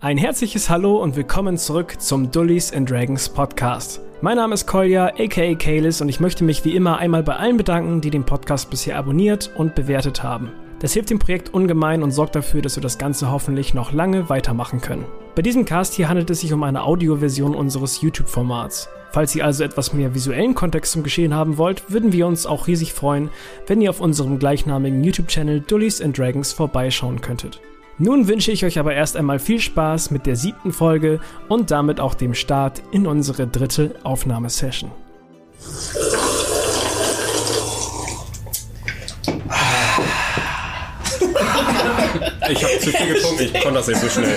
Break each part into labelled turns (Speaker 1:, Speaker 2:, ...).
Speaker 1: Ein herzliches Hallo und willkommen zurück zum Dullies and Dragons Podcast. Mein Name ist Kolja, aka Kalis, und ich möchte mich wie immer einmal bei allen bedanken, die den Podcast bisher abonniert und bewertet haben. Das hilft dem Projekt ungemein und sorgt dafür, dass wir das Ganze hoffentlich noch lange weitermachen können. Bei diesem Cast hier handelt es sich um eine Audioversion unseres YouTube-Formats. Falls ihr also etwas mehr visuellen Kontext zum Geschehen haben wollt, würden wir uns auch riesig freuen, wenn ihr auf unserem gleichnamigen YouTube-Channel Dullies and Dragons vorbeischauen könntet. Nun wünsche ich euch aber erst einmal viel Spaß mit der siebten Folge und damit auch dem Start in unsere dritte Aufnahmesession.
Speaker 2: Ich habe zu viel getrunken, ich konnte das nicht so schnell.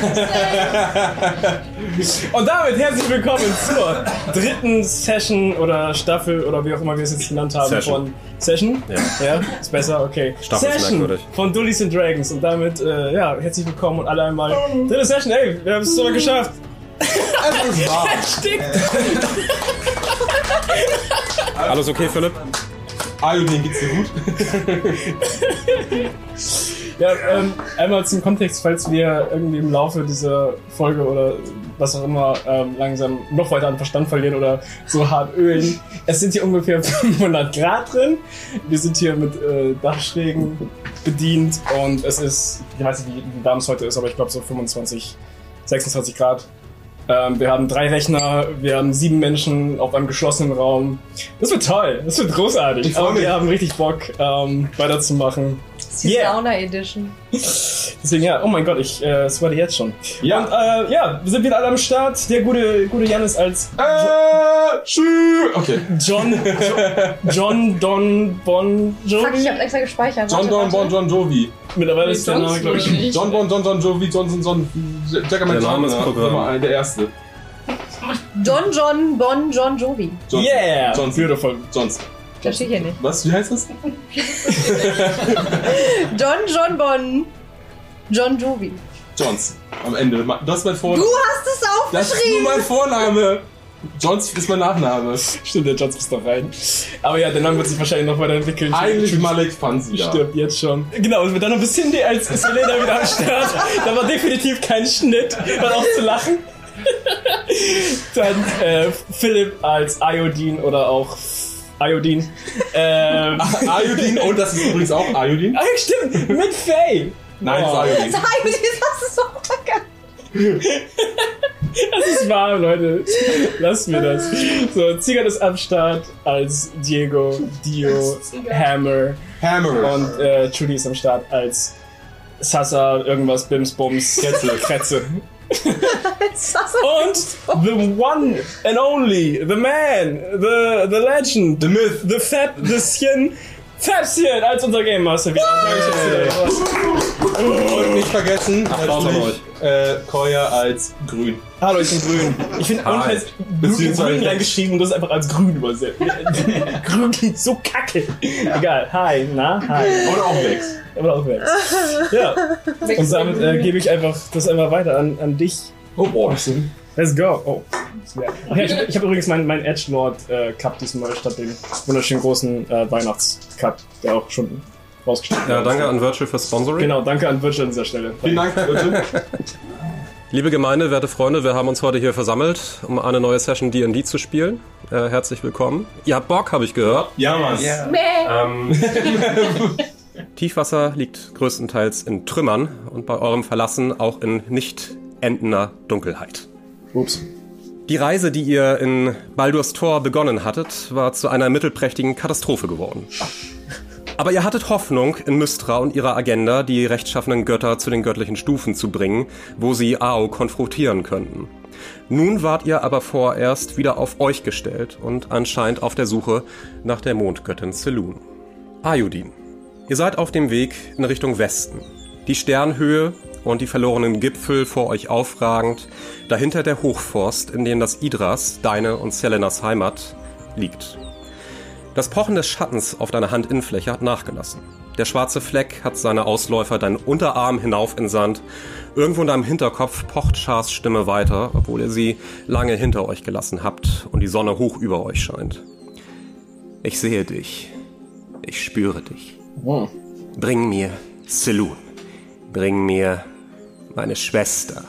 Speaker 1: Und damit herzlich willkommen zur dritten Session oder Staffel oder wie auch immer wir es jetzt genannt haben
Speaker 2: Session.
Speaker 1: von Session.
Speaker 2: Ja.
Speaker 1: Ja, ist besser, okay.
Speaker 2: Staffel ist
Speaker 1: Session
Speaker 2: merkwürdig.
Speaker 1: von Dullies and Dragons und damit äh, ja, herzlich willkommen und alle einmal dritte Session. Ey, wir haben es sogar geschafft.
Speaker 3: Das ist wahr.
Speaker 2: Alles okay, Philipp?
Speaker 3: Iodine Ah, geht's dir gut.
Speaker 1: Ja, ähm, einmal zum Kontext, falls wir irgendwie im Laufe dieser Folge oder was auch immer ähm, langsam noch weiter an Verstand verlieren oder so hart ölen. Es sind hier ungefähr 500 Grad drin. Wir sind hier mit äh, Dachschrägen bedient und es ist, ich weiß nicht, wie, wie warm es heute ist, aber ich glaube so 25, 26 Grad. Ähm, wir haben drei Rechner, wir haben sieben Menschen auf einem geschlossenen Raum. Das wird toll, das wird großartig.
Speaker 3: freu
Speaker 1: Aber wir
Speaker 3: mich.
Speaker 1: haben richtig Bock, ähm, weiterzumachen.
Speaker 4: Die
Speaker 1: Yeah.
Speaker 4: Sauna Edition.
Speaker 1: Deswegen ja, oh mein Gott, ich äh, sweate jetzt schon.
Speaker 3: Ja.
Speaker 1: Und äh, ja, wir sind wieder alle am Start. Der gute, gute Janis als
Speaker 3: Äh, tschüss. Okay.
Speaker 1: John, jo John Don Bon
Speaker 4: Fuck, ich
Speaker 1: Jovi.
Speaker 4: hab extra gespeichert.
Speaker 3: John
Speaker 4: Warte,
Speaker 3: Don Bon
Speaker 4: warte.
Speaker 3: John Jovi.
Speaker 1: Mittlerweile ist der Name, glaube ich.
Speaker 3: John Bon John John Jovi Johnson John Jackerman
Speaker 2: Der Name ist Programm.
Speaker 3: Der erste.
Speaker 4: John John Bon John Jovi.
Speaker 3: Johnson.
Speaker 1: Yeah!
Speaker 3: Johnson.
Speaker 1: Beautiful.
Speaker 3: Johnson.
Speaker 4: Das steht hier nicht.
Speaker 3: Was? Wie heißt das?
Speaker 4: John John Bon John Jovi.
Speaker 3: Johnson. Am Ende. Ma- Das ist mein
Speaker 4: Du
Speaker 3: Vorname.
Speaker 4: hast es
Speaker 3: Das ist nur
Speaker 4: aufgeschrieben!
Speaker 3: mein Vorname. Johnson ist mein Nachname.
Speaker 1: Stimmt, der Johns ist doch rein. Aber ja, der Name wird sich wahrscheinlich noch weiterentwickeln.
Speaker 3: Eigentlich
Speaker 1: Stimmt,
Speaker 3: Malek Pansi. Ja.
Speaker 1: Stirbt jetzt schon. Genau, und dann noch bis Cindy als Selena wieder am Start. Da war definitiv kein Schnitt, war auch zu lachen. Dann äh, Philipp als Iodine oder auch Iodine. Ähm,
Speaker 3: Iodine. Und oh, das ist übrigens auch Iodine.
Speaker 1: Ah, stimmt, mit Faye.
Speaker 3: Nein,
Speaker 1: Oh.
Speaker 3: das ist Iodine.
Speaker 4: Nein, das hast es auch vergessen.
Speaker 1: Das ist wahr, Leute. Lasst mir das. So, Ziegert ist am Start als Diego, Dio, Hammer
Speaker 3: Hammer.
Speaker 1: und äh, Judy ist am Start als Sasa, irgendwas, Bims, Bums, Kretze, Kretze.
Speaker 4: Das hast du-
Speaker 1: Und the one and only, the man, the, the legend, the myth, the Fab, the Sien, Fabsien als unser Game Master. wieder.
Speaker 3: Und nicht vergessen,
Speaker 2: Applaus an
Speaker 3: natürlich äh, Koya als grün.
Speaker 1: Hallo, ich bin grün. Ich finde
Speaker 2: Hi.
Speaker 1: Unfalls grün
Speaker 3: Beziehungsweise-
Speaker 1: reingeschrieben und das ist einfach als grün übersetzt. grün klingt so kacke. Egal. Hi, na, hi.
Speaker 3: Oder auch Wex.
Speaker 1: Immer auch weg. Ja. Und damit äh, gebe ich einfach das einmal weiter an, an dich.
Speaker 3: Oh, boah.
Speaker 1: Let's go. Oh. Ach ja, ich ich habe übrigens meinen mein Edge Lord äh, Cup diesmal statt dem wunderschönen großen äh, Weihnachtscup, der auch schon rausgestellt
Speaker 2: Ja,
Speaker 1: wurde.
Speaker 2: danke an Virtual fürs Sponsoring.
Speaker 1: Genau, danke an Virgil an dieser Stelle.
Speaker 3: Vielen Dank, bitte.
Speaker 2: Liebe Gemeinde, werte Freunde, wir haben uns heute hier versammelt, um eine neue Session D&D zu spielen. Äh, herzlich willkommen. Ihr habt Bock, habe ich gehört.
Speaker 3: Ja, Mann. Ah.
Speaker 4: Meh.
Speaker 2: Ähm, Tiefwasser liegt größtenteils in Trümmern und bei eurem Verlassen auch in nicht endender Dunkelheit.
Speaker 1: Ups.
Speaker 2: Die Reise, die ihr in Baldur's Tor begonnen hattet, war zu einer mittelprächtigen Katastrophe geworden. Aber ihr hattet Hoffnung, in Mystra und ihrer Agenda die rechtschaffenen Götter zu den göttlichen Stufen zu bringen, wo sie Ao konfrontieren könnten. Nun wart ihr aber vorerst wieder auf euch gestellt und anscheinend auf der Suche nach der Mondgöttin Selun. Ayudin. Ihr seid auf dem Weg in Richtung Westen. Die Sternhöhe und die verlorenen Gipfel vor euch aufragend, dahinter der Hochforst, in dem das Idras, deine und Selenas Heimat, liegt. Das Pochen des Schattens auf deiner Handinnenfläche hat nachgelassen. Der schwarze Fleck hat seine Ausläufer deinen Unterarm hinauf in Sand. Irgendwo in deinem Hinterkopf pocht Schars Stimme weiter, obwohl ihr sie lange hinter euch gelassen habt und die Sonne hoch über euch scheint. Ich sehe dich. Ich spüre dich. Bring mir Selun. Bring mir meine Schwester.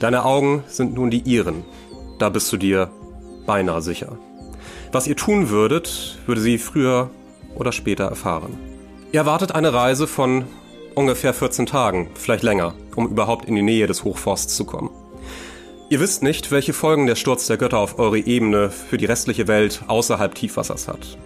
Speaker 2: Deine Augen sind nun die ihren. Da bist du dir beinahe sicher. Was ihr tun würdet, würde sie früher oder später erfahren. Ihr erwartet eine Reise von ungefähr 14 Tagen, vielleicht länger, um überhaupt in die Nähe des Hochforsts zu kommen. Ihr wisst nicht, welche Folgen der Sturz der Götter auf eure Ebene für die restliche Welt außerhalb Tiefwassers hat.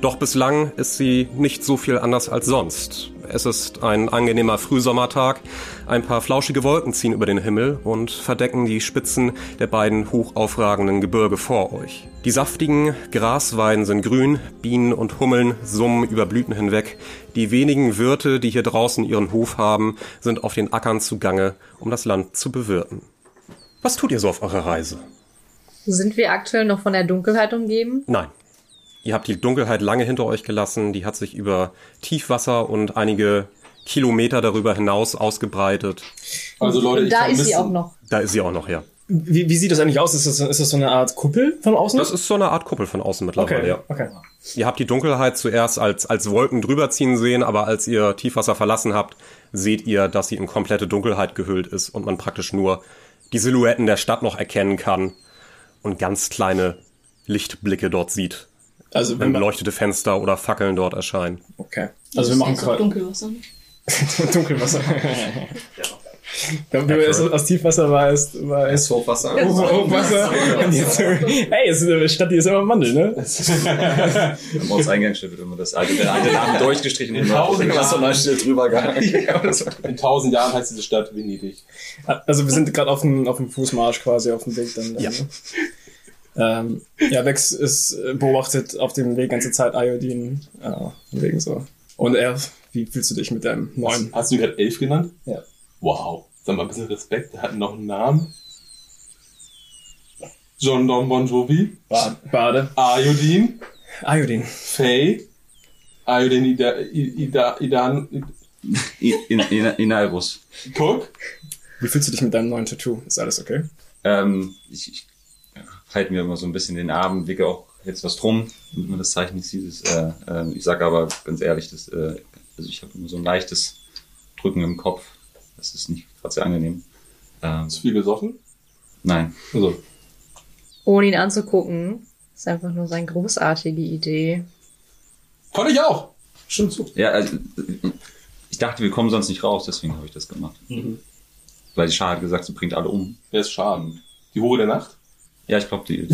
Speaker 2: Doch bislang ist sie nicht so viel anders als sonst. Es ist ein angenehmer Frühsommertag, ein paar flauschige Wolken ziehen über den Himmel und verdecken die Spitzen der beiden hochaufragenden Gebirge vor euch. Die saftigen Grasweiden sind grün, Bienen und Hummeln summen über Blüten hinweg. Die wenigen Wirte, die hier draußen ihren Hof haben, sind auf den Ackern zugange, um das Land zu bewirten. Was tut ihr so auf eurer Reise?
Speaker 4: Sind wir aktuell noch von der Dunkelheit umgeben?
Speaker 2: Nein. Ihr habt die Dunkelheit lange hinter euch gelassen. Die hat sich über Tiefwasser und einige Kilometer darüber hinaus ausgebreitet.
Speaker 3: Also Leute,
Speaker 4: Und da
Speaker 3: ich
Speaker 4: ist sie
Speaker 3: vermisse-
Speaker 4: auch noch.
Speaker 2: Da ist sie auch noch her.
Speaker 1: Wie, wie sieht das eigentlich aus? Ist das, ist das so eine Art Kuppel von außen?
Speaker 2: Das ist so eine Art Kuppel von außen mittlerweile,
Speaker 1: okay,
Speaker 2: ja.
Speaker 1: okay.
Speaker 2: Ihr habt die Dunkelheit zuerst als, als Wolken drüberziehen sehen, aber als ihr Tiefwasser verlassen habt, seht ihr, dass sie in komplette Dunkelheit gehüllt ist und man praktisch nur die Silhouetten der Stadt noch erkennen kann und ganz kleine Lichtblicke dort sieht,
Speaker 3: Also wir
Speaker 2: wenn
Speaker 3: machen,
Speaker 2: beleuchtete Fenster oder Fackeln dort erscheinen.
Speaker 1: okay.
Speaker 5: Das
Speaker 1: Also wir
Speaker 5: ist
Speaker 1: machen
Speaker 5: erst noch
Speaker 1: gerade
Speaker 5: Dunkelwasser.
Speaker 1: Dunkelwasser. Wenn wir erst aus Tiefwasser war, erst war erst
Speaker 3: Hochwasser.
Speaker 1: Hochwasser. Und jetzt, hey, es ist eine Stadt, die ist immer Mandel, ne?
Speaker 6: Am Ortseingangsschild wird immer das alte, der alte Name Äh, durchgestrichen und
Speaker 3: tausend
Speaker 6: dann hast du ein neues Schild drüber gehangen.
Speaker 3: In tausend Jahren heißt diese Stadt Venedig.
Speaker 1: Also wir sind gerade auf dem, auf dem Fußmarsch quasi, auf dem Weg dann. dann
Speaker 2: Ja.
Speaker 1: Ne? Ähm, ja, Vex ist, äh, beobachtet auf dem Weg ganze Zeit Iodine. Äh, wegen so. Und er, wie fühlst du dich mit deinem neuen?
Speaker 3: Hast du gerade elf genannt?
Speaker 1: Ja.
Speaker 3: Wow. Sag mal, ein bisschen Respekt. Der hat noch einen Namen. John Don Bon Jovi.
Speaker 1: Bade.
Speaker 3: Ayodin.
Speaker 1: Iodine.
Speaker 3: Faye. Ayodin Ida, Ida, Idan.
Speaker 6: In, in, in, in Airus.
Speaker 3: Guck.
Speaker 1: Wie fühlst du dich mit deinem neuen Tattoo? Ist alles okay?
Speaker 6: Ähm, ich, ich halte mir immer so ein bisschen den Arm, wicke auch jetzt was drum, damit man das Zeichen nicht sieht. Das, äh, ähm, ich sage aber ganz ehrlich, das, äh, also ich habe immer so ein leichtes Drücken im Kopf. Das ist nicht gerade sehr angenehm. Ähm,
Speaker 3: Zu viel gesoffen?
Speaker 6: nein.
Speaker 3: Also,
Speaker 4: Ohne ihn anzugucken. Ist einfach nur seine großartige Idee.
Speaker 3: konnte ich auch. Stimmt zu.
Speaker 6: Ja, also, äh, ich dachte, wir kommen sonst nicht raus, deswegen habe ich das gemacht. Weil die Schar hat gesagt, sie bringt alle um.
Speaker 3: Der ist Schaden. Die Hure der Nacht?
Speaker 6: Ja, ich glaube, die, die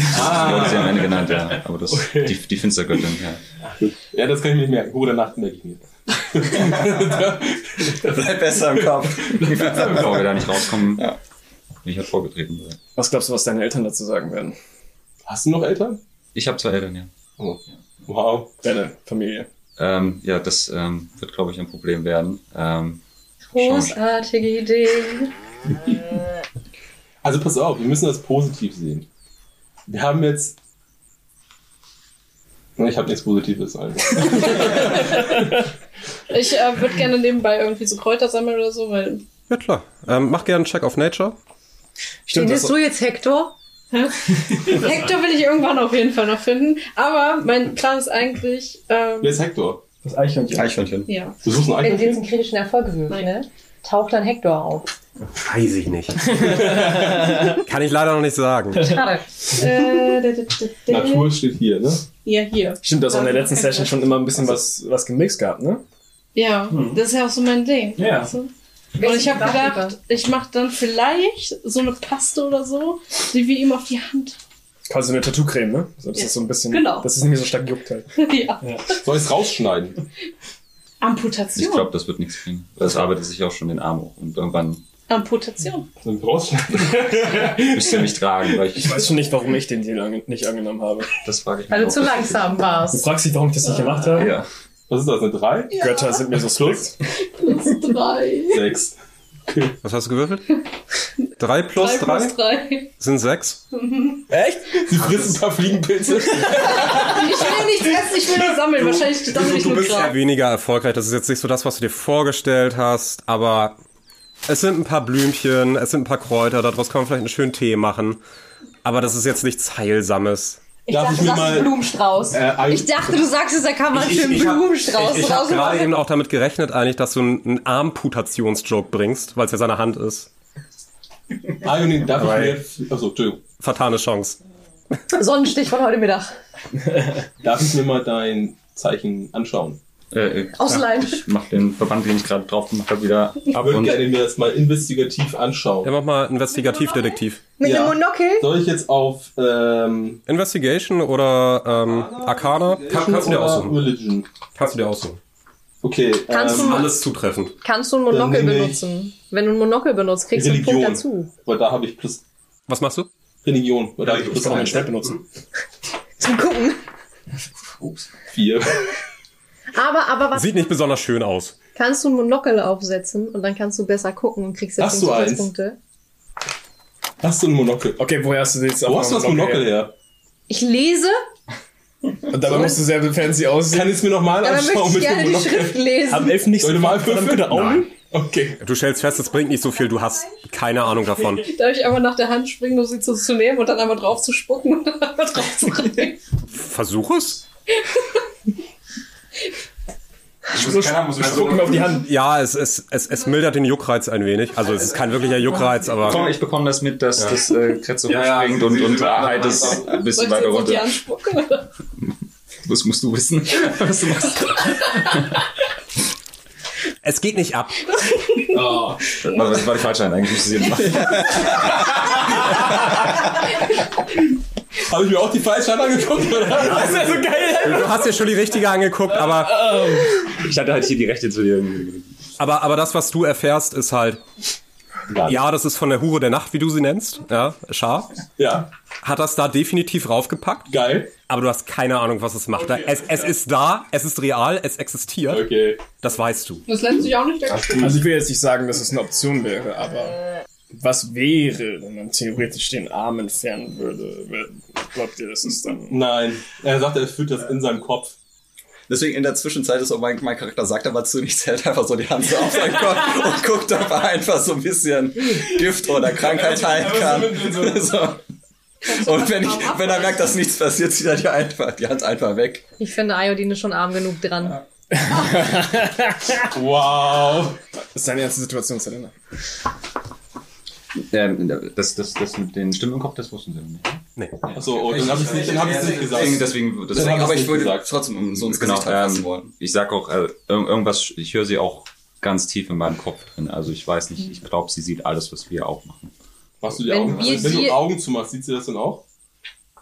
Speaker 6: Leute sind am Ende genannt, ja. Aber das, die, die Finstergöttin, ja.
Speaker 3: Ja, das kann ich mir nicht merken. Hure der Nacht merke ich mir.
Speaker 6: Bleibt besser im Kopf. Bevor wir da nicht rauskommen, ja. bin ich halt vorgetreten. worden.
Speaker 1: Was glaubst du, was deine Eltern dazu sagen werden?
Speaker 3: Hast du noch Eltern?
Speaker 6: Ich habe zwei Eltern, ja.
Speaker 3: Oh. Wow.
Speaker 1: Deine Familie.
Speaker 6: Ähm, ja, das ähm, wird, glaube ich, ein Problem werden. Ähm, schauen wir mal.
Speaker 4: Großartige Idee.
Speaker 3: Also pass auf, wir müssen das positiv sehen. Wir haben jetzt. Na, Ich habe nichts Positives. Also.
Speaker 5: Ich äh, würde gerne nebenbei irgendwie so Kräuter sammeln oder so, weil.
Speaker 2: Ja klar. Ähm, mach gerne einen Check auf Nature.
Speaker 1: Stimmt,
Speaker 5: Findest du jetzt Hector? Hä? Hector will ich irgendwann auf jeden Fall noch finden. Aber mein Plan ist eigentlich.
Speaker 4: Mhm.
Speaker 3: Wer
Speaker 5: Ähm,
Speaker 3: ist Hector?
Speaker 1: das Eichhörnchen.
Speaker 6: Eichhörnchen.
Speaker 5: ja.
Speaker 3: Du suchst einen
Speaker 4: Wenn sie jetzt
Speaker 3: Eichhörnchen?
Speaker 4: einen kritischen Erfolg gewürfelt, ne? Taucht dann Hector auf.
Speaker 2: Weiß ich nicht. Kann ich leider noch nicht sagen.
Speaker 4: Schade.
Speaker 5: Äh, da, da, da, da.
Speaker 3: Natur steht hier, ne?
Speaker 5: Ja, hier.
Speaker 1: Stimmt, du hast auch in der letzten Session schon immer ein bisschen was, was gemixt gehabt, ne?
Speaker 5: Ja, das ist ja auch so mein Ding.
Speaker 1: Ja.
Speaker 5: Weißt du? Und ich habe gedacht, ich mache dann vielleicht so eine Paste oder so, die wir ihm auf die Hand.
Speaker 1: Quasi eine Tattoo-Creme, ne? Also, das
Speaker 5: Ja,
Speaker 1: ist so ein bisschen,
Speaker 5: genau.
Speaker 1: dass es nicht mehr so stark juckt halt.
Speaker 5: ja.
Speaker 3: Soll ich es rausschneiden?
Speaker 5: Amputation.
Speaker 6: Ich glaube, das wird nichts bringen. Das arbeitet sich auch schon den Arm hoch. Und irgendwann
Speaker 5: Amputation.
Speaker 3: Soll ich es rausschneiden?
Speaker 6: müsst ihr mich tragen, weil ich,
Speaker 1: Ich weiß schon nicht, warum ich den Deal ange nicht angenommen habe.
Speaker 6: das frage ich mich
Speaker 4: Weil du
Speaker 6: auch.
Speaker 4: zu langsam warst.
Speaker 1: Du fragst dich, warum ich das nicht gemacht habe?
Speaker 6: Ja.
Speaker 3: Was ist das, eine 3?
Speaker 1: Götter sind mir so strikt.
Speaker 5: Plus drei.
Speaker 3: 6. Okay.
Speaker 2: Was hast du gewürfelt? Drei plus
Speaker 5: drei
Speaker 2: drei
Speaker 5: plus drei.
Speaker 2: sind sechs.
Speaker 1: Echt?
Speaker 3: Sie frisst ein paar Fliegenpilze.
Speaker 5: Ich will nichts essen, ich will nur sammeln. Wahrscheinlich sammle ich
Speaker 2: Du
Speaker 5: nur
Speaker 2: bist eher
Speaker 5: Kram.
Speaker 2: weniger erfolgreich. Das ist jetzt nicht so das, was du dir vorgestellt hast, aber es sind ein paar Blümchen, es sind ein paar Kräuter, daraus kann man vielleicht einen schönen Tee machen. Aber das ist jetzt nichts Heilsames.
Speaker 4: Ich
Speaker 3: Darf
Speaker 4: dachte,
Speaker 3: ich
Speaker 4: du
Speaker 3: mir
Speaker 4: sagst
Speaker 3: mal-
Speaker 4: Blumenstrauß.
Speaker 3: Äh, ein-
Speaker 4: ich dachte, du sagst es, da kann man schön
Speaker 2: hab-
Speaker 4: Blumenstrauß
Speaker 2: ich, ich hab gerade
Speaker 4: rausmachen.
Speaker 2: eben auch damit gerechnet eigentlich, dass du einen einen Armputationsjoke bringst, weil es ja seine Hand ist.
Speaker 3: Ionin, darf
Speaker 2: Right.
Speaker 3: ich mir. Achso, Entschuldigung.
Speaker 2: Vertane Chance.
Speaker 4: Sonnenstich von heute Mittag.
Speaker 3: Darf ich mir mal dein Zeichen anschauen?
Speaker 6: Äh, äh,
Speaker 4: Ausleihen.
Speaker 6: ja, Ich mach den Verband, den ich gerade drauf gemacht habe, wieder ab
Speaker 3: Ich würde
Speaker 6: und
Speaker 3: gerne mir das mal investigativ
Speaker 2: Ja,
Speaker 3: anschauen.
Speaker 2: mach mal Investigativdetektiv.
Speaker 4: Mit
Speaker 3: Ja.
Speaker 4: einem Monokel?
Speaker 3: Soll ich jetzt auf ähm,
Speaker 2: Investigation oder ähm, Arcana? Kann, kannst du dir
Speaker 3: oder
Speaker 2: aussuchen.
Speaker 3: Religion?
Speaker 2: Kannst du dir aussuchen.
Speaker 3: Okay,
Speaker 4: Kannst
Speaker 3: ähm,
Speaker 4: du-
Speaker 2: Alles zutreffend.
Speaker 4: Kannst du ein Monokel
Speaker 3: Dann nehme ich-
Speaker 4: benutzen? Wenn du ein Monokel benutzt, kriegst du einen Punkt
Speaker 3: Religion.
Speaker 4: dazu.
Speaker 3: aber da habe ich plus
Speaker 2: Was machst du?
Speaker 3: Religion. Aber Da habe ich
Speaker 2: ich
Speaker 3: plus
Speaker 2: kann
Speaker 3: auch
Speaker 2: einen
Speaker 3: einen
Speaker 2: Schnitt
Speaker 3: Schnitt benutzen.
Speaker 4: Zum Gucken.
Speaker 6: Ups.
Speaker 3: Vier.
Speaker 4: Aber, aber was?
Speaker 2: Sieht nicht besonders schön aus.
Speaker 4: Kannst du ein Monokel aufsetzen und dann kannst du besser gucken und kriegst
Speaker 3: Hast du eins?
Speaker 4: Punkte.
Speaker 3: Hast du ein Monokel?
Speaker 7: Okay, woher hast du das?
Speaker 3: Wo hast du das Monokel her?
Speaker 4: Ich lese,
Speaker 7: Und dabei musst du sehr fancy aussehen.
Speaker 3: Kann ich es mir nochmal
Speaker 4: aber möchte
Speaker 3: anschauen
Speaker 4: ich
Speaker 3: mit
Speaker 4: gerne
Speaker 3: dem
Speaker 4: die
Speaker 3: Monokel?
Speaker 4: Schrift lesen.
Speaker 7: Haben Elfen nicht
Speaker 3: Soll ich mal würfeln?
Speaker 7: Augen? Okay.
Speaker 2: Du stellst fest, es bringt nicht so viel. Du hast keine Ahnung davon.
Speaker 8: Darf ich einmal nach der Hand springen, um sie zu, zu nehmen und dann einmal drauf zu spucken und dann einmal drauf zu rennen?
Speaker 2: Versuch es.
Speaker 6: Ich muss keiner muss also,
Speaker 7: Gucken auf die Hand.
Speaker 2: Ja, es, es, es, es mildert den Juckreiz ein wenig. Also es ist kein wirklicher Juckreiz,
Speaker 6: Komm,
Speaker 2: aber
Speaker 6: ich bekomme das mit, dass das äh, Kretze
Speaker 2: ja,
Speaker 6: hochspringt und, und Wahrheit ist ein
Speaker 8: Soll
Speaker 6: bisschen
Speaker 8: ich
Speaker 6: weiter
Speaker 8: sie jetzt auf die
Speaker 6: runter.
Speaker 8: Hand spucken? Oder?
Speaker 6: Das musst du wissen, was du machst.
Speaker 2: es geht nicht ab.
Speaker 3: Ah,
Speaker 6: Aber das war die falsche Hand, eigentlich müsste sie machen.
Speaker 3: habe ich mir auch die falsche Hand angeguckt, oder?
Speaker 7: Das ist ja so geil.
Speaker 2: Du hast dir schon die richtige angeguckt, aber,
Speaker 6: Ich hatte halt hier die Rechte zu dir.
Speaker 2: aber, aber das, was du erfährst, ist halt, ja, das ist von der Hure der Nacht, wie du sie nennst. Ja, Schar.
Speaker 3: Ja,
Speaker 2: Hat das da definitiv raufgepackt,
Speaker 3: geil.
Speaker 2: aber du hast keine Ahnung, was es macht. es es ist da, es ist real, es existiert.
Speaker 3: Okay.
Speaker 2: Das weißt du.
Speaker 8: Das lässt sich auch nicht weg.
Speaker 7: Also ich will jetzt nicht sagen, dass es eine Option wäre, aber was wäre, wenn man theoretisch den Arm entfernen würde? Wer- Glaubt ihr, das ist dann...
Speaker 3: Nein. Er sagt, er fühlt das in seinem Kopf.
Speaker 9: Deswegen in der Zwischenzeit ist auch mein, mein Charakter, sagt aber zu nichts, hält einfach so die Hand so auf seinen Kopf und guckt, ob er einfach so ein bisschen Gift oder Krankheit heilen kann. So. Und wenn, ich, wenn er merkt, dass nichts passiert, zieht er die, einfach, die Hand einfach weg.
Speaker 4: Ich finde, Iodine ist schon arm genug dran.
Speaker 3: Wow.
Speaker 7: Das ist deine ganze Situation zu ändern.
Speaker 6: Ähm, das, das, das mit den Stimmen im Kopf, das wussten sie noch nicht.
Speaker 2: Nee.
Speaker 3: Achso, oh, dann habe ich es nicht, dann hab ich's nicht gesagt.
Speaker 6: Deswegen, deswegen,
Speaker 3: Dann
Speaker 6: deswegen
Speaker 9: Deswegen,
Speaker 3: haben wir
Speaker 9: aber ich
Speaker 3: es nicht
Speaker 9: würde
Speaker 3: gesagt.
Speaker 9: trotzdem so ins
Speaker 6: genau,
Speaker 9: Gesicht halt fassen
Speaker 6: ähm,
Speaker 9: wollen.
Speaker 6: ich sag auch, äh, irg- irgendwas, ich höre sie auch ganz tief in meinem Kopf drin. Also ich weiß nicht, ich glaube, sie sieht alles, was wir auch machen.
Speaker 3: Machst du die
Speaker 4: Wenn
Speaker 3: Augen? also,
Speaker 4: wir
Speaker 3: wenn
Speaker 4: sie-
Speaker 3: du Augen zumachst, sieht sie das dann auch?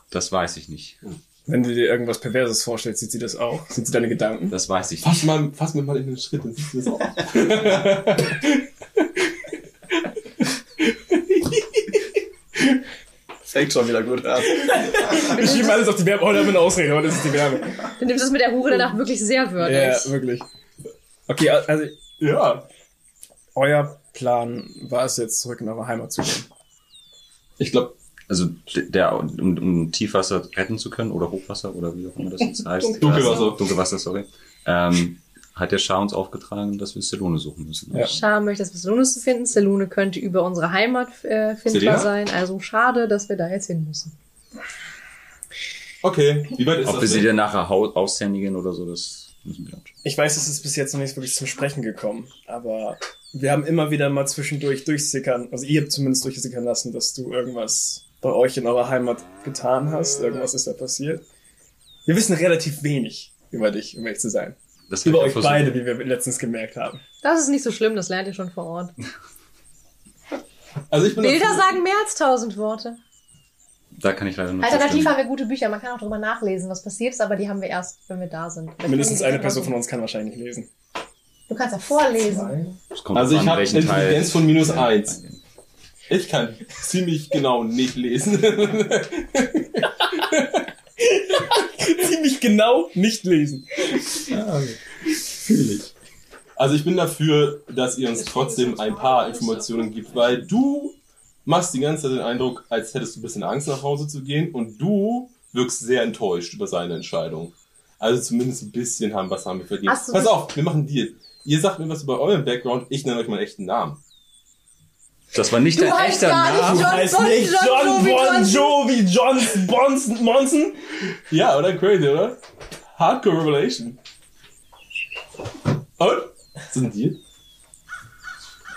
Speaker 6: Das weiß ich nicht.
Speaker 7: Wenn du dir irgendwas Perverses vorstellst, sieht sie das auch? Sieht sie deine Gedanken?
Speaker 6: Das weiß ich nicht.
Speaker 3: Fass, mal, fass mir mal in den Schritt, dann sieht sie das auch.
Speaker 9: Fängt schon wieder gut an.
Speaker 7: Ich schiebe alles auf die Wärme. Oh, da bin ich Ausrede, aber das ist die Wärme.
Speaker 4: Du nimmst es mit der Hure danach wirklich sehr
Speaker 7: Ja,
Speaker 4: wörtlich.
Speaker 7: wirklich. Okay, also
Speaker 3: ja.
Speaker 7: euer Plan war es jetzt, zurück in eure Heimat zu gehen.
Speaker 3: Ich glaube,
Speaker 6: Also d- der, um, um Tiefwasser retten zu können oder Hochwasser oder wie auch immer das jetzt heißt.
Speaker 3: Dunkelwasser.
Speaker 6: Äh, Dunkelwasser, sorry. Ähm, hat der Schar uns aufgetragen, dass wir Stallone suchen müssen.
Speaker 7: Ja.
Speaker 4: Schade, möchte das Salonis zu finden. Salone könnte über unsere Heimat äh,
Speaker 3: Selina?
Speaker 4: findbar sein. Also schade, dass wir da jetzt hin müssen.
Speaker 3: okay. Wie weit ist
Speaker 6: Ob wir
Speaker 3: das?
Speaker 6: sie
Speaker 3: denn?
Speaker 6: dann nachher hau- aushändigen oder so, das müssen wir anschauen.
Speaker 7: Ich weiß, es ist bis jetzt noch nicht wirklich zum Sprechen gekommen, aber wir haben immer wieder mal zwischendurch durchsickern, also ihr habt zumindest durchsickern lassen, dass du irgendwas bei euch in eurer Heimat getan hast, irgendwas ist da passiert. Wir wissen relativ wenig über dich, um ehrlich zu sein.
Speaker 6: Das
Speaker 7: Über
Speaker 6: hab
Speaker 7: euch
Speaker 6: ich ja versucht.
Speaker 7: beide, wie wir letztens gemerkt haben.
Speaker 4: Das ist nicht so schlimm, das lernt ihr schon vor Ort.
Speaker 3: Also ich bin
Speaker 4: Bilder
Speaker 3: dafür-
Speaker 4: sagen mehr als tausend Worte.
Speaker 6: Da kann ich leider nur
Speaker 4: Alternativ
Speaker 6: zustimmen.
Speaker 4: haben wir gute Bücher, man kann auch drüber nachlesen, was passiert ist, aber die haben wir erst, wenn wir da sind. Vielleicht
Speaker 7: Mindestens
Speaker 4: können
Speaker 7: eine
Speaker 4: die
Speaker 7: Person von
Speaker 4: einfach-
Speaker 7: uns kann wahrscheinlich nicht lesen.
Speaker 4: Du kannst ja vorlesen.
Speaker 6: Es kommt
Speaker 3: Also
Speaker 6: drauf
Speaker 3: ich
Speaker 6: an,
Speaker 3: hab
Speaker 6: welchen Teil-
Speaker 3: Intelligenz von minus
Speaker 6: Ja,
Speaker 3: eins. Ich kann ziemlich genau nicht lesen.
Speaker 7: Ziemlich genau nicht lesen.
Speaker 3: Also ich bin dafür, dass ihr uns trotzdem ein paar Informationen gibt, weil du machst die ganze Zeit den Eindruck, als hättest du ein bisschen Angst nach Hause zu gehen und du wirkst sehr enttäuscht über seine Entscheidung. Also zumindest ein bisschen haben, was haben wir verdient.
Speaker 4: Hast du-
Speaker 3: Pass auf, wir machen einen Deal. Ihr sagt mir was über euren Background, ich nenne euch meinen echten Namen.
Speaker 6: Das war nicht
Speaker 4: Du
Speaker 6: dein
Speaker 4: heißt
Speaker 6: echter
Speaker 4: gar
Speaker 6: Name.
Speaker 4: nicht John Bon Jovi Johnson.
Speaker 7: Jovi Johnson Bonson Monson.
Speaker 3: Ja, oder? Crazy, oder? Hardcore Revelation. Und? Ist das ein Deal?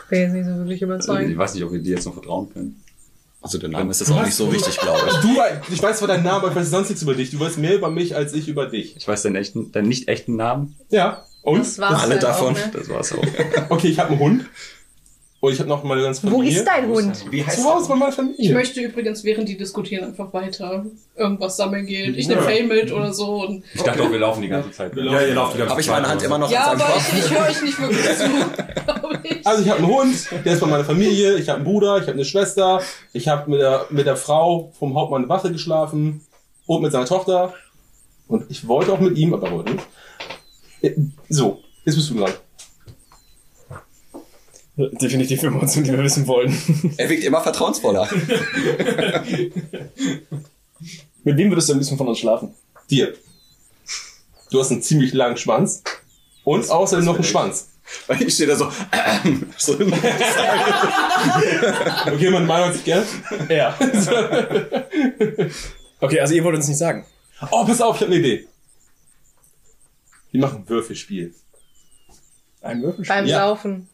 Speaker 10: bin jetzt nicht so wirklich
Speaker 6: Also, Ich
Speaker 10: überzeugt.
Speaker 6: weiß nicht, ob wir dir jetzt noch vertrauen können.
Speaker 7: Also der Name ist jetzt auch nicht so wichtig, glaube ich.
Speaker 3: Also Du, ich weiß zwar deinen Namen, aber ich weiß sonst nichts über dich. Du weißt mehr über mich als ich über dich.
Speaker 6: Ich weiß deinen echten, deinen nicht echten Namen.
Speaker 3: Ja.
Speaker 10: Das
Speaker 3: Und?
Speaker 10: war's
Speaker 7: Alle
Speaker 10: dann
Speaker 7: davon.
Speaker 10: Auch, ne?
Speaker 6: Das war's auch.
Speaker 3: Okay, ich habe einen Hund. Und ich habe noch meine ganze
Speaker 10: Wo
Speaker 3: Familie.
Speaker 10: ist dein Hund?
Speaker 7: Wie
Speaker 3: Zu Hause bei meiner Familie.
Speaker 5: Ich möchte übrigens, während die diskutieren, einfach weiter irgendwas sammeln gehen. Ich nehme
Speaker 3: Ja.
Speaker 5: Fame mit oder so. Und
Speaker 6: Ich dachte auch, wir laufen die ganze Zeit.
Speaker 3: Ja, ihr lauft
Speaker 6: die ganze
Speaker 7: Habe ich meine Hand immer noch
Speaker 5: ja,
Speaker 7: am
Speaker 5: aber
Speaker 7: Kopf?
Speaker 5: ich, ich höre euch nicht wirklich zu, glaube ich.
Speaker 3: Also ich habe einen Hund, der ist bei meiner Familie, ich habe einen Bruder, ich habe eine Schwester, ich habe mit der, mit der Frau vom Hauptmann Wache geschlafen und mit seiner Tochter. Und ich wollte auch mit ihm, aber wollte nicht. Äh, So, jetzt bist du dran.
Speaker 1: Definitiv Informationen, die wir wissen wollen.
Speaker 7: Er wirkt immer vertrauensvoller.
Speaker 1: Mit wem würdest du am liebsten von uns schlafen?
Speaker 3: Dir. Du hast einen ziemlich langen Schwanz und außerdem noch einen Schwanz.
Speaker 7: Weil ich stehe da so. so
Speaker 3: Okay, man meint sich gell?
Speaker 1: Ja. okay, also ihr wollt uns nicht sagen.
Speaker 3: Oh, pass auf, ich habe eine Idee. Wir machen ein Würfelspiel.
Speaker 1: Ein Würfelspiel.
Speaker 10: Beim
Speaker 3: Ja.
Speaker 10: Saufen.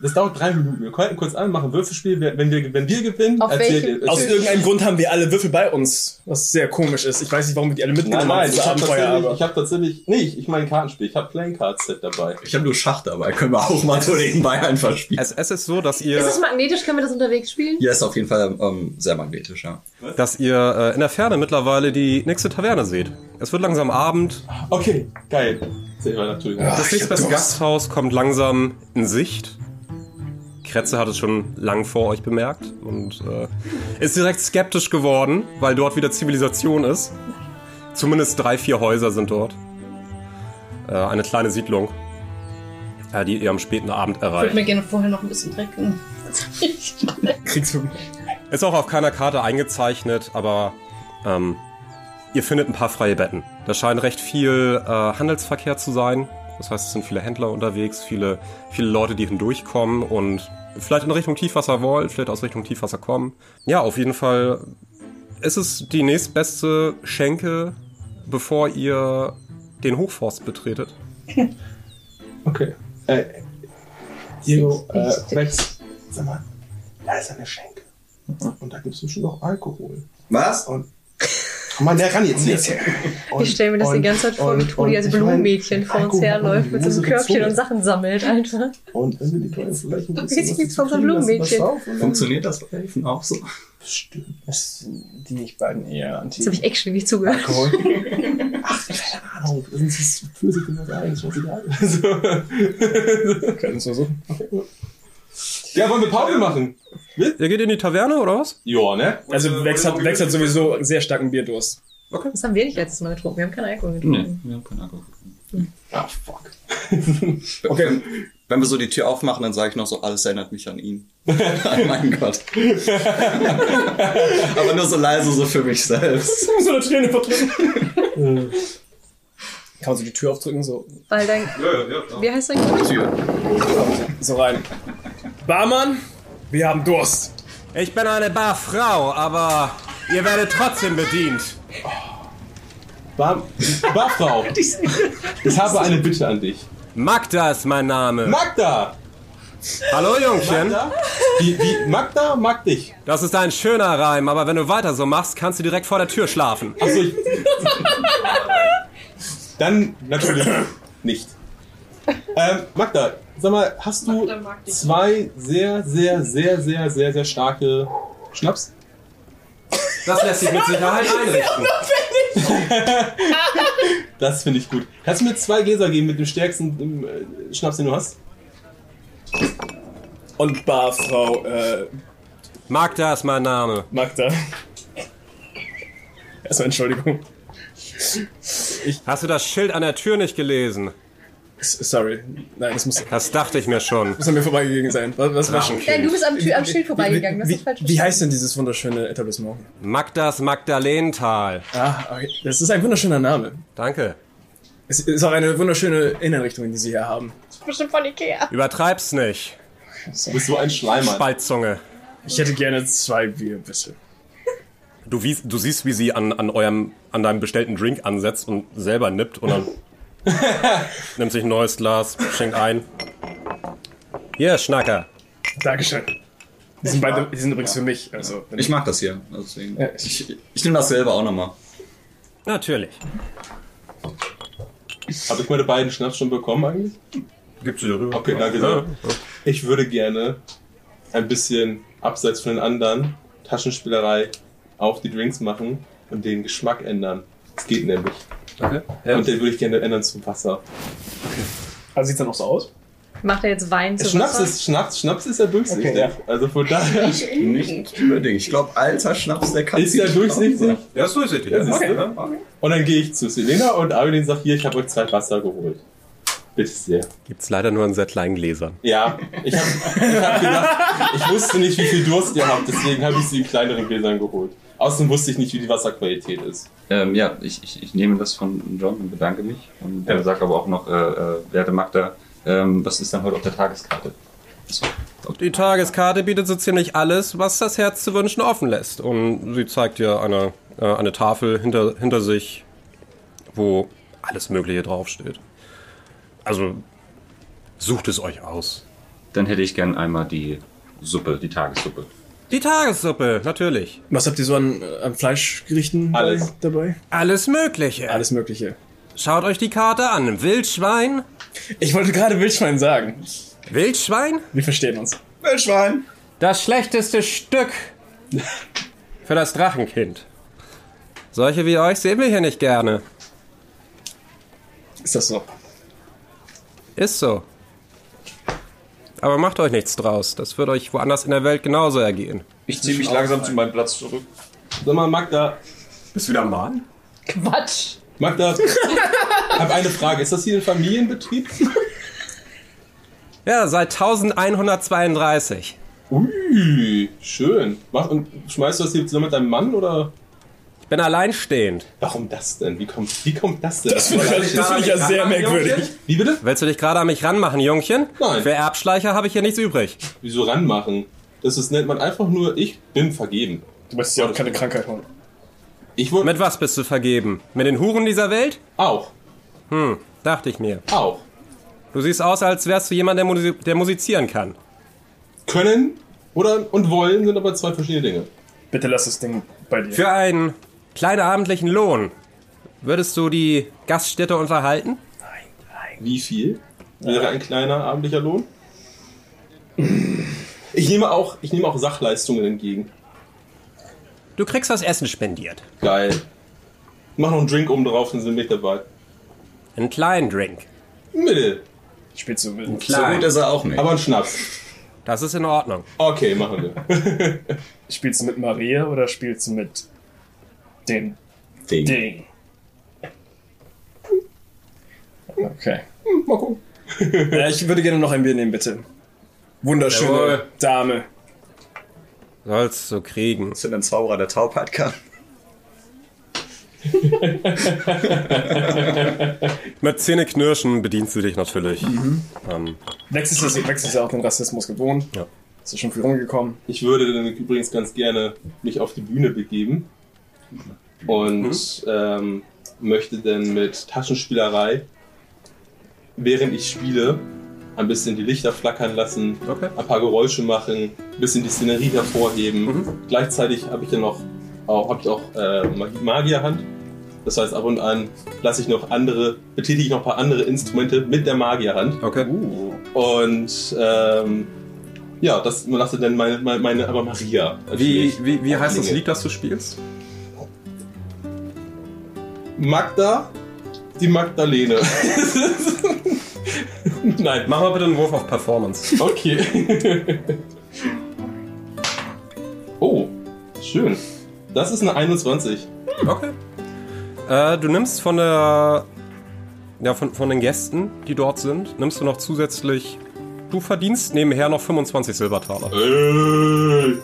Speaker 3: Das dauert drei Minuten. Wir halten kurz an, machen ein Würfelspiel. Wer- Wenn wir, wenn wir gewinnen,
Speaker 10: Auf welchem-
Speaker 3: erzählt
Speaker 1: Aus
Speaker 10: Tisch.
Speaker 1: irgendeinem Grund haben wir alle Würfel bei uns, was sehr komisch ist. Ich weiß nicht, warum wir die alle
Speaker 3: Nein,
Speaker 1: mitgenommen
Speaker 3: nein,
Speaker 1: haben.
Speaker 3: Genau. ich habe
Speaker 1: Abenteuer,
Speaker 3: tatsächlich,
Speaker 1: aber.
Speaker 3: ich hab tatsächlich, nee, ich, ich meine Kartenspiel, ich habe Playing Card Set dabei.
Speaker 7: Ich habe nur Schach dabei, können wir auch mal so nebenbei einfach spielen.
Speaker 2: Es, es ist so, dass
Speaker 10: Ist es
Speaker 2: ihr,
Speaker 10: magnetisch? Können wir das unterwegs spielen?
Speaker 7: Hier ist auf jeden Fall ähm, sehr magnetisch, ja.
Speaker 2: dass ihr äh, in der Ferne mittlerweile die nächste Taverne seht. Es wird langsam Abend.
Speaker 3: Okay, geil. Sehr geil, Entschuldigung.
Speaker 2: Das nächste Gasthaus kommt langsam in Sicht. Kretze hat es schon lang vor euch bemerkt und äh, ist direkt skeptisch geworden, weil dort wieder Zivilisation ist. Zumindest drei, vier Häuser sind dort. Äh, eine kleine Siedlung, äh, die ihr am späten Abend
Speaker 5: Ich würde
Speaker 2: erreicht.
Speaker 5: mir gerne vorher noch ein bisschen Dreck. in-
Speaker 1: Kriegst du.
Speaker 2: Ist auch auf keiner Karte eingezeichnet, aber ähm, ihr findet ein paar freie Betten. Da scheint recht viel äh, Handelsverkehr zu sein. Das heißt, es sind viele Händler unterwegs, viele, viele Leute, die hindurchkommen und vielleicht in Richtung Tiefwasser wollen, vielleicht aus Richtung Tiefwasser kommen. Ja, auf jeden Fall ist es die nächstbeste Schenke, bevor ihr den Hochforst betretet.
Speaker 3: Okay. Äh, Diego, äh, Rex, sag mal, da ist eine Schenke. Und da gibt's bestimmt auch Alkohol.
Speaker 7: Was?
Speaker 3: Komm mal näher ran jetzt hier. Und-
Speaker 10: ich stelle mir das die
Speaker 3: und-
Speaker 10: ganze Zeit vor, wie
Speaker 3: und-
Speaker 10: Toni
Speaker 3: und
Speaker 10: als
Speaker 3: ich mein,
Speaker 10: Blumenmädchen vor uns
Speaker 3: Alkohol
Speaker 10: herläuft
Speaker 3: und
Speaker 10: mit so einem
Speaker 3: lose
Speaker 10: Körbchen
Speaker 3: Zunge.
Speaker 10: und Sachen sammelt einfach.
Speaker 3: Und wenn wir die Kleine vielleicht ein
Speaker 10: Okay,
Speaker 3: bisschen
Speaker 10: jetzt
Speaker 3: was
Speaker 10: gibt's
Speaker 3: dazu
Speaker 10: auch so ein
Speaker 3: kriegen lassen,
Speaker 10: Blumenmädchen.
Speaker 3: pass auf, und dann-
Speaker 7: Funktioniert das bei Elfen auch so?
Speaker 3: Stimmt.
Speaker 1: Das die ich beiden eher anti.
Speaker 10: Jetzt habe ich actually nicht zugehört.
Speaker 3: Keine Ahnung, das ist Physik in das eigentlich, scheißegal. So.
Speaker 1: Können es versuchen.
Speaker 3: Ja, wollen wir Pause machen?
Speaker 2: Ihr geht in die Taverne, oder was?
Speaker 3: Ja, ne?
Speaker 1: Also Wex hat, Wex hat sowieso sehr starken Bierdurst.
Speaker 10: Das haben wir nicht letztes Mal getrunken. Wir haben keinen Alkohol
Speaker 6: Nee,
Speaker 10: getrunken.
Speaker 6: wir haben keinen Alkohol.
Speaker 3: Ah, fuck.
Speaker 1: Okay.
Speaker 7: Wenn wir so die Tür aufmachen, dann sage ich noch so, alles erinnert mich an ihn. oh mein Gott. Aber nur so leise, so für mich selbst.
Speaker 1: so eine Träne verdrücken. Kann man so die Tür aufdrücken, so,
Speaker 10: Weil dein. Wie heißt dein Kumpel?
Speaker 7: Tür.
Speaker 1: so rein. Barmann, wir haben Durst.
Speaker 2: Ich bin eine Barfrau, aber ihr werdet trotzdem bedient.
Speaker 3: Bar Barfrau, ich habe eine Bitte an dich.
Speaker 2: Magda ist mein Name.
Speaker 3: Magda!
Speaker 2: Hallo, Jungchen.
Speaker 3: Magda? Die, die Magda mag dich.
Speaker 2: Das ist ein schöner Reim, aber wenn du weiter so machst, kannst du direkt vor der Tür schlafen.
Speaker 3: Achso, Also ich. Dann natürlich nicht. Ähm, Magda, sag mal, hast du
Speaker 5: Magda mag dich.
Speaker 3: zwei sehr, sehr, sehr, sehr, sehr, sehr starke Schnaps?
Speaker 2: Das lässt sich mit Sicherheit einrichten.
Speaker 3: Das finde ich gut. Kannst du mir zwei Gläser geben mit dem stärksten ähm, äh, Schnaps, den du hast?
Speaker 1: Und Barfrau äh,
Speaker 2: Magda ist mein Name.
Speaker 1: Magda. Erstmal Entschuldigung.
Speaker 2: Hast du das Schild an der Tür nicht gelesen?
Speaker 1: S- Sorry. Nein, das muss,
Speaker 2: Das dachte ich mir schon.
Speaker 1: muss an mir vorbeigegangen sein. Was, was war
Speaker 10: Nein, du bist am, Tür, am Schild vorbeigegangen. Das
Speaker 1: wie,
Speaker 10: ist falsch.
Speaker 1: wie heißt denn dieses wunderschöne Etablissement?
Speaker 2: Magdas Magdalental.
Speaker 1: Ah, okay. Das ist ein wunderschöner Name.
Speaker 2: Danke.
Speaker 1: Es ist auch eine wunderschöne Innenrichtung, die sie hier haben.
Speaker 10: bestimmt von Ikea.
Speaker 2: Übertreib's nicht.
Speaker 3: Du bist so ein Schleimer.
Speaker 2: Spaltzunge.
Speaker 1: Ich hätte gerne zwei Bier, bitte.
Speaker 2: Du, wies, du siehst, wie sie an, an, eurem, an deinem bestellten Drink ansetzt und selber nippt und dann nimmt sich ein neues Glas, schenkt ein. Hier, Schnacker.
Speaker 1: Dankeschön. Die sind, beide, die sind übrigens für mich. Also, wenn
Speaker 7: Ich mag das hier. Deswegen.
Speaker 1: Ja.
Speaker 7: Ich, ich nehme das selber auch nochmal.
Speaker 2: Natürlich.
Speaker 3: Habe ich meine beiden Schnaps schon bekommen eigentlich?
Speaker 2: Gibst du darüber?
Speaker 3: Okay, danke sehr. Ich würde gerne ein bisschen abseits von den anderen Taschenspielerei auf die Drinks machen und den Geschmack ändern. Es geht nämlich.
Speaker 2: Okay.
Speaker 3: Und den würde ich gerne ändern zum Wasser.
Speaker 1: also sieht's dann auch so aus?
Speaker 10: Macht er jetzt Wein zu
Speaker 3: Schnaps
Speaker 10: Wasser?
Speaker 3: ist, Schnaps, Schnaps ist ja durchsichtig.
Speaker 1: Okay, ja.
Speaker 3: Also von daher
Speaker 7: Nicht unbedingt. Ich glaube, alter Schnaps, der kann
Speaker 3: ist ja
Speaker 7: ziemlich
Speaker 3: durchsichtig.
Speaker 7: laut sein.
Speaker 2: Ja, so ist es.
Speaker 3: Ja, siehst du. Und dann gehe ich zu Selena und Abelin sagt, hier, ich habe euch zwei Wasser geholt. Bitte sehr.
Speaker 2: Gibt's leider nur in sehr kleinen Gläsern.
Speaker 3: Ja, ich habe ich hab gedacht, ich wusste nicht, wie viel Durst ihr habt, deswegen habe ich sie in kleineren Gläsern geholt. Außerdem wusste ich nicht, wie die Wasserqualität ist.
Speaker 6: Ähm, ja, ich, ich, ich nehme das von John und bedanke mich. Und äh, sage aber auch noch, äh, äh, werte Magda, ähm, was ist denn heute auf der Tageskarte?
Speaker 2: Die Tageskarte bietet so ziemlich alles, was das Herz zu wünschen offen lässt. Und sie zeigt dir eine, äh, eine Tafel hinter, hinter sich, wo alles Mögliche draufsteht. Also sucht es euch aus.
Speaker 6: Dann hätte ich gern einmal die Suppe, die Tagessuppe.
Speaker 2: Die Tagessuppe, natürlich.
Speaker 1: Was habt ihr so an, äh, an Fleischgerichten
Speaker 3: Alles.
Speaker 1: Bei, dabei?
Speaker 2: Alles Mögliche.
Speaker 1: Alles Mögliche.
Speaker 2: Schaut euch die Karte an. Wildschwein?
Speaker 1: Ich wollte gerade Wildschwein sagen.
Speaker 2: Wildschwein?
Speaker 1: Wir verstehen uns.
Speaker 7: Wildschwein.
Speaker 2: Das schlechteste Stück für das Drachenkind. Solche wie euch sehen wir hier nicht gerne.
Speaker 1: Ist das so?
Speaker 2: Ist so. Aber macht euch nichts draus. Das wird euch woanders in der Welt genauso ergehen.
Speaker 6: Ich ziehe mich langsam zu meinem Platz zurück.
Speaker 3: Sag mal, Magda,
Speaker 7: Bist du wieder am Mahn?
Speaker 10: Quatsch.
Speaker 3: Magda, ich habe eine Frage. Ist das hier ein Familienbetrieb?
Speaker 2: Ja, seit 1132.
Speaker 3: Ui, schön. Mach, und schmeißt du das hier zusammen mit deinem Mann oder?
Speaker 2: Ich bin alleinstehend.
Speaker 3: Warum das denn? Wie kommt, wie kommt das denn?
Speaker 1: Das finde ich ja sehr merkwürdig.
Speaker 3: wie bitte?
Speaker 2: Willst du dich gerade an mich ranmachen, Jungchen?
Speaker 3: Nein.
Speaker 2: Für Erbschleicher habe ich hier nichts übrig.
Speaker 3: Wieso ranmachen? Das ist, nennt man einfach nur, ich bin vergeben.
Speaker 1: Du möchtest ja auch keine Krankheit holen.
Speaker 3: Ich wollte
Speaker 2: Mit was bist du vergeben? Mit den Huren dieser Welt?
Speaker 3: auch,
Speaker 2: Dachte ich mir.
Speaker 3: auch.
Speaker 2: Du siehst aus, als wärst du jemand, der, musi der musizieren kann.
Speaker 3: Können oder und wollen sind aber zwei verschiedene Dinge.
Speaker 1: Bitte lass das Ding bei dir.
Speaker 2: Für einen kleinen abendlichen Lohn würdest du die Gaststätte unterhalten?
Speaker 3: Wie viel wäre ein kleiner abendlicher Lohn? Ich nehme auch, ich nehme auch Sachleistungen entgegen.
Speaker 2: Du kriegst das Essen spendiert.
Speaker 3: Geil. Mach noch einen Drink oben drauf, dann sind wir dabei.
Speaker 2: Einen kleinen Drink.
Speaker 3: Mittel,
Speaker 1: Spielst du mit?
Speaker 7: So gut ist er auch nicht.
Speaker 3: aber ein Schnaps.
Speaker 2: Das ist in Ordnung.
Speaker 3: Okay, machen wir.
Speaker 1: Spielst du mit Maria oder spielst du mit dem
Speaker 7: Ding.
Speaker 1: Ding? Okay.
Speaker 3: Mal gucken.
Speaker 1: Ja, ich würde gerne noch ein Bier nehmen, bitte. Wunderschöne
Speaker 2: Jawohl.
Speaker 1: Dame.
Speaker 2: Sollst du kriegen.
Speaker 7: Bist du ein Zauberer, der Taubheit kann?
Speaker 2: Mit Zähneknirschen bedienst du dich natürlich. Ähm,
Speaker 1: Lex ist, ja- Lex ist ja auch den Rassismus gewohnt.
Speaker 2: Ja.
Speaker 1: Ist ja schon viel rumgekommen.
Speaker 3: Ich würde dann übrigens ganz gerne mich auf die Bühne begeben und ähm, möchte dann mit Taschenspielerei, während ich spiele, ein bisschen die Lichter flackern lassen,
Speaker 2: Okay.
Speaker 3: ein paar Geräusche machen, ein bisschen die Szenerie hervorheben.
Speaker 2: Mhm.
Speaker 3: Gleichzeitig habe ich ja noch auch, hab ich auch äh, Mag- Magierhand. Das heißt, ab und an lasse ich noch andere, betätige ich noch ein paar andere Instrumente mit der Magierhand.
Speaker 2: okay.
Speaker 3: Und ähm, ja, das lasse dann meine, meine, meine aber Maria.
Speaker 2: Wie, wie, wie heißt das
Speaker 3: Klinge.
Speaker 2: Lied, das du spielst?
Speaker 3: Magda, die Magdalene. Nein,
Speaker 2: Mach mal bitte einen Wurf auf Performance.
Speaker 3: okay. oh, schön. Das ist eine 21.
Speaker 2: Okay. Äh, du nimmst von der. Ja, von, von den Gästen, die dort sind, nimmst du noch zusätzlich. Du verdienst nebenher noch 25 Silbertaler.
Speaker 3: Äh,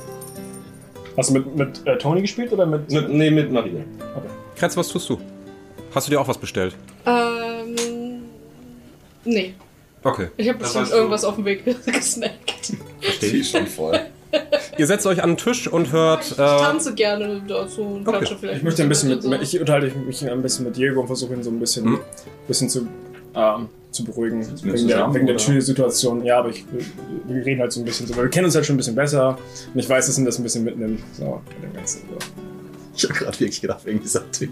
Speaker 1: Hast du mit, mit äh, Tony gespielt oder mit.
Speaker 3: mit, nee, mit Maria.
Speaker 2: Kretz, was tust du? Hast du dir auch was bestellt?
Speaker 5: Ähm. Nee.
Speaker 2: Okay.
Speaker 5: Ich habe bestimmt irgendwas auf dem Weg gesnackt.
Speaker 7: Steht schon voll.
Speaker 2: Ihr setzt euch an den Tisch und hört.
Speaker 5: Ich
Speaker 2: Äh,
Speaker 5: tanze gerne dazu und klatsche vielleicht.
Speaker 1: Ich möchte ein bisschen
Speaker 5: oder
Speaker 1: mit.
Speaker 5: so.
Speaker 1: Ich unterhalte mich Hm? ein bisschen mit Diego und versuche ihn so ein bisschen, bisschen zu, ähm, zu beruhigen.
Speaker 6: wir
Speaker 1: Wegen
Speaker 6: zusammen,
Speaker 1: der, wegen der
Speaker 6: oder?
Speaker 1: Chill-Situation. Ja, aber ich, wir reden halt so ein bisschen drüber. Wir kennen uns halt schon ein bisschen besser. Und ich weiß, dass ihn das ein bisschen mitnimmt. So, bei dem ganzen. So.
Speaker 7: Ich habe gerade wirklich gedacht, wegen dieser Tür.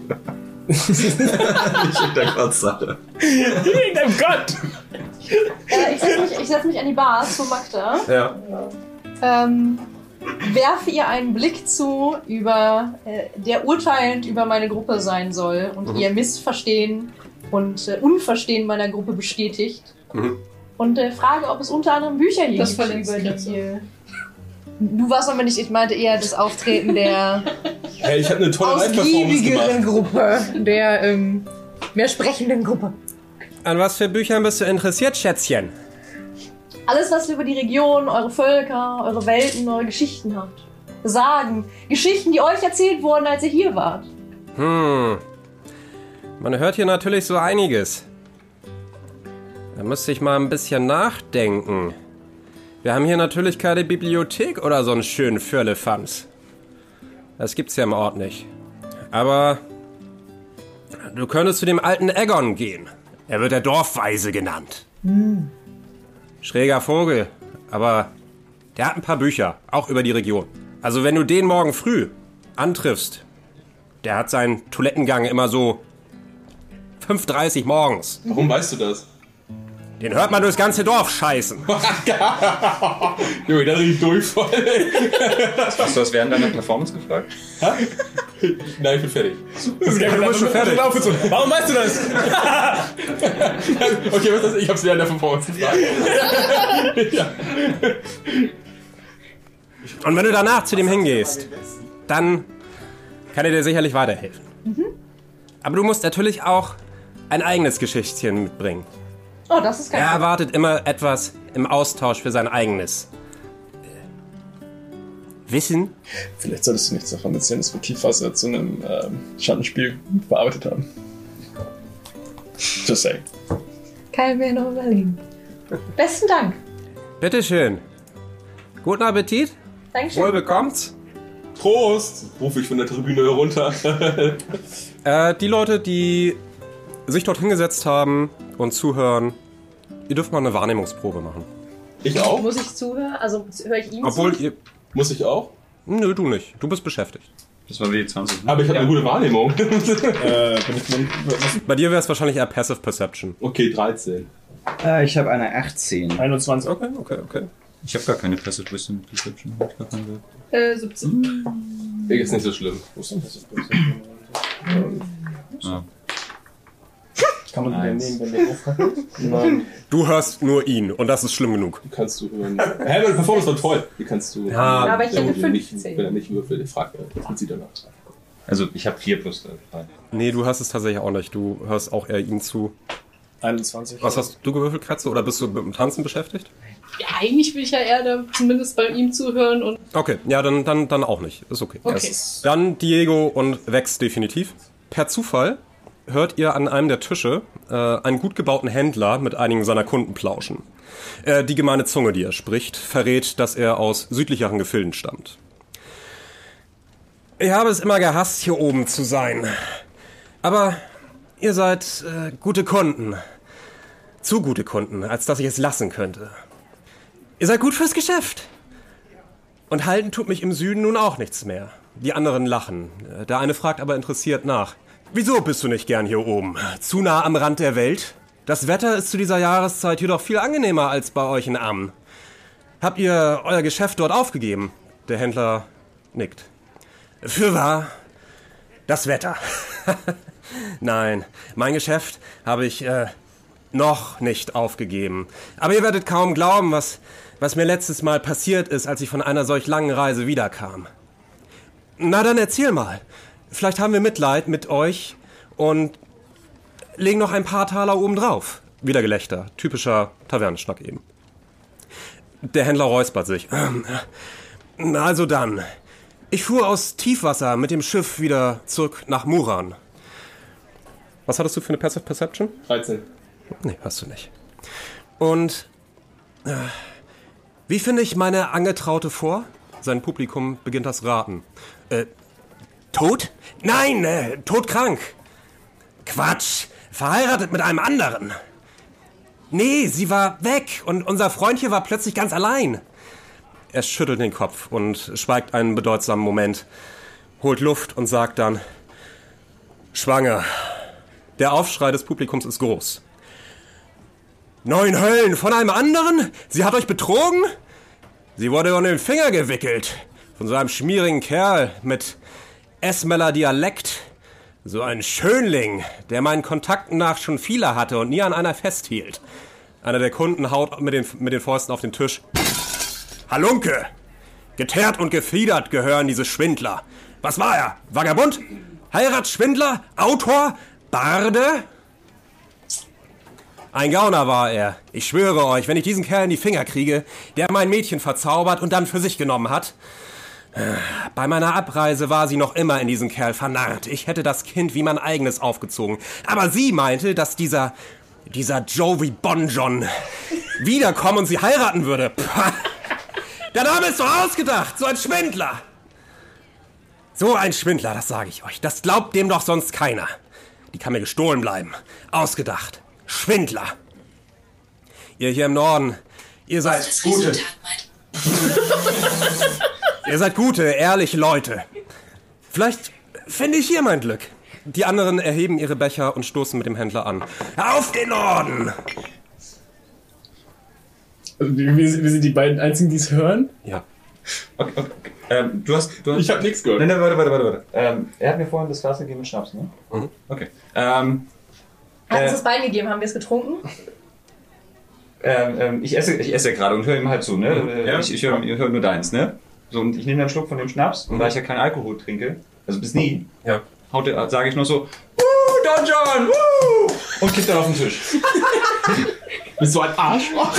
Speaker 7: ich in der Gottsache.
Speaker 1: Dem oh Gott!
Speaker 4: Äh, ich setze mich, ich setz mich an die Bar zu Magda.
Speaker 7: Ja.
Speaker 4: Ähm, werfe ihr einen Blick zu, über, äh, der urteilend über meine Gruppe sein soll und ihr Missverstehen und äh, Unverstehen meiner Gruppe bestätigt.
Speaker 2: Mhm.
Speaker 4: Und äh, frage, ob es unter anderem Bücher hier
Speaker 5: Das
Speaker 4: gibt.
Speaker 5: verletzt
Speaker 4: über
Speaker 5: mich
Speaker 4: die ihr- Du warst aber nicht, ich meinte eher das Auftreten der
Speaker 3: Hey, ich habe eine tolle Live-Performance
Speaker 10: ausgiebigeren
Speaker 3: gemacht.
Speaker 10: Gruppe, der ähm, mehr sprechenden Gruppe.
Speaker 2: An was für Büchern bist du interessiert, Schätzchen?
Speaker 4: Alles, was ihr über die Region, eure Völker, eure Welten, eure Geschichten habt. Sagen. Geschichten, die euch erzählt wurden, als ihr hier wart.
Speaker 2: Hm. Man hört hier natürlich so einiges. Da müsste ich mal ein bisschen nachdenken. Wir haben hier natürlich keine Bibliothek oder so einen schönen Firlefanz. Das gibt's ja im Ort nicht. Aber du könntest zu dem alten Egon gehen. Er wird der Dorfweise genannt. Schräger Vogel, aber der hat ein paar Bücher, auch über die Region. Also wenn du den morgen früh antriffst, der hat seinen Toilettengang immer so 5.30 morgens.
Speaker 3: Warum weißt du das?
Speaker 2: Den hört man durchs ganze Dorf scheißen.
Speaker 1: Oh,
Speaker 3: Junge, da riecht Durchfall.
Speaker 6: Hast du das während deiner Performance gefragt?
Speaker 3: Nein, ich bin fertig.
Speaker 1: Das Game ist schon fertig. Warum weißt du das?
Speaker 3: Okay, was ist das? Ich hab's während der Performance gefragt.
Speaker 2: Und wenn du danach zu dem hingehst, dann kann er dir sicherlich weiterhelfen. Aber du musst natürlich auch ein eigenes Geschichtchen mitbringen.
Speaker 4: Oh, das ist
Speaker 2: Er
Speaker 4: kein
Speaker 2: erwartet immer etwas im Austausch für sein eigenes äh, Wissen.
Speaker 1: Vielleicht solltest du nichts davon erzählen, dass wir Kiefwasser zu einem ähm, Schattenspiel bearbeitet haben. Just saying.
Speaker 10: Kein mehr noch überlegen.
Speaker 4: Besten Dank.
Speaker 2: Bitteschön. Guten Appetit.
Speaker 4: Dankeschön.
Speaker 2: Wohl bekommt's.
Speaker 3: Prost! Rufe ich von der Tribüne herunter.
Speaker 2: Äh, die Leute, die sich dort hingesetzt haben und zuhören, ihr dürft mal eine Wahrnehmungsprobe machen.
Speaker 3: Ich auch?
Speaker 10: Muss ich zuhören? Also höre ich ihm
Speaker 2: Obwohl
Speaker 10: zu?
Speaker 2: ihr.
Speaker 3: Muss ich auch?
Speaker 2: Nö, du nicht. Du bist beschäftigt.
Speaker 6: Das war W20. Ne?
Speaker 3: Aber ich habe eine gute Wahrnehmung.
Speaker 1: Äh, bin ich bin, was,
Speaker 2: Bei dir wäre es wahrscheinlich eher Passive Perception.
Speaker 3: okay, 13.
Speaker 11: Äh, ich habe eine 18.
Speaker 1: 21.
Speaker 2: Okay, okay, okay.
Speaker 6: Ich habe gar keine Passive Wisdom Perception. Ich hab gar keine-
Speaker 5: Äh, 17.
Speaker 3: Ist nicht so schlimm.
Speaker 6: Ja.
Speaker 1: Kann man wieder nehmen, wenn der aufhört? Nein.
Speaker 2: Du hörst nur ihn und das ist schlimm genug.
Speaker 3: Die kannst du hören. Hä, meine Performance war toll. Die kannst du.
Speaker 2: Ja,
Speaker 10: aber ich
Speaker 3: Ja,
Speaker 10: hätte
Speaker 3: gut, wenn nicht-
Speaker 10: 15.
Speaker 3: Wenn er nicht würfelt, ich frag er. Und sie danach.
Speaker 6: Also ich habe 4 plus 3.
Speaker 2: Nee, du hörst es tatsächlich auch nicht. Du hörst auch eher ihm zu.
Speaker 1: 21.
Speaker 2: Was hast du gewürfelt, Katze? Oder bist du mit dem Tanzen beschäftigt?
Speaker 5: Ja, eigentlich will ich ja eher da zumindest bei ihm zuhören und.
Speaker 2: Okay, ja, dann, dann, dann auch nicht. Ist okay.
Speaker 5: Okay.
Speaker 2: Dann Diego und Vex definitiv. Per Zufall hört ihr an einem der Tische äh, einen gut gebauten Händler mit einigen seiner Kunden plauschen. Äh, die gemeine Zunge, die er spricht, verrät, dass er aus südlicheren Gefilden stammt. Ich habe es immer gehasst, hier oben zu sein. Aber ihr seid äh, gute Kunden. Zu gute Kunden, als dass ich es lassen könnte. Ihr seid gut fürs Geschäft. Und halten tut mich im Süden nun auch nichts mehr. Die anderen lachen. Der eine fragt aber interessiert nach. Wieso bist du nicht gern hier oben? Zu nah am Rand der Welt? Das Wetter ist zu dieser Jahreszeit jedoch viel angenehmer als bei euch in Ammen. Habt ihr euer Geschäft dort aufgegeben? Der Händler nickt. Fürwahr, das Wetter. Nein, mein Geschäft habe ich äh, noch nicht aufgegeben. Aber ihr werdet kaum glauben, was, was mir letztes Mal passiert ist, als ich von einer solch langen Reise wiederkam. Na dann erzähl mal. Vielleicht haben wir Mitleid mit euch und legen noch ein paar Taler obendrauf. Wieder Gelächter. Typischer Tavernenschnack eben. Der Händler räuspert sich. Also dann. Ich fuhr aus Tiefwasser mit dem Schiff wieder zurück nach Muran. Was hattest du für eine Passive Perception?
Speaker 3: 13.
Speaker 2: Nee, hast du nicht. Und äh, wie finde ich meine Angetraute vor? Sein Publikum beginnt das Raten. Äh, tot? Nein, äh, todkrank. Quatsch. Verheiratet mit einem anderen. Nee, sie war weg und unser Freund hier war plötzlich ganz allein. Er schüttelt den Kopf und schweigt einen bedeutsamen Moment, holt Luft und sagt dann, Schwanger. Der Aufschrei des Publikums ist groß. Neun Höllen von einem anderen? Sie hat euch betrogen? Sie wurde um den Finger gewickelt. Von so einem schmierigen Kerl mit Esmeller Dialekt. So ein Schönling, der meinen Kontakten nach schon viele hatte und nie an einer festhielt. Einer der Kunden haut mit den, mit den Fäusten auf den Tisch. Halunke! Geteert und gefiedert gehören diese Schwindler. Was war er? Vagabund? Heiratsschwindler? Autor? Barde? Ein Gauner war er. Ich schwöre euch, wenn ich diesen Kerl in die Finger kriege, der mein Mädchen verzaubert und dann für sich genommen hat. Äh, Bei meiner Abreise war sie noch immer in diesen Kerl vernarrt. Ich hätte das Kind wie mein eigenes aufgezogen. Aber sie meinte, dass dieser, dieser Joey Bonjon wiederkommen und sie heiraten würde. Pah. Der Name ist doch ausgedacht, so ein Schwindler. So ein Schwindler, das sage ich euch. Das glaubt dem doch sonst keiner. Die kann mir gestohlen bleiben. Ausgedacht. Schwindler. Ihr hier im Norden, ihr seid gute. ihr seid gute, ehrliche Leute. Vielleicht finde ich hier mein Glück. Die anderen erheben ihre Becher und stoßen mit dem Händler an. Auf den Norden!
Speaker 1: Also wir, wir sind wir sind die beiden einzigen, die es hören.
Speaker 2: Ja.
Speaker 6: Okay, okay, okay. Ähm, du hast. Du hast
Speaker 3: Ich habe nichts gehört.
Speaker 6: Nein, nein, warte, warte, warte. warte. Ähm, er hat mir vorhin das Glas gegeben mit Schnaps, ne?
Speaker 2: Mhm.
Speaker 6: Okay. Ähm,
Speaker 4: Hat
Speaker 6: Äh.
Speaker 4: uns das Bein gegeben, haben wir es getrunken?
Speaker 6: ähm, ähm, ich esse, ich esse gerade und höre ihm halt zu, ne? Äh,
Speaker 2: Mhm. Ja.
Speaker 6: Ich, ich höre hör nur deins, ne? So, und ich nehme dann einen Schluck von dem Schnaps und da ich ja keinen Alkohol trinke, also bis nie,
Speaker 2: Mhm. Ja.
Speaker 6: haut er, sage ich nur so, Wuh, Don John, wuh! Und kippt dann auf den Tisch.
Speaker 3: Bist du ein Arschloch?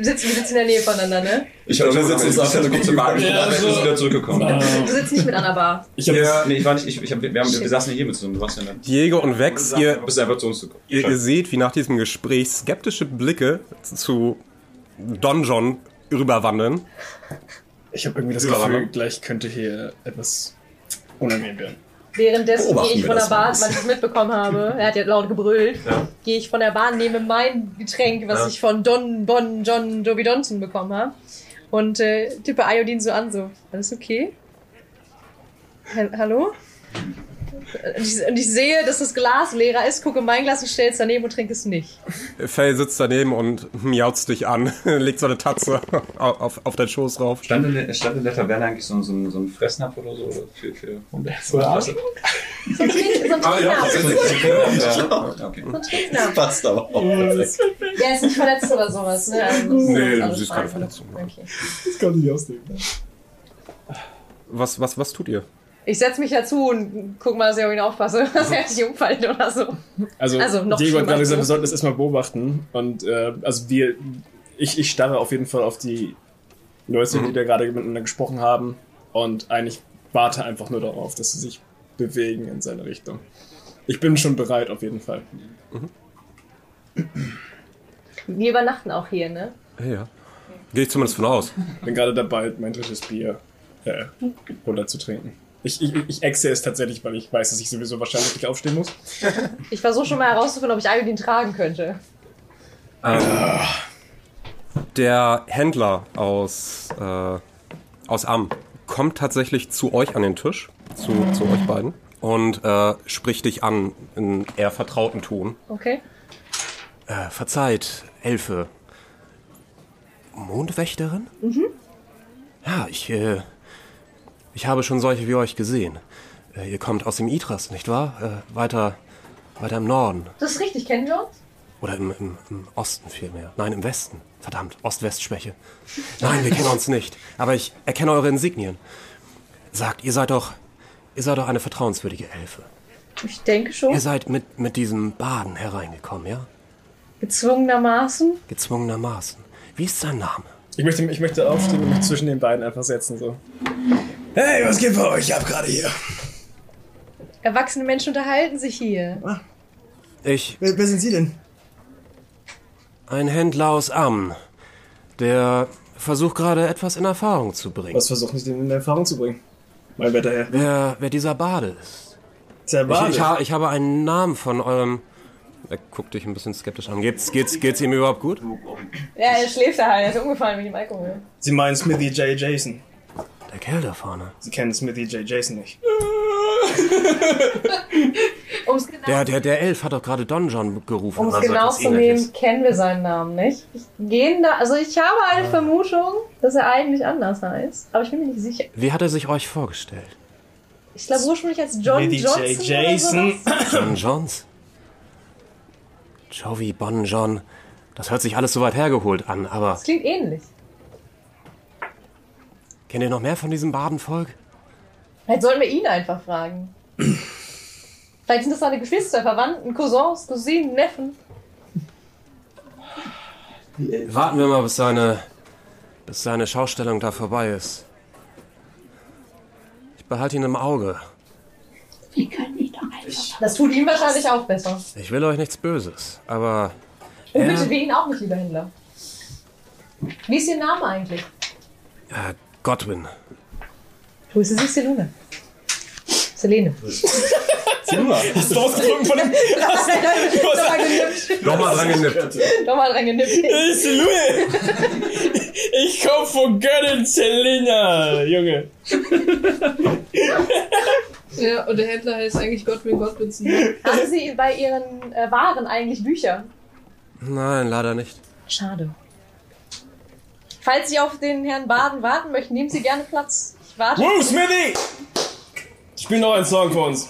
Speaker 4: Sitzen, wir sitzen in der Nähe voneinander, ne?
Speaker 6: Ich habe
Speaker 7: wir sitzen uns auf der
Speaker 6: kurze Wagen,
Speaker 1: Ja,
Speaker 6: wir
Speaker 1: so-
Speaker 6: sind wieder zurückgekommen.
Speaker 4: Du sitzt nicht mit an der Bar.
Speaker 1: Ich habe
Speaker 6: Ja, nee, ich war nicht, ich, ich hab, wir, haben, wir saßen nicht hier mit zusammen, du warst ja dann.
Speaker 2: Diego und Vex, ihr,
Speaker 6: Du bist einfach zu uns gekommen.
Speaker 2: Ihr, ihr seht, wie nach diesem Gespräch skeptische Blicke zu Don John rüberwandern.
Speaker 1: ich hab irgendwie das
Speaker 2: Ja,
Speaker 1: Gefühl,
Speaker 2: ne?
Speaker 1: gleich könnte hier etwas unangenehm werden.
Speaker 4: Währenddessen
Speaker 7: Beobachten
Speaker 4: gehe ich
Speaker 7: wir
Speaker 4: von der
Speaker 7: das mal ein
Speaker 4: Bar,
Speaker 7: bisschen.
Speaker 4: weil ich es mitbekommen habe, er hat ja laut gebrüllt,
Speaker 2: Ja.
Speaker 4: gehe ich von der Bar, nehme mein Getränk, was
Speaker 2: Ja.
Speaker 4: ich von Don Bon John Dobby Donson bekommen habe und äh, tippe Iodin so an, so, alles okay? Ha- Hallo? Und ich, und ich sehe, dass das Glas leerer ist, gucke mein Glas und stelle es daneben und trinke es nicht.
Speaker 2: Faye sitzt daneben und miauzt dich an, legt so eine Tatze auf, auf- auf deinen Schoß rauf.
Speaker 6: Stand in, der- stand in der Taverne eigentlich so, so, ein- so ein Fressnapf oder so oder für, für Hunde?
Speaker 1: So ein Arsch.
Speaker 4: So ein Trink- so ein
Speaker 2: Ah,
Speaker 4: Trinknapf,
Speaker 6: Ja, okay.
Speaker 4: so ein Trinknapf.
Speaker 7: Passt aber auch.
Speaker 4: Der ist nicht verletzt oder sowas, ne? Also,
Speaker 2: Nee,
Speaker 4: alles
Speaker 2: sie ist keine
Speaker 4: fein.
Speaker 2: Verletzung.
Speaker 4: Okay.
Speaker 1: Das kann ich nicht ausdenken.
Speaker 2: Was, was, was tut ihr?
Speaker 4: Ich setze mich dazu und guck mal, dass ich auf ihn aufpasse, dass er nicht umfällt oder so.
Speaker 1: Also,
Speaker 4: Also,
Speaker 1: Diego
Speaker 4: noch
Speaker 1: hat
Speaker 4: schlimmer,
Speaker 1: gerade gesagt,
Speaker 4: ne?
Speaker 1: wir sollten das erstmal beobachten. Und äh, also wir, ich, ich starre auf jeden Fall auf die Leute,
Speaker 2: Mhm.
Speaker 1: die da gerade miteinander gesprochen haben. Und eigentlich warte einfach nur darauf, dass sie sich bewegen in seine Richtung. Ich bin schon bereit, auf jeden Fall.
Speaker 4: Wir übernachten auch hier, ne?
Speaker 2: Ja. Gehe ich zumindest von aus.
Speaker 1: Bin gerade dabei, mein drittes Bier äh, runter zu trinken. Ich, ich, ich exe es tatsächlich, weil ich weiß, dass ich sowieso wahrscheinlich nicht aufstehen muss.
Speaker 4: Ich versuche schon mal herauszufinden, ob ich Iodin tragen könnte.
Speaker 2: Der Händler aus, äh, aus Am kommt tatsächlich zu euch an den Tisch, zu, zu euch beiden, und äh, spricht dich an in eher vertrauten Ton.
Speaker 4: Okay.
Speaker 2: Äh, verzeiht, Elfe. Mondwächterin? Mhm. Ja, ich, äh, ich habe schon solche wie euch gesehen. Äh, ihr kommt aus dem Idras, nicht wahr? Äh, weiter, weiter im Norden.
Speaker 4: Das ist richtig, kennen wir uns?
Speaker 2: Oder im, im, im Osten vielmehr. Nein, im Westen. Verdammt, Ost-West-Schwäche. Nein, wir kennen uns nicht. Aber ich erkenne eure Insignien. Sagt, ihr seid doch, ihr seid doch eine vertrauenswürdige Elfe.
Speaker 4: Ich denke schon.
Speaker 2: Ihr seid mit, mit diesem Baden hereingekommen, ja?
Speaker 4: Gezwungenermaßen.
Speaker 2: Gezwungenermaßen. Wie ist sein Name?
Speaker 1: Ich möchte, ich möchte aufstehen und mich zwischen den beiden einfach setzen. So. Hey, was geht bei euch? Ich hab gerade hier.
Speaker 4: Erwachsene Menschen unterhalten sich hier.
Speaker 2: Ich
Speaker 12: Wer, wer sind Sie denn?
Speaker 2: Ein Händler aus Ammen, der versucht gerade etwas in Erfahrung zu bringen.
Speaker 1: Was versuchen Sie denn in Erfahrung zu bringen? Mein Wetter her.
Speaker 2: Wer, wer dieser Bade ist? Ich,
Speaker 1: Zerwale.
Speaker 2: ich, ha- ich habe einen Namen von eurem. Er guckt dich ein bisschen skeptisch an. Geht's, geht's, geht's ihm überhaupt gut?
Speaker 4: Ja, er schläft da halt, er ist umgefallen mit dem Alkohol.
Speaker 1: Sie meinen Smithy J. Jason.
Speaker 2: Der Kerl da vorne.
Speaker 1: Sie kennen Smithy J. Jason nicht.
Speaker 4: Um's genau,
Speaker 2: Der, der, der Elf hat doch gerade Don John gerufen.
Speaker 4: um's
Speaker 2: oder so
Speaker 4: genau
Speaker 2: etwas
Speaker 4: zu
Speaker 2: Ähnliches.
Speaker 4: nehmen, kennen wir seinen Namen nicht. Ich gehen da, also ich habe eine
Speaker 1: Ah.
Speaker 4: Vermutung, dass er eigentlich anders heißt, aber ich bin mir nicht sicher.
Speaker 2: Wie hat er sich euch vorgestellt?
Speaker 4: Ich glaube ursprünglich als John
Speaker 1: Smithy
Speaker 4: Johnson.
Speaker 1: J.
Speaker 4: Oder sowas.
Speaker 1: Jason.
Speaker 2: John Jones? Jovi Bon John. Das hört sich alles so weit hergeholt an, aber
Speaker 4: Das klingt ähnlich.
Speaker 2: kennt ihr noch mehr von diesem Badenvolk?
Speaker 4: Vielleicht sollten wir ihn einfach fragen. Vielleicht sind das seine Geschwister, Verwandten, Cousins, Cousinen, Neffen.
Speaker 2: Warten wir mal, bis seine, bis seine Schaustellung da vorbei ist. Ich behalte ihn im Auge.
Speaker 4: Das tut ihm wahrscheinlich auch besser.
Speaker 2: Ich will euch nichts Böses, aber
Speaker 4: Und bitte wir ihn auch nicht, lieber Händler. Wie ist Ihr Name eigentlich?
Speaker 2: äh, Godwin,
Speaker 4: Grüße Sie, Selune. Selene.
Speaker 1: Hast du ausgedrückt von dem.
Speaker 2: Nochmal dran genippt.
Speaker 4: Nochmal dran genippt.
Speaker 1: Das ist Louis. Ich komm von Göttin Selina, Junge.
Speaker 5: Ja, und der Händler heißt eigentlich Godwin Godwinson.
Speaker 4: Haben Sie bei Ihren äh, Waren eigentlich Bücher?
Speaker 2: Nein, leider nicht.
Speaker 4: Schade. Falls Sie auf den Herrn Baden warten möchten, nehmen Sie gerne Platz. Ich warte.
Speaker 1: Woo, Smithy! Spiel noch einen Song für uns.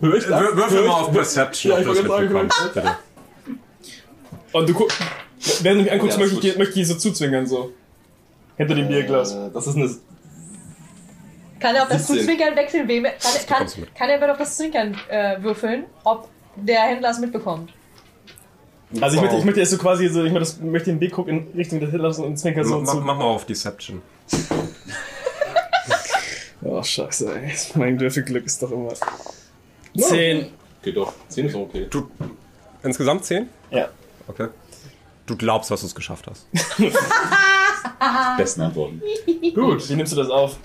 Speaker 3: Hör ich das?
Speaker 2: Würfel mal auf Perception,
Speaker 3: Ja, ich wollte gerade sagen,
Speaker 2: bitte.
Speaker 1: Und du guck, Während du mich anguckst,
Speaker 3: Ja,
Speaker 1: möchte, ich
Speaker 3: gut.
Speaker 1: dir, möchte ich dir so zuzwingern, so. Hinter dem Bierglas.
Speaker 3: Äh, Das ist eine.
Speaker 4: Kann er auf das
Speaker 3: 17.
Speaker 4: Zuzwinkern wechseln? Wem, kann, kann,
Speaker 2: kommst du mit.
Speaker 4: kann er bitte auf das Zwinkern äh, würfeln, ob der Händler es mitbekommt?
Speaker 1: Also ich möchte, ich möchte jetzt so quasi so, ich möchte, das, möchte den Weg gucken in Richtung des Hitlers und zwinker so zu.
Speaker 2: mal auf Deception.
Speaker 1: Oh scheiße, ey. Mein Würfelglück ist doch immer. Zehn.
Speaker 3: Okay, doch. 10 ist auch okay.
Speaker 2: Du, insgesamt zehn?
Speaker 1: Ja.
Speaker 2: Okay. Du glaubst, dass du es geschafft hast.
Speaker 3: Ah.
Speaker 6: Besten Antworten.
Speaker 1: Gut. Wie nimmst du das auf?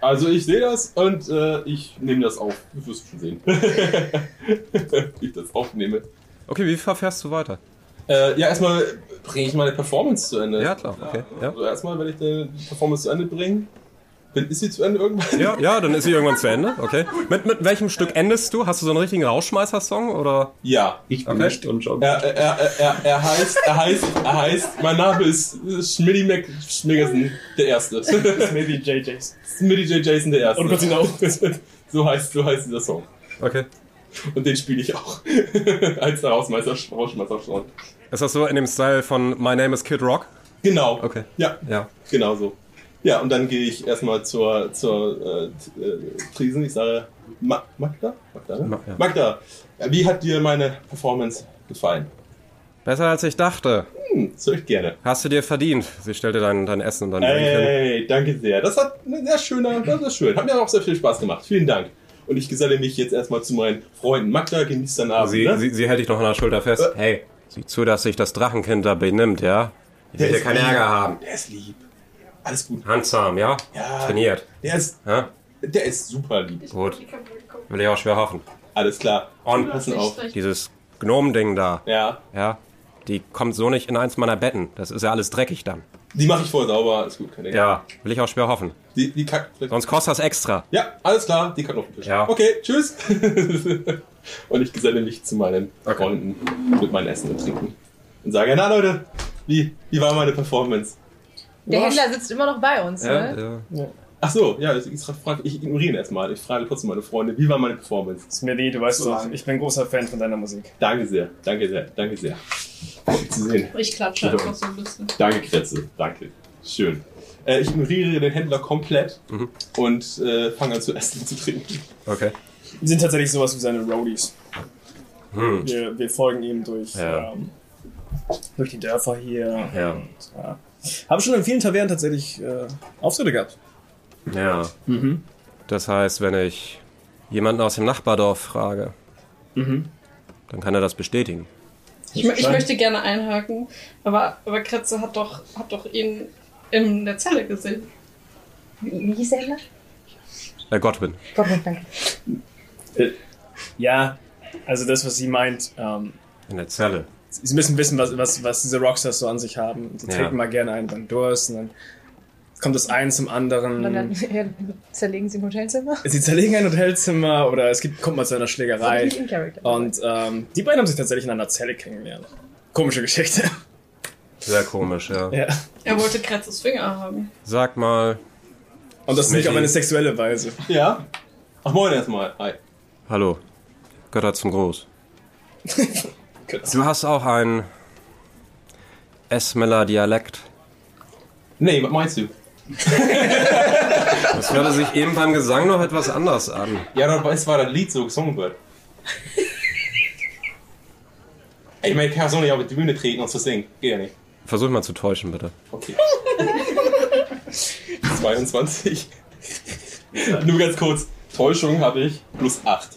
Speaker 3: Also ich sehe das und äh, ich nehme das auf. Du wirst schon sehen. Wie ich das aufnehme.
Speaker 2: Okay, wie verfährst du weiter?
Speaker 3: Äh, ja, erstmal bringe ich meine Performance zu Ende.
Speaker 2: Ja, klar, okay, ja.
Speaker 3: Also erstmal werde ich die Performance zu Ende bringen. Bin, ist sie zu Ende irgendwann?
Speaker 2: Ja, ja, dann ist sie irgendwann zu Ende. Okay. Mit, mit welchem Stück endest du? Hast du so einen richtigen Rausschmeißer-Song oder?
Speaker 3: Ja.
Speaker 6: Ich bin
Speaker 2: Okay.
Speaker 6: nicht und John.
Speaker 3: Er, er, er, er, er heißt, er heißt, er heißt, mein Name ist Schmitty Mac Schmiggerson, der Erste.
Speaker 1: Maybe JJs.
Speaker 3: Smitty J. Jason, der Erste.
Speaker 1: Und kurz hinauf.
Speaker 3: so, heißt, so heißt dieser Song.
Speaker 2: Okay.
Speaker 3: Und den spiele ich auch. Als der Hausmeister Rauschmeister schon.
Speaker 2: Ist das so in dem Style von My Name is Kid Rock?
Speaker 3: Genau.
Speaker 2: Okay.
Speaker 3: Ja,
Speaker 2: Ja.
Speaker 3: genau so. Ja, und dann gehe ich erstmal zur, zur äh, t- äh, Tresen. Ich sage, Ma Magda? Magda, ne?
Speaker 2: Ma- ja.
Speaker 3: Magda, äh, wie hat dir meine Performance gefallen?
Speaker 2: Besser als ich dachte.
Speaker 3: Hm, das höre ich gerne.
Speaker 2: Hast du dir verdient. Sie stellte dein, dein Essen und dein Trinken.
Speaker 3: Ey, danke sehr. Das hat ein sehr schöner, das ist schön. Hat mir auch sehr viel Spaß gemacht. Vielen Dank. Und ich geselle mich jetzt erstmal zu meinen Freunden. Magda, genießt deinen Abend.
Speaker 2: Sie,
Speaker 3: ne? Äh.
Speaker 2: sie, sie hält dich noch an der Schulter fest. Hey, sieh zu, dass sich das Drachenkind da benimmt, ja? Ich will
Speaker 3: Der
Speaker 2: dir
Speaker 3: ist
Speaker 2: keinen
Speaker 3: lieb.
Speaker 2: Ärger haben.
Speaker 3: Der ist lieb. Alles gut.
Speaker 2: Handsam, ja?
Speaker 3: Ja.
Speaker 2: Trainiert.
Speaker 3: Der ist,
Speaker 2: Ja?
Speaker 3: der ist super lieb.
Speaker 2: Gut. Will ich auch schwer hoffen.
Speaker 3: Alles klar.
Speaker 2: Und
Speaker 3: Passen auf.
Speaker 2: dieses Gnomending da,
Speaker 3: Ja,
Speaker 2: ja? Die kommt so nicht in eins meiner Betten. Das ist ja alles dreckig dann.
Speaker 3: die mache ich vorher sauber. Alles gut, keine Ahnung.
Speaker 2: Ja. Will ich auch schwer hoffen.
Speaker 3: Die, die kackt vielleicht.
Speaker 2: Sonst kostet das extra.
Speaker 3: Ja, alles klar, die kann auf den Tisch.
Speaker 2: Ja.
Speaker 3: Okay, tschüss. und ich geselle mich zu meinen
Speaker 2: Okay.
Speaker 3: Freunden mit meinem Essen und Trinken. Und sage, na Leute, wie, wie war meine Performance?
Speaker 4: Der Händler sitzt immer noch bei uns, ne?
Speaker 2: ja.
Speaker 3: Ach so, ja, ich, ich, frag, ich ignoriere ihn erstmal. Ich frage trotzdem meine Freunde, wie war meine Performance?
Speaker 1: Smithy, du weißt doch, ich bin großer Fan von deiner Musik.
Speaker 3: Danke sehr, danke sehr, danke sehr. Gut zu sehen.
Speaker 5: Ich klatsche einfach so ein bisschen.
Speaker 3: Danke, Kretze, danke. Schön. Äh, ich ignoriere den Händler komplett
Speaker 2: Mhm.
Speaker 3: und äh, fange an zu essen und zu trinken.
Speaker 2: Okay.
Speaker 1: Wir sind tatsächlich sowas wie seine Roadies.
Speaker 2: Hm.
Speaker 1: Wir, wir folgen ihm durch,
Speaker 2: Ja.
Speaker 1: ähm, durch die Dörfer hier.
Speaker 2: Ja.
Speaker 1: Ja. Haben schon in vielen Tavernen tatsächlich äh, Auftritte gehabt.
Speaker 2: Ja. Das heißt, wenn ich jemanden aus dem Nachbardorf frage, dann kann er das bestätigen.
Speaker 5: Ich, mö- ich möchte gerne einhaken, aber, aber Kretze hat doch, hat doch ihn in der Zelle gesehen.
Speaker 4: Wie wie hieß der Händler?
Speaker 2: Äh, Godwin.
Speaker 4: Gottlieb, danke.
Speaker 1: Ja, also das, was sie meint, ähm,
Speaker 2: In der Zelle.
Speaker 1: sie müssen wissen, was, was, was diese Rockstars so an sich haben. Die
Speaker 2: Ja.
Speaker 1: trinken mal gerne einen beim Durst und dann kommt das eins zum anderen.
Speaker 4: Und dann ja, zerlegen sie im Hotelzimmer.
Speaker 1: Sie zerlegen ein Hotelzimmer oder es gibt, kommt mal zu einer Schlägerei.
Speaker 4: Nicht in Character.
Speaker 1: Und ähm, die beiden haben sich tatsächlich in einer Zelle kennengelernt. Komische Geschichte.
Speaker 2: Sehr komisch, ja.
Speaker 1: ja.
Speaker 5: Er wollte Kretzes Finger haben.
Speaker 2: Sag mal,
Speaker 1: Und das nicht auf
Speaker 2: Smitty.
Speaker 1: eine sexuelle Weise.
Speaker 3: Ja? Ach, moin erstmal. Hi.
Speaker 2: hallo. Götter zum Groß.
Speaker 1: Götter.
Speaker 2: Du hast auch einen Esmeler Dialekt.
Speaker 3: Nee, was meinst du?
Speaker 2: Das hörte sich eben beim Gesang noch etwas anders an.
Speaker 3: Ja, das war- das war das Lied so gesungen wird. Ey, ich meine, ich kann so nicht auf die Bühne treten und zu singen. Geht ja nicht.
Speaker 2: Versuch mal zu täuschen, bitte.
Speaker 3: Okay. 22. Nur ganz kurz. Täuschung habe ich plus 8.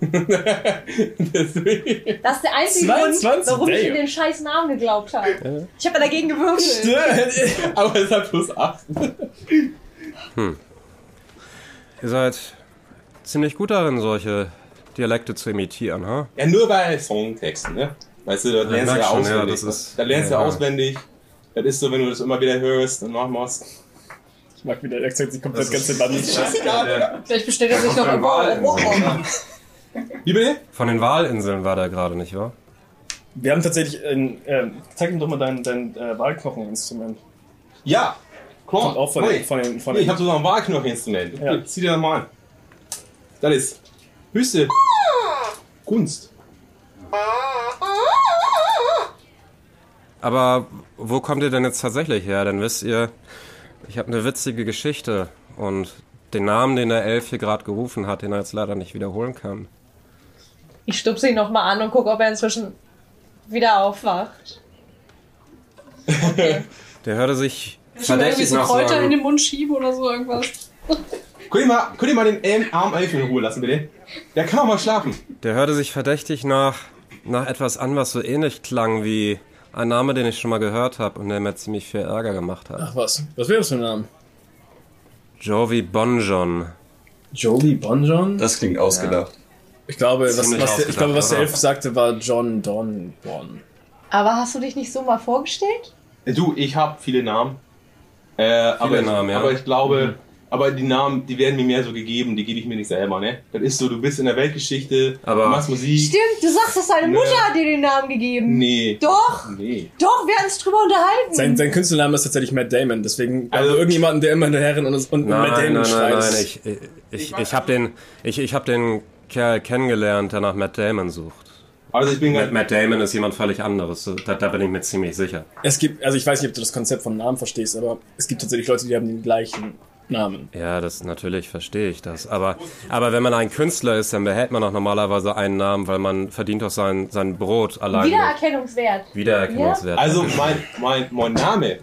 Speaker 3: Deswegen.
Speaker 4: Das ist der einzige
Speaker 1: 22,
Speaker 4: Grund, warum ich in
Speaker 1: damn.
Speaker 4: den scheiß Namen geglaubt habe. Ich habe dagegen gewürfelt.
Speaker 3: Aber es hat plus 8.
Speaker 2: Ihr seid ziemlich gut darin, solche Dialekte zu imitieren, ha?
Speaker 3: Ja, nur bei Songtexten, ne? Weißt du, das lernst du
Speaker 2: merk
Speaker 3: ja
Speaker 2: schon,
Speaker 3: auswendig.
Speaker 2: ja, das
Speaker 3: ne?
Speaker 2: ist-
Speaker 3: das lernst du
Speaker 2: ja, ja.
Speaker 3: auswendig. Das ist so, wenn du das immer wieder hörst und nachmachst.
Speaker 1: Ich mag wieder Akzent, sie kommt das,
Speaker 2: Das
Speaker 1: ganze Land.
Speaker 5: Vielleicht bestellt er sich noch ein
Speaker 3: Wie bitte?
Speaker 2: Von den Wahlinseln war der gerade, nicht wahr?
Speaker 1: Wir haben tatsächlich ein, ähm, zeig ihm doch mal dein, dein äh, Wahlknocheninstrument.
Speaker 3: Ja!
Speaker 1: Kommt
Speaker 3: Klar.
Speaker 1: auch von
Speaker 3: Ui.
Speaker 1: den, von den, von
Speaker 3: Nee, ich
Speaker 1: den
Speaker 3: habe sogar ein Wahlknocheninstrument.
Speaker 1: Ja.
Speaker 3: Zieh dir das mal an. Das ist höchste Kunst.
Speaker 2: Aber wo kommt ihr denn jetzt tatsächlich her? Denn wisst ihr, ich habe eine witzige Geschichte und den Namen, den der Elf hier gerade gerufen hat, den er jetzt leider nicht wiederholen kann.
Speaker 4: Ich stupse ihn nochmal an und gucke, ob er inzwischen wieder aufwacht.
Speaker 2: Der hörte sich
Speaker 5: irgendwie
Speaker 2: verdächtig
Speaker 5: so
Speaker 2: nach so
Speaker 5: Kräuter in
Speaker 2: einem,
Speaker 5: den Mund schieben oder so irgendwas.
Speaker 3: Könnt ihr mal, könnt ihr mal den Elm- armen Elfen in Ruhe lassen, bitte? Der kann auch mal schlafen.
Speaker 2: der hörte sich verdächtig nach, nach etwas an, was so ähnlich klang wie ein Name, den ich schon mal gehört habe und der mir ziemlich viel Ärger gemacht hat.
Speaker 1: Ach was, was wäre das für ein Name?
Speaker 2: Jovi Bonjon.
Speaker 1: Jolie Bonjon?
Speaker 7: Das klingt ausgedacht.
Speaker 1: Ich glaube, was,
Speaker 2: Ziemlich
Speaker 1: was, der, ich
Speaker 2: ausgedacht,
Speaker 1: glaube, was der
Speaker 2: oder?
Speaker 1: Elf sagte, war John Don Bon.
Speaker 4: Aber hast du dich nicht so mal vorgestellt?
Speaker 3: Äh, Du, ich habe viele Namen. Äh, aber, ich,
Speaker 2: Namen, ja. Mhm.
Speaker 3: aber ich glaube, aber die Namen, die werden mir mehr so gegeben, die gebe ich mir nicht selber, ne? Das ist so, du bist in der Weltgeschichte,
Speaker 2: Aber-
Speaker 3: du machst Musik.
Speaker 4: Stimmt, du sagst, dass deine
Speaker 3: Nee.
Speaker 4: Mutter hat dir den Namen gegeben.
Speaker 3: Nee.
Speaker 4: Doch,
Speaker 3: Nee.
Speaker 4: doch, wir haben uns drüber unterhalten.
Speaker 1: Sein, sein Künstlername ist tatsächlich Matt Damon, deswegen also,
Speaker 3: Also-
Speaker 1: irgendjemanden, der immer eine Herrin und, und
Speaker 2: Nein,
Speaker 1: Matt
Speaker 2: nein,
Speaker 1: Damon
Speaker 2: nein,
Speaker 1: schreit.
Speaker 2: nein, ich, ich, ich, ich habe den, ich, ich hab den Kerl kennengelernt, der nach Matt Damon sucht.
Speaker 3: Also ich bin
Speaker 2: Matt,
Speaker 3: ganz.
Speaker 2: Matt Damon ist jemand völlig anderes, da, da bin ich mir ziemlich sicher.
Speaker 1: Es gibt, also ich weiß nicht, ob du das Konzept von Namen verstehst, aber es gibt tatsächlich Leute, die haben den gleichen Namen.
Speaker 2: Ja, das natürlich verstehe ich das. Aber, aber wenn man ein Künstler ist, dann behält man auch normalerweise einen Namen, weil man verdient doch sein, sein Brot allein. durch
Speaker 4: Wiedererkennungswert.
Speaker 2: Wiedererkennungswert.
Speaker 3: Also mein, mein, mein Name,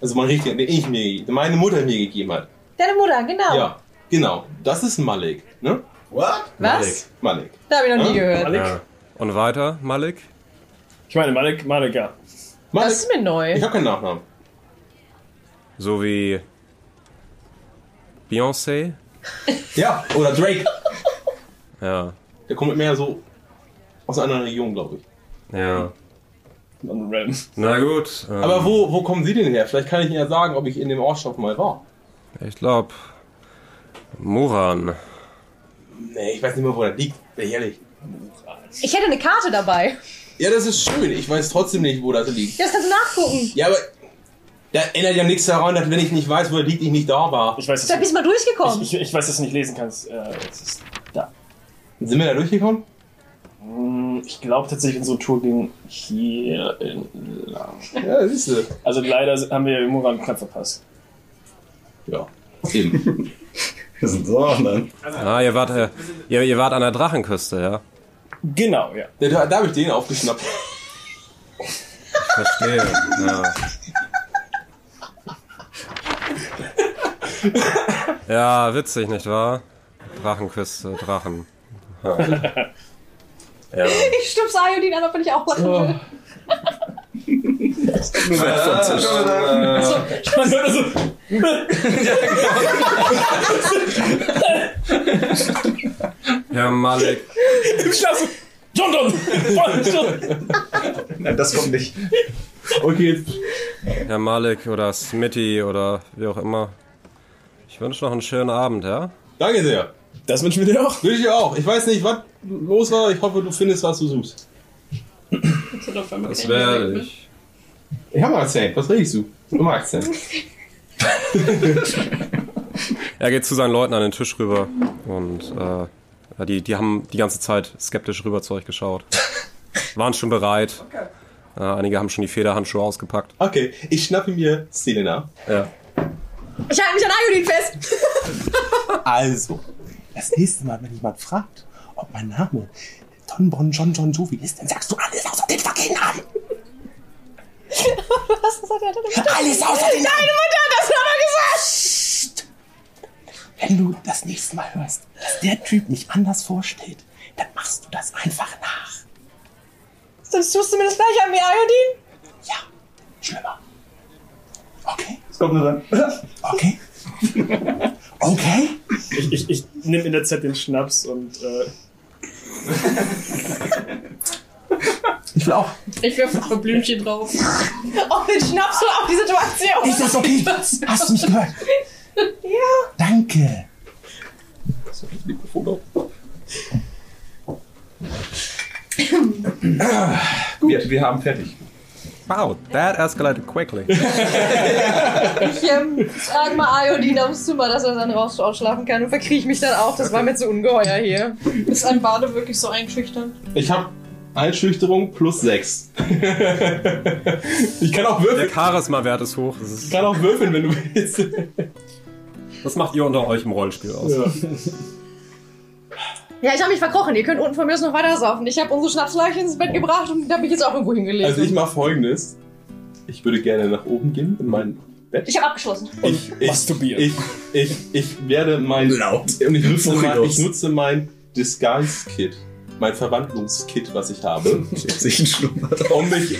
Speaker 3: also mein richtiger, den ich mir, den meine Mutter mir gegeben hat.
Speaker 4: Deine Mutter, genau.
Speaker 3: Ja, genau. Das ist Malik, ne?
Speaker 7: What?
Speaker 4: Was?
Speaker 3: Malik.
Speaker 4: Da habe ich noch nie
Speaker 3: Ja.
Speaker 4: gehört.
Speaker 1: Malik?
Speaker 2: Ja. Und weiter, Malik?
Speaker 1: Ich meine, Malik, Malik, ja.
Speaker 3: Malik.
Speaker 4: Das ist mir
Speaker 3: Ich
Speaker 4: neu.
Speaker 3: habe keinen Nachnamen.
Speaker 2: So wie Beyoncé?
Speaker 3: Ja, oder Drake.
Speaker 2: Ja.
Speaker 3: Der kommt mehr so aus einer anderen Region, glaube ich.
Speaker 2: Ja.
Speaker 1: Und Ram.
Speaker 2: Na gut. ähm,
Speaker 3: Aber wo, wo kommen Sie denn her? Vielleicht kann ich Ihnen ja sagen, ob ich in dem Ortschaft mal war.
Speaker 2: Ich glaube, Muran.
Speaker 3: Nee, ich weiß nicht mehr, wo der liegt. Bin ich ehrlich.
Speaker 4: Ich hätte eine Karte dabei.
Speaker 3: Ja, das ist schön. Ich weiß trotzdem nicht, wo das liegt.
Speaker 4: Ja, Das kannst du nachgucken.
Speaker 3: Ja, aber da ändert ja nichts daran, dass wenn ich nicht weiß, wo der liegt, ich nicht da war.
Speaker 1: Ich weiß,
Speaker 4: Da
Speaker 1: dass
Speaker 4: bist du mal
Speaker 1: ich,
Speaker 4: durchgekommen.
Speaker 1: ich, ich weiß, dass du nicht lesen kannst. Äh, es ist da.
Speaker 3: Sind wir da durchgekommen?
Speaker 1: Hm, Ich glaube tatsächlich, unsere Tour ging hier entlang.
Speaker 3: Ja, siehst du.
Speaker 1: Also leider haben wir Muran knapp verpasst.
Speaker 3: Ja. Eben.
Speaker 7: Wir sind so dann.
Speaker 2: Ah, ihr wart, äh, ihr, ihr wart an der Drachenküste, ja?
Speaker 1: Genau, ja.
Speaker 3: Da, da, da habe ich den aufgeschnappt.
Speaker 2: Verstehe. Ja. ja, witzig, nicht wahr? Drachenküste, Drachen.
Speaker 4: Ich stupse Iodin an, ob ich auch lachen will.
Speaker 7: Nur wer vom Tisch.
Speaker 13: Man hört so,
Speaker 2: Herr Malek.
Speaker 13: im Schlaf so, John John, voll, John.
Speaker 6: Nein, das kommt nicht.
Speaker 3: Okay, jetzt
Speaker 2: Herr Malek oder Smitty oder wie auch immer. Ich wünsche noch einen schönen Abend, ja?
Speaker 3: danke sehr.
Speaker 1: Das wünschen wir dir auch.
Speaker 3: Wünsche ich dir auch. Ich weiß nicht, was los war. Ich hoffe, du findest, was du suchst.
Speaker 2: Das werde ich.
Speaker 3: Ich habe einen Akzent. Was redest du? Immer Akzent.
Speaker 2: Er geht zu seinen Leuten an den Tisch rüber und äh, ja, die, die haben die ganze Zeit skeptisch rüber zu euch geschaut. Waren schon bereit. Äh, einige haben schon die Federhandschuhe ausgepackt.
Speaker 3: Okay, ich schnappe mir Selena.
Speaker 2: Ja.
Speaker 4: Ich halte mich an Ayodin fest.
Speaker 12: Also, das nächste Mal, wenn jemand fragt, ob mein Name Don Bon John John Jovi ist, dann sagst du alles außer den fucking Namen.
Speaker 4: Was hat er denn?
Speaker 12: Alles außer den Namen.
Speaker 4: Meine Mutter hat das nochmal gesagt.
Speaker 12: Wenn du das nächste Mal hörst, dass der Typ mich anders vorstellt, dann machst du das einfach nach.
Speaker 4: Sonst tust du mir das gleich an wie Ayodin.
Speaker 12: Ja, schlimmer. Okay,
Speaker 6: Das kommt nur dann.
Speaker 12: okay. Okay.
Speaker 1: Ich, ich, ich nehme in der Zeit den Schnaps und äh,
Speaker 12: Ich will auch.
Speaker 5: Ich werfe ein paar Blümchen drauf.
Speaker 4: Auch mit Schnaps und auch die Situation.
Speaker 12: Ist das okay? Hast du mich gehört? Ja. Danke.
Speaker 6: Wir, wir haben fertig.
Speaker 2: Wow, that escalated quickly.
Speaker 4: Ich ähm, frage mal Ayodin aufs Zimmer, dass er seinen Rausch ausschlafen kann und verkrieche mich dann auch. Das war mir zu ungeheuer hier.
Speaker 5: Ist ein Bade wirklich so einschüchternd?
Speaker 3: Ich habe Einschüchterung plus 6. ich kann auch würfeln.
Speaker 2: Der Charisma-Wert ist hoch. Das,
Speaker 3: Ich
Speaker 2: ist,
Speaker 3: kann auch würfeln, wenn du willst.
Speaker 2: das macht ihr unter euch im Rollenspiel aus.
Speaker 4: Ja, ich habe mich verkrochen. Ihr könnt unten von mir aus noch weiter saufen. Ich habe unsere Schnapsleiche ins Bett gebracht und habe mich jetzt auch irgendwo hingelegt.
Speaker 3: Also ich mache folgendes. Ich würde gerne nach oben gehen in mein Bett.
Speaker 4: ich habe abgeschlossen.
Speaker 3: ich, ich,
Speaker 1: masturbieren.
Speaker 3: ich, ich, ich werde mein...
Speaker 7: Laut.
Speaker 3: Und ich nutze, mein,
Speaker 7: Furios.
Speaker 3: ich nutze mein Disguise-Kit. Mein Verwandlungskit, was ich habe.
Speaker 7: Sich ein Schlummer.
Speaker 3: Um mich...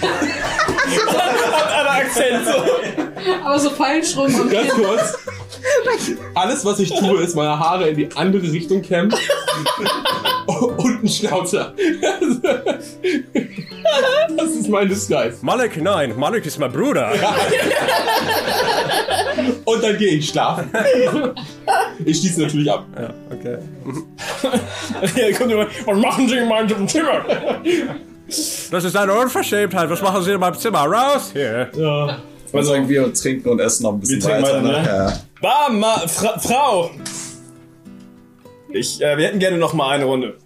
Speaker 5: Aber so falsch rum. Und
Speaker 3: Ganz kurz. Alles, was ich tue, ist meine Haare in die andere Richtung kämmen. Und ein Schnauzer. Das ist mein Disguise.
Speaker 2: Malek, nein, Malek ist mein Bruder.
Speaker 3: Und dann gehe ich schlafen. Ich schließe natürlich ab.
Speaker 2: Ja, okay.
Speaker 1: Hier kommt jemand, was machen Sie in meinem Zimmer?
Speaker 2: Das ist eine Unverschämtheit. Was machen Sie in meinem Zimmer? Raus hier.
Speaker 7: Dann sagen wir trinken und essen noch ein bisschen
Speaker 1: Wir trinken
Speaker 7: weiter.
Speaker 1: weiter,
Speaker 7: ne?
Speaker 1: Bah, Ma Fra Frau! Ich, äh, wir hätten gerne noch mal eine Runde.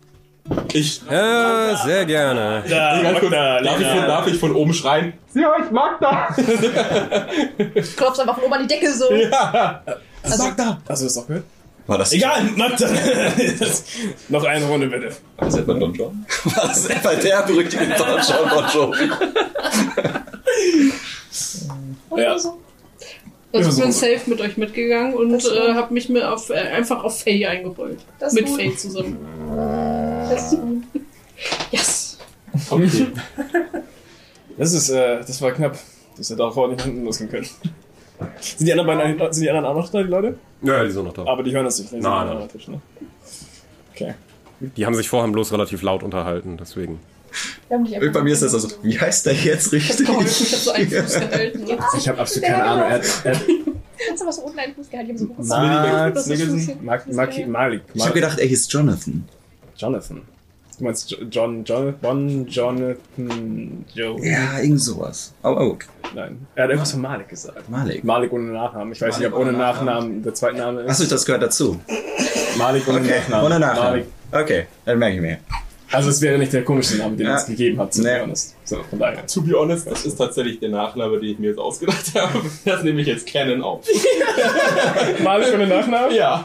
Speaker 3: Ich,
Speaker 2: Ja, sehr gerne.
Speaker 1: Da,
Speaker 3: ganz kurz,
Speaker 1: Ah, Magda,
Speaker 3: darf, ich von,
Speaker 1: Lena.
Speaker 3: darf ich von oben schreien?
Speaker 4: Ich klopf's einfach von oben an die Decke so.
Speaker 1: Magda! Hast du das noch gehört?
Speaker 7: War das,
Speaker 1: Egal, Magda! noch eine Runde bitte.
Speaker 6: War das etwa Don John?
Speaker 7: war das etwa der berüchtigte Don John Bon Jovi?
Speaker 1: Ja.
Speaker 5: Also
Speaker 1: Ja,
Speaker 5: ich
Speaker 1: so.
Speaker 5: bin safe mit euch mitgegangen und
Speaker 4: Das war-
Speaker 5: äh, hab mich mir auf, äh, einfach auf Faye eingerollt.
Speaker 4: Das ist
Speaker 5: mit
Speaker 4: gut.
Speaker 5: Faye zusammen.
Speaker 4: Das ist gut.
Speaker 5: Yes!
Speaker 3: Okay.
Speaker 1: Das ist, äh, das war knapp. Das hätte auch ordentlich hinten losgehen können. Sind die anderen beiden, eigentlich- sind die anderen auch noch da, die Leute?
Speaker 2: Ja, die sind noch da.
Speaker 1: Aber die hören das nicht. ne? Die sind
Speaker 2: Nein,
Speaker 1: am
Speaker 2: nein.
Speaker 1: anderen Tisch, ne? Okay.
Speaker 2: Die haben sich vorher bloß relativ laut unterhalten, deswegen.
Speaker 4: Wir haben dich einfach-
Speaker 7: Bei mir ist das also, wie heißt der jetzt richtig?
Speaker 5: Ich hab so einen Fuß gehalten.
Speaker 11: Ich habe absolut keine Ahnung. Er hat, er hat
Speaker 4: Kannst du was unten einen Fuß gehalten? Ich hab so hochgezogen.
Speaker 11: Mark,
Speaker 4: Das ist schon ein bisschen-
Speaker 11: Mark, Mark, Malik,
Speaker 7: Ich habe
Speaker 11: Mark,
Speaker 7: gedacht, er hieß Jonathan.
Speaker 11: Jonathan.
Speaker 1: Du meinst Jo- John, John, Bon, Jonathan, Joe.
Speaker 7: Ja, irgend sowas. Aber gut,
Speaker 1: Nein. Er hat irgendwas von Malik gesagt.
Speaker 7: Malik.
Speaker 1: Malik ohne Nachnamen. Ich weiß
Speaker 7: Malik
Speaker 1: nicht, ob ohne
Speaker 7: ohne
Speaker 1: Nachnamen,
Speaker 7: Nachnamen.
Speaker 1: der zweite Name ist.
Speaker 7: Achso, das gehört dazu.
Speaker 1: Malik ohne
Speaker 7: Okay,
Speaker 1: Nachnamen.
Speaker 7: ohne
Speaker 1: Malik.
Speaker 7: Nachnamen. Okay, dann merke ich mir.
Speaker 1: Also es wäre nicht der komische Name, den
Speaker 7: Ja.
Speaker 1: ihr uns gegeben habt, zu
Speaker 7: Nee.
Speaker 1: honest. So, von daher.
Speaker 3: To be honest, das ist tatsächlich der Nachname, den ich mir jetzt ausgedacht habe. Das nehme ich jetzt Canon auf.
Speaker 1: Malik ohne Nachnamen?
Speaker 3: Ja.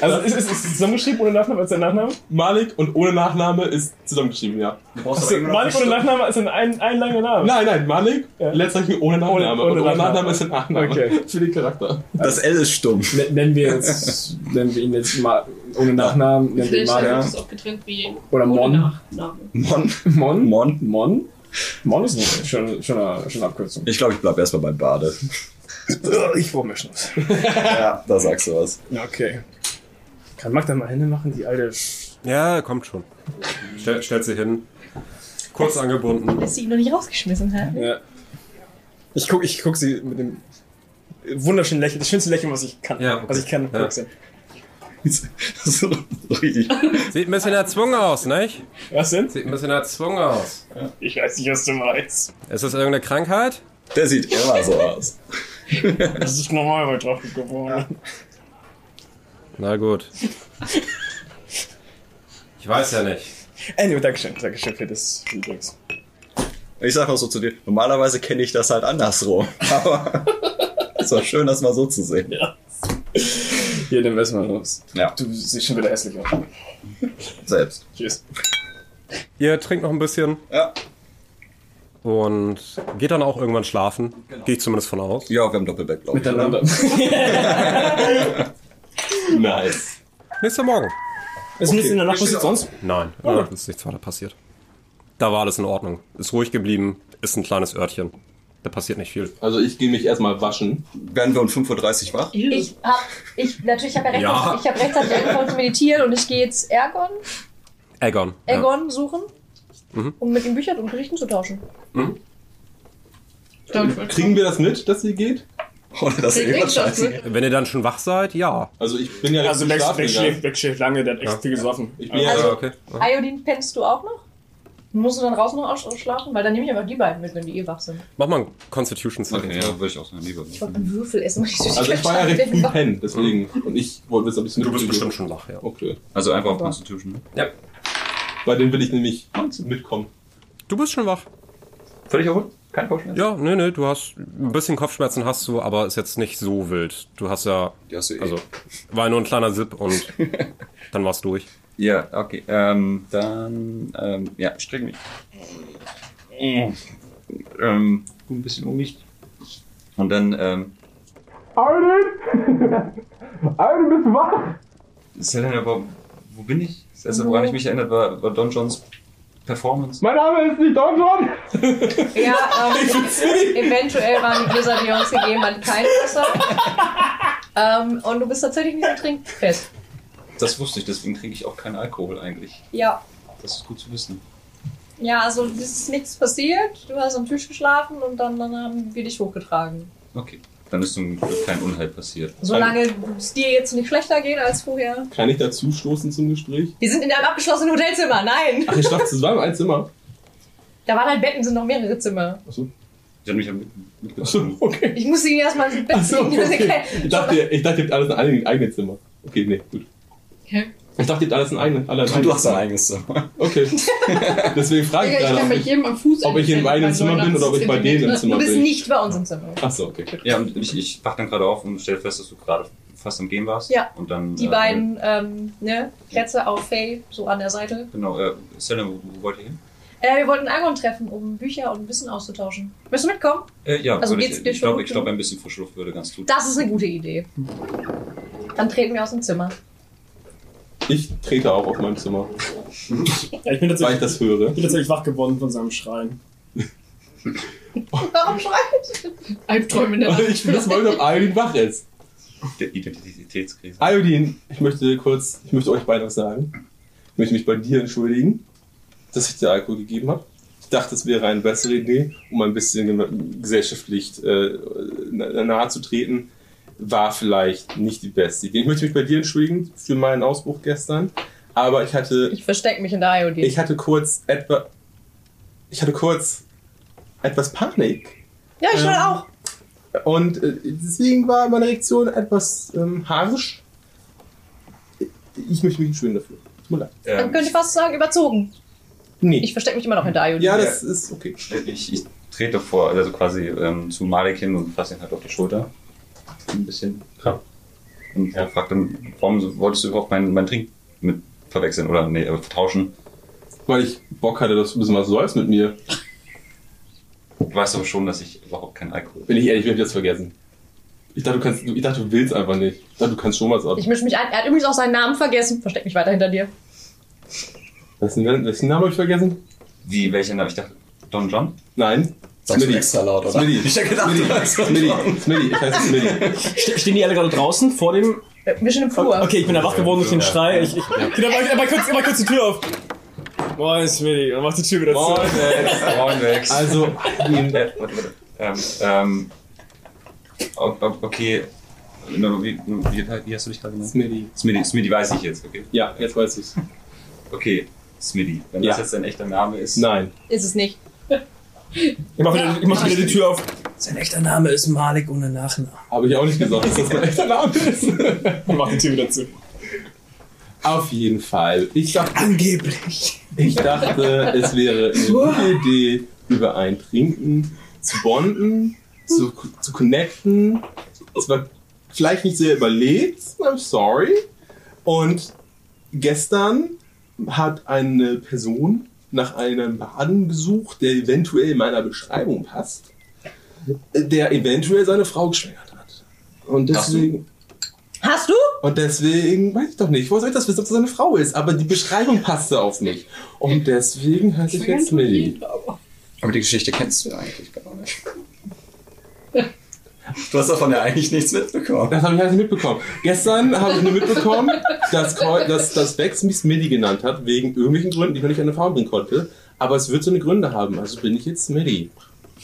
Speaker 1: Also ist es ist es zusammengeschrieben ohne Nachnamen als der Nachname?
Speaker 3: Malik und ohne Nachname ist zusammengeschrieben, ja.
Speaker 1: Also,
Speaker 7: Genau.
Speaker 1: Malik ohne Nachname ist ein, ein, ein langer Name.
Speaker 3: Nein, nein, Malik,
Speaker 1: Ja.
Speaker 3: letztendlich ohne Nachname.
Speaker 1: Ohne- ohne
Speaker 3: und ohne
Speaker 1: Nachname.
Speaker 3: Nachname ist ein Nachname.
Speaker 1: Okay.
Speaker 3: Für den Charakter.
Speaker 7: Das L ist stumm.
Speaker 1: N- Nennen wir jetzt, nennen wir ihn jetzt mal ohne
Speaker 5: also
Speaker 1: Nachnamen, nennen wir ihn
Speaker 5: Vielleicht
Speaker 1: Malik.
Speaker 5: ist auch getrennt wie
Speaker 1: Oder
Speaker 5: ohne
Speaker 1: Mon.
Speaker 5: Nachname.
Speaker 7: Mon.
Speaker 1: Mon?
Speaker 7: Mon.
Speaker 1: Mon? Morgen ist nicht. Schon, schon, eine, schon eine Abkürzung.
Speaker 7: Ich glaube, ich bleibe erstmal beim Bade.
Speaker 1: Ich brauche mir Schnaps.
Speaker 7: ja, da sagst du was.
Speaker 1: Okay. Kann Magda mal Hände machen, die alte. Sch
Speaker 2: Ja, kommt schon. Stell, stellt sie hin. Kurz angebunden.
Speaker 4: Dass sie ihn noch nicht rausgeschmissen hat.
Speaker 1: ja. Ich guck, ich guck sie mit dem wunderschönen Lächeln, das schönste Lächeln, was ich kann.
Speaker 2: Ja, okay.
Speaker 1: Was ich kann,
Speaker 2: Ja.
Speaker 1: guck sie.
Speaker 7: so, richtig.
Speaker 2: Sieht ein bisschen erzwungen aus, nicht?
Speaker 1: Was denn?
Speaker 2: Sieht ein bisschen erzwungen aus.
Speaker 1: Ich weiß nicht, was du meinst.
Speaker 2: Ist das irgendeine Krankheit?
Speaker 7: Der sieht immer so aus.
Speaker 1: Das ist normal bei Traffic geworden.
Speaker 2: Na gut. Ich weiß ja nicht.
Speaker 1: Anyway, Dankeschön, Dankeschön für das übrigens.
Speaker 7: Ich sag mal so zu dir, normalerweise kenne ich das halt andersrum. Aber es war schön, das mal so zu sehen.
Speaker 1: Hier, dann messen wir los.
Speaker 7: Ja,
Speaker 1: Du siehst schon wieder hässlich aus.
Speaker 7: selbst.
Speaker 1: Tschüss.
Speaker 2: Ihr trinkt noch ein bisschen
Speaker 7: Ja.
Speaker 2: und geht dann auch irgendwann schlafen. Gehe ich zumindest von aus.
Speaker 7: Ja, wir haben Doppelbett, glaube ich.
Speaker 1: Miteinander.
Speaker 3: Nice.
Speaker 2: Nächster Morgen.
Speaker 1: Ist okay. in der Nacht passiert sonst?
Speaker 2: Nein, es ist nichts weiter passiert. Da war alles in Ordnung. Ist ruhig geblieben, ist ein kleines Örtchen. Da passiert nicht viel.
Speaker 3: Also ich gehe mich erstmal waschen.
Speaker 7: Werden wir um 5.30 Uhr wach?
Speaker 4: Ich hab, ich, natürlich habe
Speaker 2: Ja.
Speaker 4: ich hab rechtzeitig angefangen zu meditieren und ich gehe jetzt Ergon,
Speaker 2: Egon.
Speaker 4: Ergon suchen, um mit ihm Büchern und Berichten zu tauschen.
Speaker 3: Kriegen wir das mit, dass ihr geht?
Speaker 7: Oder das ist irgendwas scheiße.
Speaker 2: Ja. Wenn ihr dann schon wach seid, ja.
Speaker 3: Also ich bin ja
Speaker 1: Also, Max
Speaker 3: schlafen
Speaker 1: Max
Speaker 3: gegangen.
Speaker 1: schläft, Max schläft lange, der hat echt viel gesoffen.
Speaker 3: Ich bin
Speaker 4: Also-
Speaker 3: ja,
Speaker 2: okay.
Speaker 4: Iodin pennst du auch noch? Musst du dann draußen noch aus- schlafen? Weil dann nehme ich einfach die beiden mit, wenn die eh wach sind.
Speaker 2: Mach mal einen Constitution Saving.
Speaker 6: Okay, ja, würde ich auch sagen, lieber.
Speaker 4: Ich wollte einen Würfel essen, weil ich so
Speaker 3: also ich war ja recht früh pennen, deswegen. Und ich wollte wissen, ob ich
Speaker 2: Du bist bestimmt schon wach, ja.
Speaker 3: Okay.
Speaker 6: Also einfach auf Constitution. ne?
Speaker 2: ja.
Speaker 3: Bei denen will ich nämlich mitkommen.
Speaker 2: Du bist schon wach.
Speaker 6: Völlig erholt? Kein Kopfschmerz?
Speaker 2: Ja, nee, nee, du hast ein bisschen Kopfschmerzen hast du, aber ist jetzt nicht so wild. Du hast ja,
Speaker 7: Die hast du eh.
Speaker 2: also war nur ein kleiner Sip und dann war's durch.
Speaker 6: Ja, okay. Ähm, dann, ähm, ja, strecke mich. Ähm, ein bisschen um mich. Und dann, ähm. Arden! Arden, bist du wach? Selena, wo, wo bin ich? Das erste, woran ich mich erinnert, war, war Don Johns Performance.
Speaker 4: Ja, ähm, eventuell waren die Gläser, die er uns gegeben hat, kein Wasser. ähm, und du bist tatsächlich nicht so trinkfest.
Speaker 6: Das wusste ich, deswegen trinke ich auch keinen Alkohol eigentlich.
Speaker 4: Ja.
Speaker 6: Das ist gut zu wissen.
Speaker 4: Ja, also es ist nichts passiert. Du hast am Tisch geschlafen und dann, dann haben wir dich hochgetragen.
Speaker 6: Okay. Dann ist zum Glück kein Unheil passiert.
Speaker 4: Solange es dir jetzt nicht schlechter geht als vorher.
Speaker 3: Kann ich dazu stoßen zum Gespräch?
Speaker 4: Wir sind in einem abgeschlossenen Hotelzimmer. Nein!
Speaker 3: Ach, ich schlafe zusammen ein Zimmer.
Speaker 4: Da waren halt Betten, sind noch mehrere Zimmer.
Speaker 3: Achso.
Speaker 6: Sie hat mich ja mit, mitgezogen.
Speaker 3: Achso, okay.
Speaker 4: Ich musste ihn erstmal ins Bett
Speaker 3: Achso,
Speaker 4: ziehen. Ich wusste
Speaker 3: okay.
Speaker 4: kein-
Speaker 3: Ich dachte, ihr- ich dachte, ihr habt alles ein eigen- eigenes Zimmer. Okay, nee, gut.
Speaker 5: Hä?
Speaker 3: Ich dachte, ihr habt alles ein eigenes. Alle ein
Speaker 7: Du
Speaker 3: eigenes
Speaker 7: hast ein eigenes Zimmer.
Speaker 3: Zimmer. Okay. Deswegen frage ich
Speaker 5: Digga,
Speaker 3: gerade,
Speaker 5: ich kann
Speaker 3: ob
Speaker 5: bei
Speaker 3: ich.
Speaker 5: jedem am Fuß
Speaker 3: ob ich in
Speaker 5: einem
Speaker 3: meinem Zimmer bin oder ob ich bei denen im
Speaker 4: Du
Speaker 3: Zimmer
Speaker 4: bist
Speaker 3: bin.
Speaker 4: nicht bei uns im Zimmer.
Speaker 3: Achso, okay.
Speaker 6: Ja, und ich, ich wach dann gerade auf und stelle fest, dass du gerade fast am Gehen warst.
Speaker 4: Ja.
Speaker 6: Und dann,
Speaker 4: Die
Speaker 6: äh,
Speaker 4: beiden, ähm, ne, Kretze auf Faye, so an der Seite.
Speaker 6: Genau, äh, Selena, wo, wo wollt ihr hin?
Speaker 4: Äh, wir wollten Argon treffen, um Bücher und Wissen auszutauschen. Willst du mitkommen?
Speaker 6: Äh, ja,
Speaker 4: Also
Speaker 6: würde
Speaker 4: geht's
Speaker 6: ich,
Speaker 4: dir
Speaker 6: ich
Speaker 4: schon
Speaker 6: glaube,
Speaker 4: gut
Speaker 6: ich glaube, ein bisschen frische Luft würde ganz gut.
Speaker 4: Das ist eine gute Idee. Dann treten wir aus dem Zimmer.
Speaker 3: Ich trete auch auf meinem Zimmer,
Speaker 1: Ja, ich bin
Speaker 3: weil ich
Speaker 1: tatsächlich,
Speaker 3: das höre.
Speaker 1: ich bin tatsächlich wach geworden von seinem Schreien.
Speaker 4: Warum schreit?
Speaker 5: Albträume in der Nacht.
Speaker 3: Ich will das wollen, ob Iodin wach ist.
Speaker 6: Der Identitätskrise.
Speaker 3: Iodin, ich möchte kurz, ich möchte euch beiden was sagen. Ich möchte mich bei dir entschuldigen, dass ich dir Alkohol gegeben habe. Ich dachte, es wäre eine bessere Idee, um ein bisschen gem- gesellschaftlich äh, na- nahe zu treten. War vielleicht nicht die beste Idee. Ich möchte mich bei dir entschuldigen für meinen Ausbruch gestern, aber ich hatte
Speaker 4: Ich verstecke mich in der Iodine.
Speaker 3: Ich hatte kurz etwa. Ich hatte kurz etwas Panik.
Speaker 4: ja, ich schon
Speaker 3: ähm,
Speaker 4: auch.
Speaker 3: Und äh, deswegen war meine Reaktion etwas ähm, harsch. Ich möchte mich entschuldigen dafür. Tut mir leid.
Speaker 6: Ähm,
Speaker 4: Dann könnte ich fast sagen, überzogen.
Speaker 3: Nee.
Speaker 4: Ich verstecke mich immer noch in der Iodine.
Speaker 3: ja, das ist okay.
Speaker 6: Ich, ich trete vor, also quasi ähm, zu Malik hin und fasse ihn halt auf die Schulter. Ein bisschen. Ja. Und ja. fragt dann, warum so- wolltest du überhaupt mein, mein Trink mit verwechseln oder nee, äh, vertauschen?
Speaker 3: Weil ich Bock hatte, dass du ein bisschen was sollst mit mir.
Speaker 6: Du weißt aber schon, dass ich überhaupt keinen Alkohol.
Speaker 3: Bin ich ehrlich, wir haben das vergessen. Ich dachte, du kannst, ich dachte, du willst einfach nicht. Ich dachte, du kannst schon was ab.
Speaker 4: Ich mische mich ein. Er hat übrigens auch seinen Namen vergessen. Versteck mich weiter hinter dir.
Speaker 3: Wessen, wessen Namen habe ich vergessen?
Speaker 6: Wie, welche Name? Ich dachte, Don John?
Speaker 3: Nein.
Speaker 7: Sagst du extra laut, oder?
Speaker 3: Smitty.
Speaker 7: Ich hab gedacht, du sagst Don
Speaker 3: Smitty.
Speaker 7: John.
Speaker 3: Smitty. Ich heiße Smitty.
Speaker 13: Ste- Stehen die alle gerade draußen vor dem.
Speaker 4: Wir sind im Flur.
Speaker 13: Okay, ich bin erwacht geworden durch den Schrei. Ich, ich, Geh da mal, mal, kurz, mal kurz die Tür auf. Moin, Smitty. Und mach die Tür wieder
Speaker 6: Moin,
Speaker 13: zu.
Speaker 6: Max. Moin, Max.
Speaker 3: Also,
Speaker 6: Äh, warte, warte. Ähm, ähm, o- o- okay. Na, Wie, wie, wie hast du dich gerade genannt?
Speaker 3: Smitty.
Speaker 6: Smitty, Smitty weiß ich jetzt, okay.
Speaker 3: Ja, jetzt weißt du es.
Speaker 6: Okay, Smitty. Wenn
Speaker 3: Ja.
Speaker 6: das jetzt dein echter Name ist.
Speaker 3: Nein.
Speaker 4: Ist es nicht.
Speaker 13: Ich mach wieder, ich mach wieder die Tür auf.
Speaker 1: Sein echter Name ist Malik ohne Nachnamen.
Speaker 3: Habe ich auch nicht gesagt, dass das mein echter Name ist.
Speaker 1: Und mach die Tür wieder zu.
Speaker 3: Auf jeden Fall. Ich dachte,
Speaker 1: Angeblich.
Speaker 3: ich dachte es wäre eine gute Idee, über ein Trinken zu bonden, zu, zu connecten. Es war vielleicht nicht sehr überlegt, I'm sorry. Und gestern hat eine Person nach einem Baden gesucht, der eventuell meiner Beschreibung passt, der eventuell seine Frau geschwängert hat. Und deswegen.
Speaker 4: Hast du?
Speaker 3: Und deswegen weiß ich doch nicht, wo soll ich das wissen, ob das eine Frau ist? Aber die Beschreibung passte auf mich. Und deswegen heiße ich jetzt Millie.
Speaker 7: Aber die Geschichte kennst du ja eigentlich gar nicht. Du hast davon ja eigentlich nichts mitbekommen.
Speaker 3: Das habe ich halt nicht mitbekommen. Gestern habe ich nur mitbekommen, dass, Col- dass, dass Bex mich Millie genannt hat, wegen irgendwelchen Gründen, die ich noch nicht an Erfahrung bringen konnte. Aber es wird so eine Gründe haben, also bin ich jetzt Millie.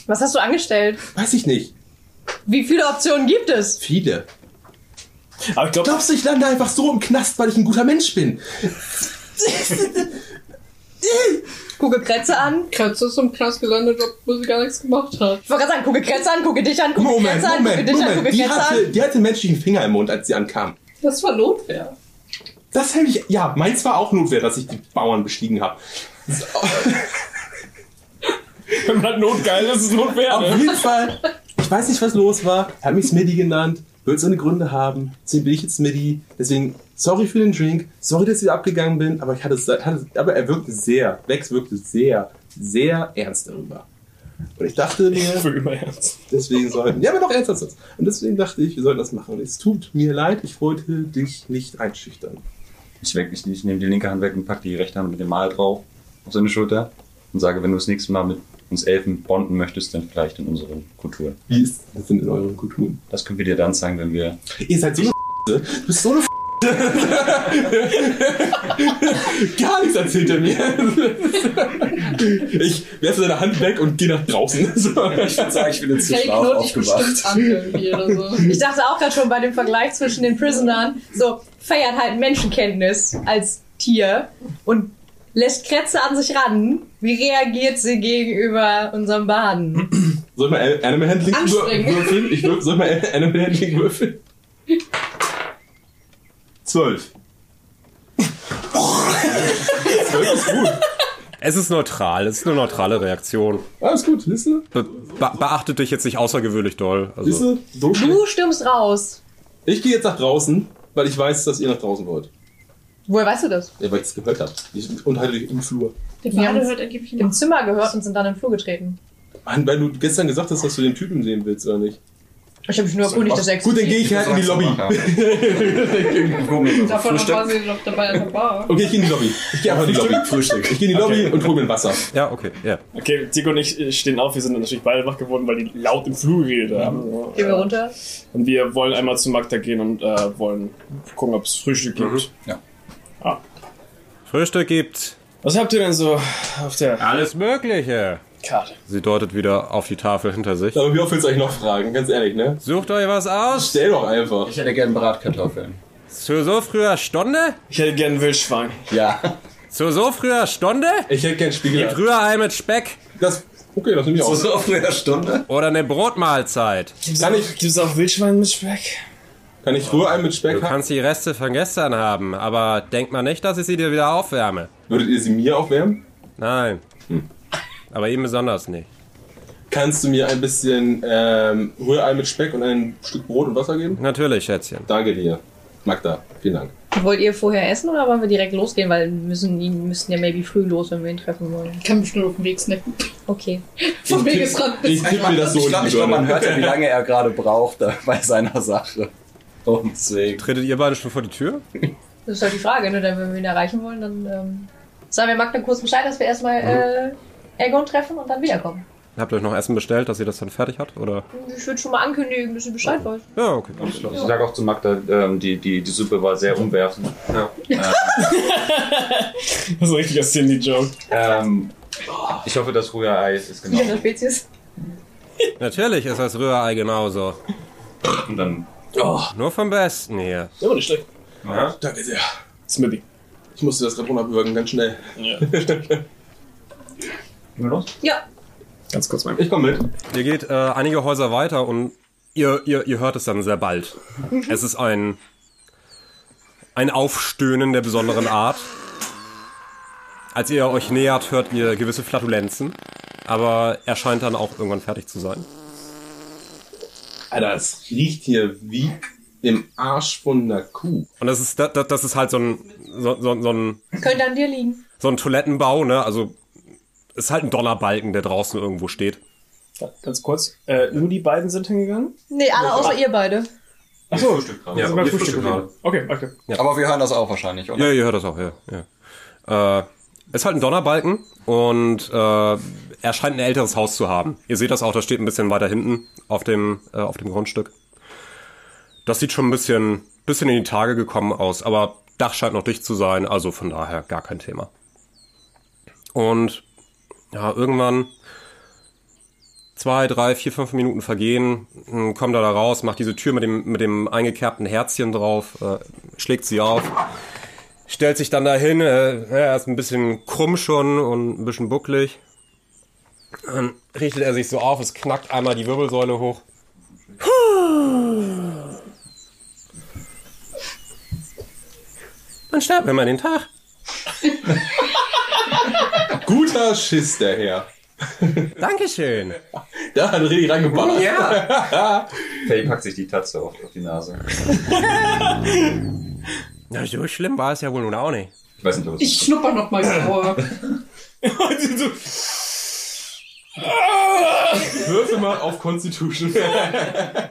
Speaker 4: Was hast du angestellt?
Speaker 3: Weiß ich nicht.
Speaker 4: Wie viele Optionen gibt es?
Speaker 3: Viele.
Speaker 13: Aber ich glaube,
Speaker 3: Glaubst du, ich lande einfach so im Knast, weil ich ein guter Mensch bin?
Speaker 4: Gucke Kretze an.
Speaker 5: Kratz ist im Knast gelandet, obwohl sie gar nichts gemacht hat.
Speaker 4: Ich wollte gerade sagen, gucke Kretze an, gucke dich an, gucke
Speaker 3: Moment,
Speaker 4: Kretze an, gucke
Speaker 3: Moment,
Speaker 4: dich an, gucke
Speaker 3: Moment. Die
Speaker 4: Kretze
Speaker 3: hatte,
Speaker 4: an.
Speaker 3: die hatte einen menschlichen Finger im Mund, als sie ankam.
Speaker 5: Das war Notwehr.
Speaker 3: Das hätte ich. Ja, meins war auch Notwehr, dass ich die Bauern bestiegen habe.
Speaker 13: wenn man notgeil ist, ist es notwehr.
Speaker 3: Auf jeden Fall, ich weiß nicht, was los war. Er hat mich Smitty genannt. Wird seine Gründe haben. Deswegen bin ich jetzt Smitty. Deswegen, sorry für den Drink. Sorry, dass ich da abgegangen bin. Aber, ich hatte, es- hatte, aber er wirkte sehr, Wex wirkte sehr, sehr ernst darüber. Und ich dachte mir,
Speaker 1: Für immer ernst.
Speaker 3: deswegen sollten. Ja, aber doch ernst als das. Und deswegen dachte ich, wir sollten das machen. Und es tut mir leid, ich wollte dich nicht einschüchtern.
Speaker 6: Ich, weg, ich, ich nehme die linke Hand weg und packe die rechte Hand mit dem Mal drauf auf seine Schulter und sage, wenn du das nächste Mal mit uns Elfen bonden möchtest, dann vielleicht in unsere Kultur.
Speaker 3: Wie ist das denn in euren Kulturen?
Speaker 6: Das können wir dir dann zeigen, wenn wir.
Speaker 3: Ihr seid so eine Du bist so eine Gar nichts erzählt er mir. Ich werfe seine Hand weg und gehe nach draußen. So.
Speaker 7: Ich würde sagen, ich bin jetzt zu
Speaker 5: Fake
Speaker 7: schlau
Speaker 5: Not, ich bestimmt
Speaker 7: aufgewacht.
Speaker 5: an also. irgendwie oder so.
Speaker 4: Ich dachte auch gerade schon bei dem Vergleich zwischen den Prisonern, so feiert halt Menschenkenntnis als Tier und lässt Kretze an sich ran. Wie reagiert sie gegenüber unserem Baden?
Speaker 3: Soll ich mal Animal Handling wür-
Speaker 5: Anstrengen.
Speaker 3: würfeln? Ich würf, soll ich mal Animal Handling würfeln? Zwölf. Zwölf ist gut.
Speaker 2: Es ist neutral, es ist eine neutrale Reaktion.
Speaker 3: Alles gut, siehst du?
Speaker 2: Be be beachtet dich jetzt nicht außergewöhnlich doll.
Speaker 3: Siehst
Speaker 2: Also,
Speaker 3: du? So schlecht.
Speaker 4: Du stürmst raus.
Speaker 3: Ich gehe jetzt nach draußen, weil ich weiß, dass ihr nach draußen wollt.
Speaker 4: Woher weißt du das?
Speaker 3: Ja, weil ich es gehört habe. Ich unterhalte dich im Flur.
Speaker 5: Der
Speaker 4: Wir
Speaker 5: Bade
Speaker 4: haben's
Speaker 5: hört angeblich
Speaker 4: Im
Speaker 5: immer.
Speaker 4: Zimmer gehört und sind dann in den Flur getreten.
Speaker 3: Mann, weil du gestern gesagt hast, dass du den Typen sehen willst, oder nicht?
Speaker 4: Ich habe mich nur erkundigt, dass er
Speaker 3: Gut, dann gehe ich halt in die Lobby.
Speaker 5: Davon
Speaker 7: Frühstück.
Speaker 5: war sie noch dabei an der Bar.
Speaker 3: Okay, ich gehe in die Lobby. Ich gehe einfach in die Lobby.
Speaker 7: Frühstück.
Speaker 3: Ich gehe in die Lobby und hol mir ein Wasser.
Speaker 2: ja, okay, ja.
Speaker 1: Okay, Tico und ich äh, stehen auf. Wir sind natürlich beide wach geworden, weil die laut im Flur geredet haben. So,
Speaker 4: Gehen wir
Speaker 1: äh,
Speaker 4: runter.
Speaker 1: Und wir wollen einmal zu Magda gehen und äh, wollen gucken, ob es Frühstück gibt.
Speaker 2: Frühstück gibt
Speaker 1: Was habt ihr denn so auf der
Speaker 2: alles Mögliche.
Speaker 1: Karte?
Speaker 2: Sie deutet wieder auf die Tafel hinter sich.
Speaker 3: Aber wie oft willst du euch noch fragen? Ganz ehrlich, ne?
Speaker 2: Sucht euch was aus?
Speaker 3: Stell doch einfach.
Speaker 7: Ich hätte gern Bratkartoffeln.
Speaker 2: Zu so früher Stunde?
Speaker 1: Ich hätte gern Wildschwein.
Speaker 7: Ja.
Speaker 2: Zu so früher Stunde?
Speaker 3: Ich hätte gern Spiegel.
Speaker 2: Rührei mit Speck
Speaker 3: Das, okay, das nehme ich
Speaker 7: So,
Speaker 3: auch.
Speaker 7: so auf einer Stunde?
Speaker 2: oder eine Brotmahlzeit.
Speaker 3: Kann ich,
Speaker 1: Gibt es auch Wildschwein mit Speck?
Speaker 3: kann ich Rührei mit
Speaker 2: Du
Speaker 3: Speck haben?
Speaker 2: kannst die Reste von gestern haben, aber denk mal nicht, dass ich sie dir wieder aufwärme.
Speaker 3: Würdet ihr sie mir aufwärmen?
Speaker 2: Nein.
Speaker 3: Hm.
Speaker 2: Aber ihm besonders nicht.
Speaker 3: Kannst du mir ein bisschen ähm, Rührei mit Speck und ein Stück Brot und Wasser geben?
Speaker 2: Natürlich, Schätzchen.
Speaker 3: Danke dir. Magda, vielen Dank.
Speaker 4: Wollt ihr vorher essen oder wollen wir direkt losgehen? Weil wir müssen, die müssen ja maybe früh los, wenn wir ihn treffen wollen.
Speaker 5: Ich kann bestimmt auf dem Weg snacken.
Speaker 4: Okay.
Speaker 5: Vom
Speaker 3: Ich
Speaker 5: Wegesrand
Speaker 3: tipp- Ich
Speaker 5: bis.
Speaker 3: tippe mir das so
Speaker 7: ich
Speaker 3: in
Speaker 7: glaube,
Speaker 3: die
Speaker 7: ich glaub, man
Speaker 3: Birne.
Speaker 7: hört ja, wie lange er gerade braucht äh, bei seiner Sache. Und deswegen.
Speaker 2: Tretet ihr beide schon vor die Tür?
Speaker 4: Das ist halt die Frage, ne? Denn wenn wir ihn erreichen wollen, dann ähm, sagen wir Magda kurz Bescheid, dass wir erstmal äh, Egon treffen und dann wiederkommen.
Speaker 2: Habt ihr euch noch Essen bestellt, dass ihr das dann fertig habt? Oder?
Speaker 4: Ich würde schon mal ankündigen, dass ihr Bescheid weißt.
Speaker 2: Ja, okay.
Speaker 6: Ich sag auch zu Magda, ähm, die, die, die Suppe war sehr umwerfend. Ja.
Speaker 1: Das ist richtig aus Cindy-Joke.
Speaker 6: Ähm, ich hoffe, das Rührei ist genau.
Speaker 4: Ihre Spezies.
Speaker 2: Natürlich ist das Rührei genauso.
Speaker 6: Und dann.
Speaker 2: Oh, nur vom Besten hier.
Speaker 1: Ja, war nicht schlecht.
Speaker 6: Ja.
Speaker 3: Danke sehr.
Speaker 1: Smithy.
Speaker 3: Ich musste das gerade runterbürgen, ganz schnell.
Speaker 1: Ja.
Speaker 6: Gehen wir los?
Speaker 4: Ja,
Speaker 1: Ganz kurz mal.
Speaker 6: Ich komme mit.
Speaker 2: Ihr geht äh, einige Häuser weiter und ihr, ihr, ihr hört es dann sehr bald. Es ist ein, ein Aufstöhnen der besonderen Art. Als ihr euch nähert, hört ihr gewisse Flatulenzen, aber er scheint dann auch irgendwann fertig zu sein.
Speaker 3: Alter, es riecht hier wie im Arsch von einer Kuh.
Speaker 2: Und das ist, das, das ist halt so ein, so, so, so ein
Speaker 4: könnte an dir liegen.
Speaker 2: so ein Toilettenbau, ne? Also ist halt ein Donnerbalken, der draußen irgendwo steht.
Speaker 1: Ganz kurz. Äh, nur die beiden sind hingegangen?
Speaker 4: Nee, alle außer ihr beide.
Speaker 6: Achso. Frühstück gerade.
Speaker 1: Also
Speaker 2: Ja,
Speaker 1: beim
Speaker 2: wir
Speaker 1: Frühstück
Speaker 2: frühstücken
Speaker 1: gewesen. Okay, okay.
Speaker 7: Aber wir hören das auch wahrscheinlich, oder?
Speaker 2: Ja, ihr hört das auch, ja. ja. Äh, ist halt ein Donnerbalken und äh, er scheint ein älteres Haus zu haben. Ihr seht das auch, das steht ein bisschen weiter hinten auf dem, äh, auf dem Grundstück. Das sieht schon ein bisschen, bisschen in die Tage gekommen aus, aber Dach scheint noch dicht zu sein, also von daher gar kein Thema. Und ja, irgendwann zwei, drei, vier, fünf Minuten vergehen, mh, kommt er da raus, macht diese Tür mit dem, mit dem eingekerbten Herzchen drauf, äh, schlägt sie auf stellt sich dann dahin, äh, ja, er ist ein bisschen krumm schon und ein bisschen bucklig. Dann richtet er sich so auf, es knackt einmal die Wirbelsäule hoch. Man sterbt, wenn man den Tag.
Speaker 3: Guter Schiss, der Herr.
Speaker 2: Dankeschön.
Speaker 3: Da hat er richtig reingeballert.
Speaker 2: Ja.
Speaker 6: Faye packt sich die Tatze auf, auf die Nase.
Speaker 2: Na, so schlimm war es ja wohl nun auch nicht.
Speaker 6: Ich weiß nicht, ob es
Speaker 5: Ich schnupper noch mal vor.
Speaker 3: Würfel mal auf Constitution.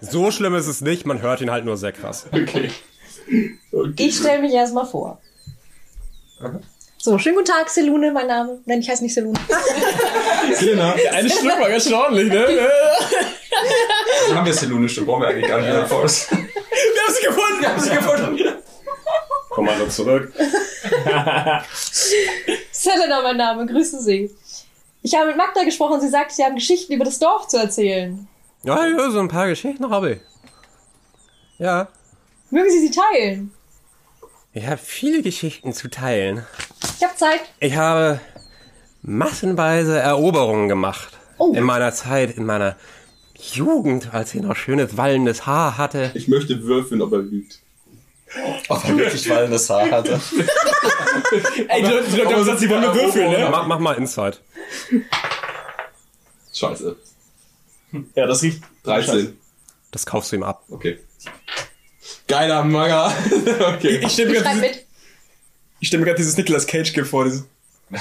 Speaker 2: So schlimm ist es nicht, man hört ihn halt nur sehr krass.
Speaker 3: okay.
Speaker 4: Ich stelle mich erstmal vor. So, schönen guten Tag, Selune, mein Name. Nein, ich heiße nicht Selune.
Speaker 3: Selena.
Speaker 1: Eine Schnupper, ganz schön ordentlich, ne? Wir
Speaker 6: ist. Haben wir Selunische Bombe eigentlich gar nicht in der Force?
Speaker 1: haben sie gefunden! Wir haben sie gefunden!
Speaker 11: Kommando zurück.
Speaker 4: Selena, mein Name. Grüßen Sie. Ich habe mit Magda gesprochen. Sie sagt, Sie haben Geschichten über das Dorf zu erzählen.
Speaker 2: Ja, ja, so ein paar Geschichten habe ich. Ja.
Speaker 4: Mögen Sie sie teilen?
Speaker 2: Ich habe viele Geschichten zu teilen.
Speaker 4: Ich habe Zeit.
Speaker 2: Ich habe massenweise Eroberungen gemacht.
Speaker 4: Oh.
Speaker 2: In meiner Zeit, in meiner Jugend, als ich noch schönes wallendes Haar hatte.
Speaker 3: Ich möchte würfeln, ob er lügt.
Speaker 7: Ob er wirklich wallendes Haar hatte.
Speaker 1: Ey, die Leute, die Leute haben gesagt, sie wollen nur würfeln, ne?
Speaker 2: Mach, mach mal Insight.
Speaker 3: Scheiße.
Speaker 1: Ja, das riecht.
Speaker 3: 13.
Speaker 2: Das kaufst du ihm ab.
Speaker 3: Okay. Geiler Manga. okay.
Speaker 1: Ich stelle mir
Speaker 4: Schreib
Speaker 1: gerade dieses,
Speaker 4: mit.
Speaker 1: ich stell mir grad dieses Nicolas Cage-Gif vor. Dieses,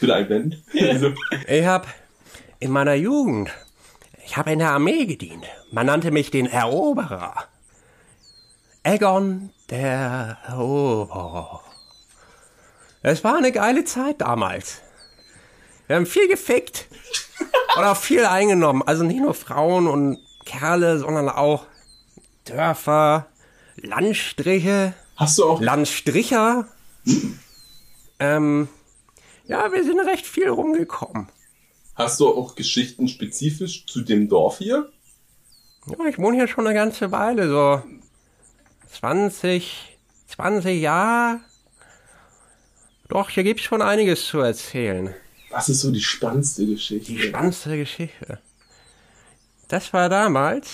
Speaker 3: Bitte einblenden. Also,
Speaker 2: Ich habe in meiner Jugend, ich habe in der Armee gedient. Man nannte mich den Eroberer. Egon der Eroberer. Es war eine geile Zeit damals. Wir haben viel gefickt und auch viel eingenommen. Also nicht nur Frauen und Kerle, sondern auch Dörfer, Landstriche.
Speaker 3: hast du auch.
Speaker 2: Landstricher. ähm, ja, wir sind recht viel rumgekommen.
Speaker 3: Hast du auch Geschichten spezifisch zu dem Dorf hier?
Speaker 2: Ja, ich wohne hier schon eine ganze Weile, so 20, 20 Jahre. Doch, hier gibt's schon einiges zu erzählen.
Speaker 3: Was ist so die spannendste
Speaker 2: Die
Speaker 3: Geschichte?
Speaker 2: spannendste Geschichte. Das war damals,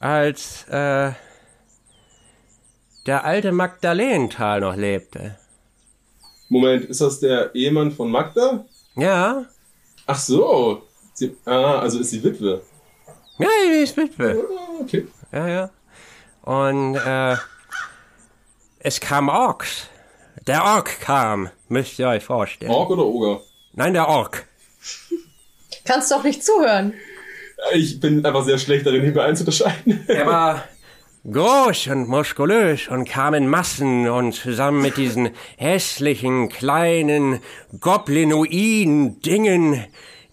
Speaker 2: als äh, der alte Magdalenental noch lebte.
Speaker 3: Moment, ist das der Ehemann von Magda?
Speaker 2: Ja,
Speaker 3: Ach so. Sie, ah, also ist sie Witwe.
Speaker 2: ja, die ist Witwe.
Speaker 3: Ah, Okay.
Speaker 2: Ja, ja. Und äh, es kam Orks. Der Ork kam, müsst ihr euch vorstellen.
Speaker 3: Ork oder Oger?
Speaker 2: Nein, der Ork.
Speaker 4: Kannst doch nicht zuhören.
Speaker 3: Ich bin einfach sehr schlecht darin, hierbei einzuunterscheiden.
Speaker 2: Er war groß und muskulös und kam in Massen und zusammen mit diesen hässlichen, kleinen, goblinoiden Dingen,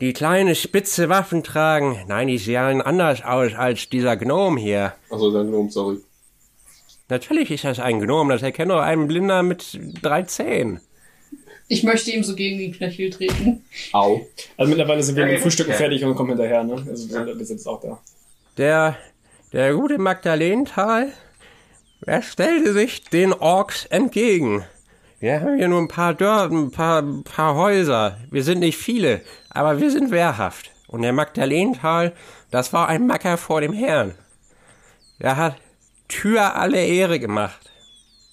Speaker 2: die kleine, spitze Waffen tragen. Nein, die sehen anders aus als dieser Gnom hier.
Speaker 3: Achso, sein Gnom, Also sorry.
Speaker 2: Natürlich ist das ein Gnom, das erkennt nur ein Blinder mit drei Zähnen.
Speaker 5: Ich möchte ihm so gegen den Knöchel treten.
Speaker 1: Au. Also mittlerweile sind wir mit dem Frühstücken
Speaker 2: Okay.
Speaker 1: fertig und kommen hinterher, ne? Also wir sind- wir sind jetzt auch da.
Speaker 2: Der, der gute Magdalenenthal, er stellte sich den Orks entgegen. Wir haben hier nur ein paar Dörfer, ein paar, ein paar Häuser. Wir sind nicht viele, aber wir sind wehrhaft. Und der Magdalenenthal, das war ein Macker vor dem Herrn. Er hat Tür alle Ehre gemacht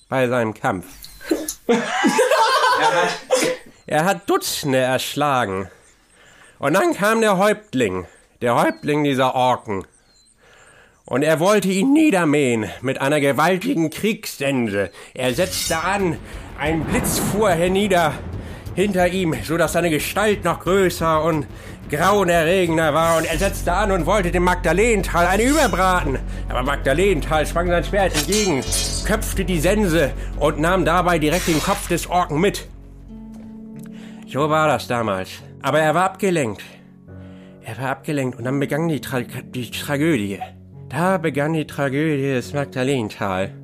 Speaker 2: bei seinem Kampf. Er hat Dutzende erschlagen. Und dann kam der Häuptling, der Häuptling dieser Orken. Und er wollte ihn niedermähen mit einer gewaltigen Kriegssense. Er setzte an, ein Blitz fuhr hernieder hinter ihm, so dass seine Gestalt noch größer und grauenerregender war. Und er setzte an und wollte dem Magdalenenthal eine überbraten. Aber Magdalenenthal schwang sein Schwert entgegen, köpfte die Sense und nahm dabei direkt den Kopf des Orken mit. So war das damals. Aber er war abgelenkt. Er war abgelenkt und dann begann die, Tra die Tragödie. Da begann die Tragödie des Magdalenental.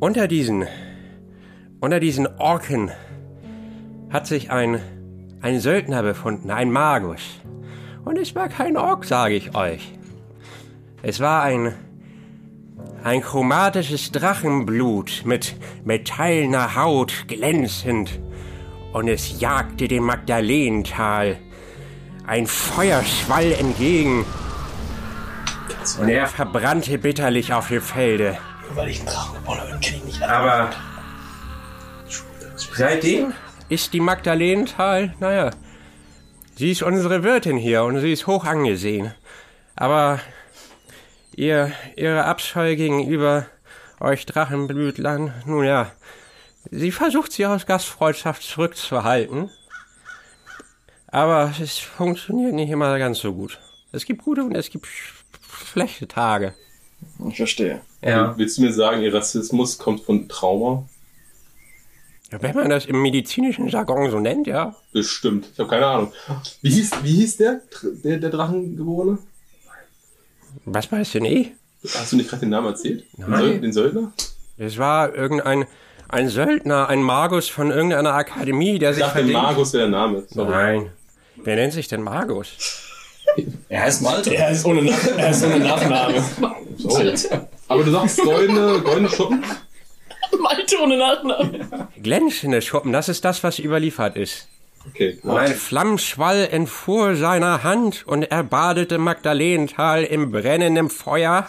Speaker 2: Unter diesen, unter diesen Orken hat sich ein, ein Söldner befunden, ein Magus. Und es war kein Ork, sage ich euch. Es war ein, ein chromatisches Drachenblut mit metallener Haut glänzend. Und es jagte dem Magdalenental ein Feuerschwall entgegen. Und er verbrannte bitterlich auf dem Felde.
Speaker 14: Weil ich einen Drachen geboren habe, kann ich nicht
Speaker 2: Aber seitdem ist die Magdalenenthal, naja, sie ist unsere Wirtin hier und sie ist hoch angesehen. Aber ihr, ihre Abscheu gegenüber euch Drachenblütlern, nun ja, sie versucht sie aus Gastfreundschaft zurückzuhalten. Aber es funktioniert nicht immer ganz so gut. Es gibt gute und es gibt sch- schlechte Tage.
Speaker 1: Ich verstehe.
Speaker 2: Ja.
Speaker 3: Willst du mir sagen, ihr Rassismus kommt von Trauma?
Speaker 2: Wenn man das im medizinischen Jargon so nennt, ja.
Speaker 3: Bestimmt. Ich habe keine Ahnung. Wie hieß, wie hieß der, Tr- der, der Drachengeborene?
Speaker 2: Was weißt du nicht?
Speaker 3: Hast du nicht gerade den Namen erzählt? Den,
Speaker 2: Nein.
Speaker 3: Söld- den Söldner?
Speaker 2: Es war irgendein ein Söldner, ein Magus von irgendeiner Akademie, der
Speaker 3: Ich
Speaker 2: sich
Speaker 3: dachte, Magus wäre der Name. Sorry.
Speaker 2: Nein. Wer nennt sich denn Magus?
Speaker 15: Er heißt Malte.
Speaker 1: Er ist ohne, Nach er ist ohne Nachname.
Speaker 3: So. Aber du sagst goldene, goldene Schuppen?
Speaker 5: Malte ohne Nachnamen.
Speaker 2: Glänzende Schuppen, das ist das, was überliefert ist.
Speaker 3: Okay.
Speaker 2: Und ein Flammenschwall entfuhr seiner Hand und er badete Magdalenenthal im brennenden Feuer.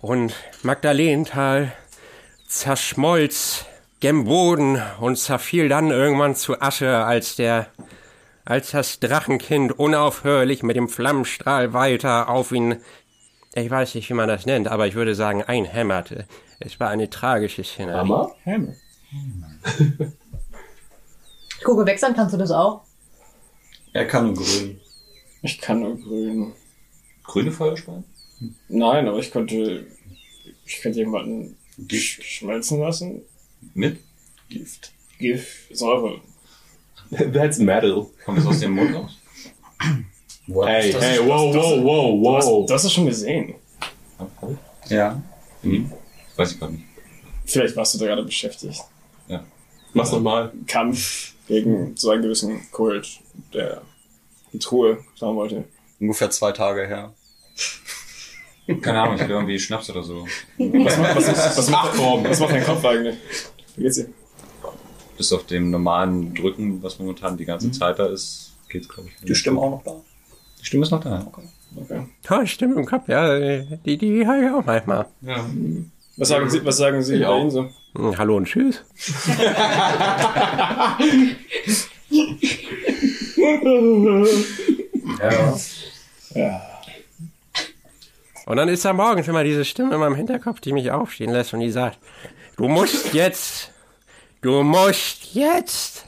Speaker 2: Und Magdalenenthal zerschmolz gen Boden und zerfiel dann irgendwann zu Asche, als der, als das Drachenkind unaufhörlich mit dem Flammenstrahl weiter auf ihn, ich weiß nicht, wie man das nennt, aber ich würde sagen, einhämmerte. Es war eine tragische Szenerie.
Speaker 3: Hammer?
Speaker 1: Hammer.
Speaker 4: Ich gucke, wechseln kannst du das auch?
Speaker 6: Er kann nur grün.
Speaker 1: Ich kann nur grün.
Speaker 6: Grüne Feuerspein?
Speaker 1: Nein, aber ich könnte. Ich könnte jemanden sch schmelzen lassen.
Speaker 6: Mit?
Speaker 1: Gift. Gift, Säure.
Speaker 3: That's metal.
Speaker 6: Kommt das aus dem Mund raus?
Speaker 3: Hey,
Speaker 1: Das-
Speaker 3: hey,
Speaker 1: das-
Speaker 3: wow,
Speaker 1: das-
Speaker 3: wow, wow,
Speaker 1: Du hast,
Speaker 3: wow.
Speaker 1: du hast das schon gesehen.
Speaker 6: Ja. Mhm. Weiß ich gar nicht.
Speaker 1: Vielleicht warst du da gerade beschäftigt.
Speaker 6: Ja.
Speaker 3: Mach's nochmal.
Speaker 1: Kampf gegen so einen gewissen Kult, der die Truhe klauen wollte.
Speaker 15: Ungefähr zwei Tage her.
Speaker 6: Keine Ahnung, ich will irgendwie Schnaps oder so.
Speaker 1: Was macht, was, was, was, macht, was macht dein Kopf eigentlich? Wie geht's dir?
Speaker 6: Bis auf dem normalen Drücken, was momentan die
Speaker 3: Mhm.
Speaker 6: ganze Zeit da ist, geht's, glaube ich.
Speaker 15: Die Stimme auch noch da.
Speaker 6: Die Stimme ist noch da. Okay.
Speaker 1: Okay.
Speaker 2: Ja, stimmt im Kopf, ja. Die, die habe ich auch manchmal.
Speaker 6: Ja.
Speaker 1: Was sagen Sie, was sagen Sie
Speaker 3: Ich
Speaker 1: bei
Speaker 3: auch.
Speaker 1: Ihnen so?
Speaker 2: Hm, Hallo und tschüss. Ja. Und dann ist da morgens immer diese Stimme in meinem Hinterkopf, die mich aufstehen lässt und die sagt, du musst jetzt, du musst jetzt.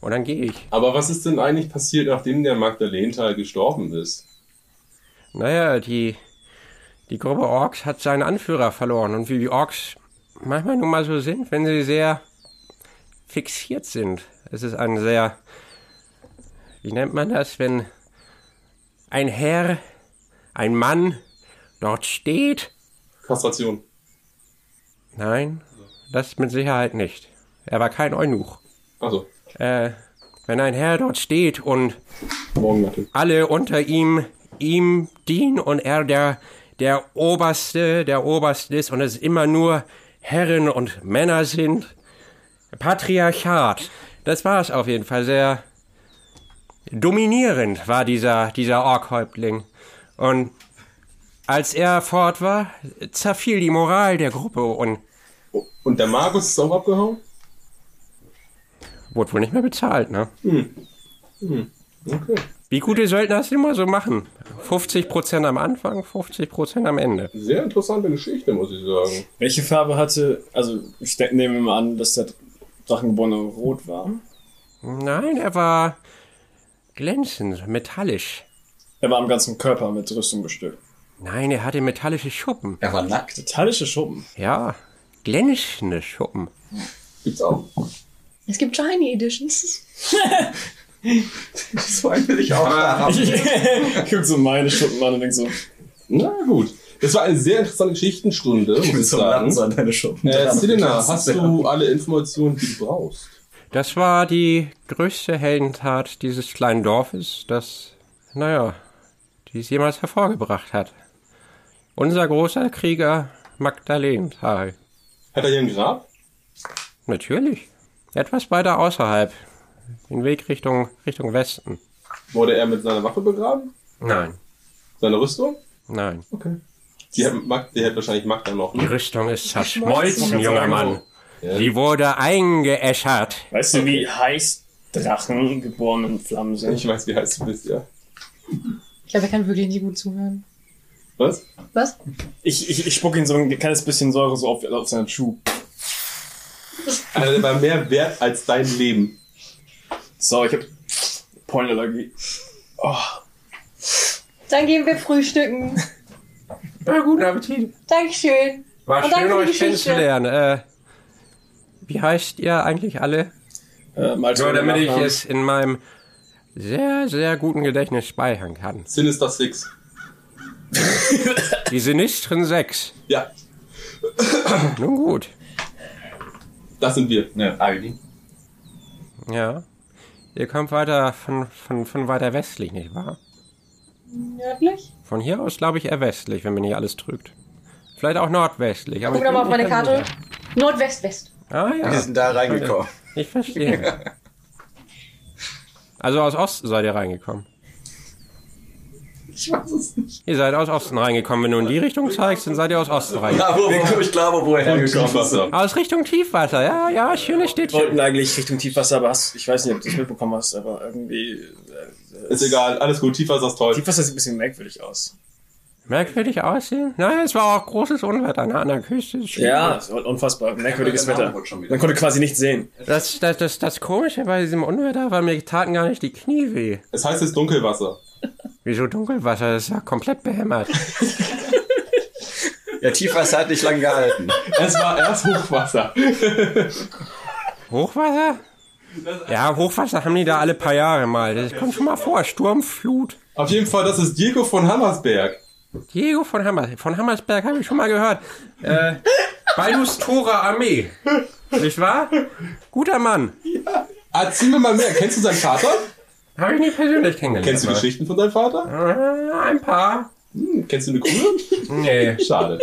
Speaker 2: Und dann gehe ich.
Speaker 3: Aber was ist denn eigentlich passiert, nachdem der Magdalenenthal gestorben ist?
Speaker 2: Naja, die, Die Gruppe Orks hat seinen Anführer verloren und wie die Orks manchmal nun mal so sind, wenn sie sehr fixiert sind. Es ist ein sehr, wie nennt man das, wenn ein Herr, ein Mann dort steht?
Speaker 3: Kastration.
Speaker 2: Nein, das mit Sicherheit nicht. Er war kein Eunuch.
Speaker 3: Also.
Speaker 2: Äh, wenn ein Herr dort steht und
Speaker 3: Morgen natürlich.
Speaker 2: alle unter ihm ihm dienen und er der, der Oberste, der Oberste ist und es immer nur Herren und Männer sind. Patriarchat. Das war es auf jeden Fall. Sehr dominierend war dieser, dieser Orkhäuptling. Und als er fort war, zerfiel die Moral der Gruppe und
Speaker 3: Und der Markus ist auch abgehauen?
Speaker 2: wurde wohl nicht mehr bezahlt, ne?
Speaker 3: Hm. Okay.
Speaker 2: Wie gute Söldner das immer so machen? 50% am Anfang, 50% am Ende.
Speaker 3: Sehr interessante Geschichte, muss ich sagen.
Speaker 1: Welche Farbe hatte, also ich denk- nehme mal an, dass der Drachenborn rot war.
Speaker 2: Nein, er war glänzend, metallisch.
Speaker 1: Er war am ganzen Körper mit Rüstung bestückt.
Speaker 2: Nein, er hatte metallische Schuppen.
Speaker 6: Er war nackt.
Speaker 1: Metallische Schuppen.
Speaker 2: Ja, glänzende Schuppen.
Speaker 3: Gibt's auch.
Speaker 16: Es gibt Shiny Editions.
Speaker 6: So einen will ich auch haben.
Speaker 1: Ich guck so meine Schuppen an und denk so,
Speaker 3: Na gut. Das war eine sehr interessante Geschichtenstunde, muss
Speaker 6: Ich will
Speaker 3: ich
Speaker 6: so
Speaker 3: sagen.
Speaker 6: lachen, so an deine Schuppen.
Speaker 3: Äh,
Speaker 6: dran.
Speaker 3: Selena, hast du alle Informationen, die du brauchst?
Speaker 2: Das war die größte Heldentat dieses kleinen Dorfes, das, naja, die es jemals hervorgebracht hat. Unser großer Krieger Magdalenenthal.
Speaker 3: Hat er hier ein Grab?
Speaker 2: Natürlich. Etwas weiter außerhalb. Den Weg Richtung, Richtung Westen.
Speaker 3: Wurde er mit seiner Waffe begraben?
Speaker 2: Nein,
Speaker 3: Seine Rüstung?
Speaker 2: nein.
Speaker 3: Okay. Die hat, Mag die hat wahrscheinlich Magda noch.
Speaker 2: Die
Speaker 3: Ne?
Speaker 2: Rüstung ist zerschmolzen, junger Mann. Sie wurde eingeäschert.
Speaker 1: weißt du, wie heiß Drachen geboren in Flammen sind?
Speaker 3: Ich weiß, wie heiß du bist, ja.
Speaker 16: Ich glaube, er kann wirklich nicht gut zuhören.
Speaker 3: Was?
Speaker 16: Was?
Speaker 1: Ich, ich, ich spucke ihn so ein kleines bisschen Säure so auf, auf seinen Schuh.
Speaker 3: Alter, Äh, der war mehr wert als dein Leben.
Speaker 1: So, ich hab Pollenallergie. Oh,
Speaker 4: Dann gehen wir frühstücken.
Speaker 2: Na, guten Appetit.
Speaker 4: Dankeschön.
Speaker 2: War
Speaker 4: Und danke
Speaker 2: schön,
Speaker 4: für die
Speaker 2: euch
Speaker 4: Geschichte.
Speaker 2: kennenzulernen. Äh, wie heißt ihr eigentlich alle?
Speaker 1: äh, Malte,
Speaker 2: Nur damit ich
Speaker 1: Nachnamen.
Speaker 2: es in meinem sehr, sehr guten Gedächtnis speichern kann.
Speaker 3: Sinister Six.
Speaker 2: Die Sinistren 6.
Speaker 3: Ja,
Speaker 2: Nun gut.
Speaker 3: das sind wir.
Speaker 17: Ne,
Speaker 6: ah,
Speaker 17: Aldi.
Speaker 2: Ja. Ihr kommt weiter von, von, von weiter westlich, nicht wahr?
Speaker 4: Nördlich?
Speaker 2: Von hier aus glaube ich eher westlich, wenn mir nicht alles trügt. Vielleicht auch nordwestlich. Aber
Speaker 4: Guck
Speaker 2: ich bin
Speaker 4: doch mal auf
Speaker 2: nicht
Speaker 4: meine
Speaker 2: ganz
Speaker 4: Karte.
Speaker 2: sicher.
Speaker 4: Nordwest-West.
Speaker 2: Ah
Speaker 6: Wir
Speaker 2: ja,
Speaker 6: sind da reingekommen.
Speaker 2: ich verstehe. Also aus Osten seid ihr reingekommen.
Speaker 6: Ich weiß es nicht.
Speaker 2: Ihr seid aus Osten reingekommen. Wenn du in die Richtung zeigst, dann seid ihr aus Osten reingekommen.
Speaker 6: Ja, wo, wo, ich glaube, wo er hergekommen ist.
Speaker 2: Aus Richtung Tiefwasser, ja, ja, schönes
Speaker 1: Wir wollten
Speaker 2: Städtchen.
Speaker 1: eigentlich Richtung Tiefwasser, aber hast, ich weiß nicht, ob du es mitbekommen hast, aber irgendwie. Äh,
Speaker 3: Ist egal, alles gut. Tiefer ist das toll.
Speaker 1: Tiefwasser sieht ein bisschen merkwürdig aus.
Speaker 2: Merkwürdig aussehen. Naja, es war auch großes Unwetter ne, an der Küste. Schön.
Speaker 1: Ja, es war unfassbar. Merkwürdiges
Speaker 6: Ja, genau. der Name
Speaker 1: Wetter.
Speaker 6: wurde schon wieder.
Speaker 1: Man konnte quasi nichts sehen.
Speaker 2: Das, das, das, das Komische bei diesem Unwetter war, mir taten gar nicht die Knie weh.
Speaker 3: Es heißt jetzt Dunkelwasser.
Speaker 2: Wieso Dunkelwasser? Das ist ja komplett behämmert.
Speaker 6: Ja, Tiefwasser hat nicht lange gehalten.
Speaker 3: Es war erst Hochwasser.
Speaker 2: Hochwasser? Ja, Hochwasser haben die da alle paar Jahre mal. Das kommt schon mal vor. Sturm, Flut.
Speaker 3: Auf jeden Fall, das ist Diego von Hammersberg.
Speaker 2: Diego von Hammers von Hammersberg habe ich schon mal gehört. Äh, Baldus Tora Armee. Nicht wahr? Guter Mann.
Speaker 3: Erzähl mir mal mehr. Kennst du seinen Vater?
Speaker 2: Habe ich nicht persönlich kennengelernt.
Speaker 3: Kennst du
Speaker 2: aber-
Speaker 3: Geschichten von deinem Vater?
Speaker 2: Äh, Ein paar.
Speaker 3: Hm, kennst du eine Kuh?
Speaker 2: Nee.
Speaker 3: Schade.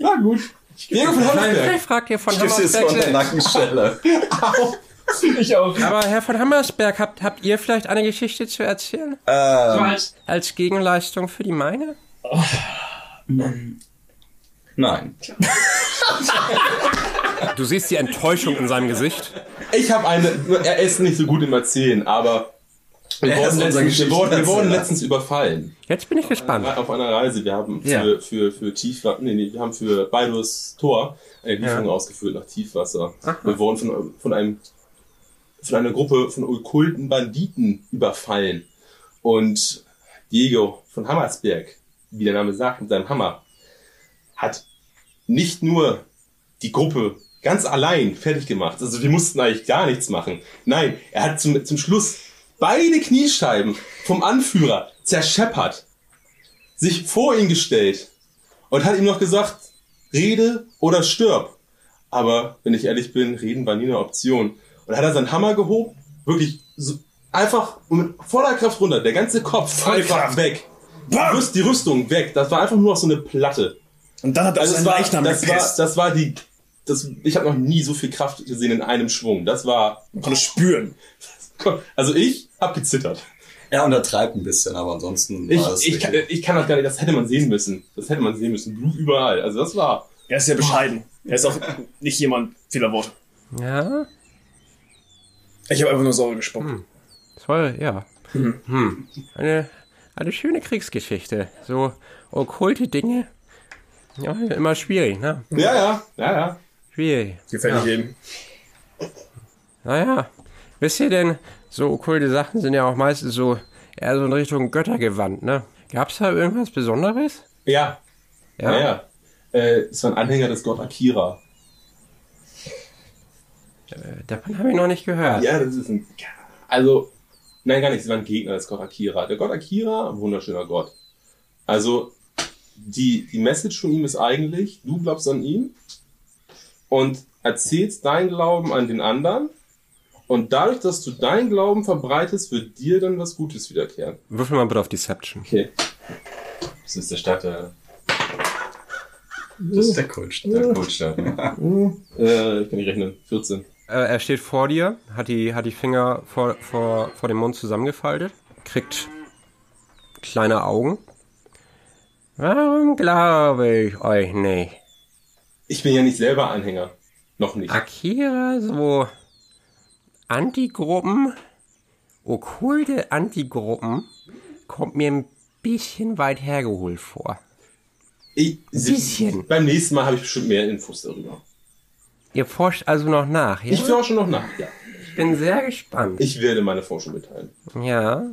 Speaker 3: Na gut. Diego von
Speaker 2: Nein,
Speaker 3: Hammersberg.
Speaker 2: vielleicht fragt ihr von
Speaker 6: Gibt's jetzt
Speaker 2: Hammersberg
Speaker 6: von der
Speaker 2: selbst.
Speaker 6: Nackenstelle.
Speaker 2: Aber Herr von Hammersberg, habt, habt ihr vielleicht eine Geschichte zu erzählen?
Speaker 6: Ähm,
Speaker 2: Als Gegenleistung für die meine?
Speaker 6: nein.
Speaker 2: Du siehst die Enttäuschung in seinem Gesicht.
Speaker 3: Ich habe eine. Er ist nicht so gut im Erzählen, aber wir
Speaker 6: Er ist
Speaker 3: wurden,
Speaker 6: unser
Speaker 3: letztens, wir wurden, wir wurden
Speaker 6: Geschichtserzähler.
Speaker 3: letztens überfallen.
Speaker 2: Jetzt bin ich gespannt.
Speaker 3: Auf einer Reise. Wir haben
Speaker 6: Ja.
Speaker 3: für, für, für Tiefwasser. Nee, nee, wir haben für Baldur's Tor eine Lieferung
Speaker 2: Ja.
Speaker 3: ausgeführt nach Tiefwasser. Wir wurden von, von einem von einer Gruppe von okkulten Banditen überfallen. Und Diego von Hammersberg, wie der Name sagt, mit seinem Hammer, hat nicht nur die Gruppe ganz allein fertig gemacht. Also wir mussten eigentlich gar nichts machen. Nein, er hat zum, zum Schluss beide Kniescheiben vom Anführer zerscheppert, sich vor ihn gestellt und hat ihm noch gesagt, rede oder stirb. Aber wenn ich ehrlich bin, reden war nie eine Option. Und hat er seinen Hammer gehoben, wirklich so einfach mit voller Kraft runter, der ganze Kopf
Speaker 7: Volle
Speaker 3: einfach
Speaker 7: Kraft.
Speaker 3: weg. Rüst, die Rüstung weg. Das war einfach nur noch so eine Platte.
Speaker 7: Und dann hat er seinen
Speaker 3: Also es war,
Speaker 7: Leichnam
Speaker 3: das war,
Speaker 7: gepisst.
Speaker 3: das war die. Das, ich habe noch nie so viel Kraft gesehen in einem Schwung. Das war. Man konnte spüren. Also ich hab gezittert.
Speaker 18: Er untertreibt ein bisschen, aber ansonsten
Speaker 3: Ich,
Speaker 18: war es
Speaker 3: ich, kann, ich kann das gar nicht, das hätte man sehen müssen. Das hätte man sehen müssen. Blut überall. Also das war.
Speaker 7: Er ist ja bescheiden. Er ist auch nicht jemand vieler Worte.
Speaker 2: Ja?
Speaker 7: Ich habe einfach nur sauer gespuckt.
Speaker 2: Toll, ja. Hm. Eine, eine schöne Kriegsgeschichte. So okkulte Dinge. Ja, immer schwierig, ne?
Speaker 3: Ja, ja, ja, ja.
Speaker 2: Schwierig.
Speaker 7: Gefällt
Speaker 2: ja.
Speaker 7: nicht jedem.
Speaker 2: Naja, wisst ihr denn, so okkulte Sachen sind ja auch meistens so eher so in Richtung Göttergewand, ne? Gab's da irgendwas Besonderes?
Speaker 3: Ja.
Speaker 2: Ja?
Speaker 3: Ja, ja. Äh, es war ein Anhänger des Gott Akira.
Speaker 2: Davon habe ich noch nicht gehört.
Speaker 3: Ja, das ist ein. Also, nein, gar nicht. Sie waren Gegner des Gott Akira. Der Gott Akira, ein wunderschöner Gott. Also, die, die Message von ihm ist eigentlich, du glaubst an ihn und erzählst deinen Glauben an den anderen. Und dadurch, dass du deinen Glauben verbreitest, wird dir dann was Gutes wiederkehren.
Speaker 2: Würfel mal bitte auf Deception.
Speaker 3: Okay.
Speaker 6: Das ist der Start der.
Speaker 3: Das ist der
Speaker 6: Kultstart. Der Kultstart, ne?
Speaker 3: Äh, ich kann nicht rechnen. 14.
Speaker 2: Äh, er steht vor dir, hat die, hat die Finger vor, vor, vor dem Mund zusammengefaltet, kriegt kleine Augen. Warum glaube ich euch nicht?
Speaker 3: Ich bin ja nicht selber Anhänger. Noch nicht.
Speaker 2: Akira, so Antigruppen, okkulte Antigruppen, kommt mir ein bisschen weit hergeholt vor.
Speaker 3: Ich,
Speaker 2: bisschen.
Speaker 3: Beim nächsten Mal habe ich bestimmt mehr Infos darüber.
Speaker 2: Ihr forscht also noch nach, ja?
Speaker 3: Ich forsche noch nach, ja.
Speaker 2: Ich bin sehr gespannt.
Speaker 3: Ich werde meine Forschung mitteilen.
Speaker 2: Ja,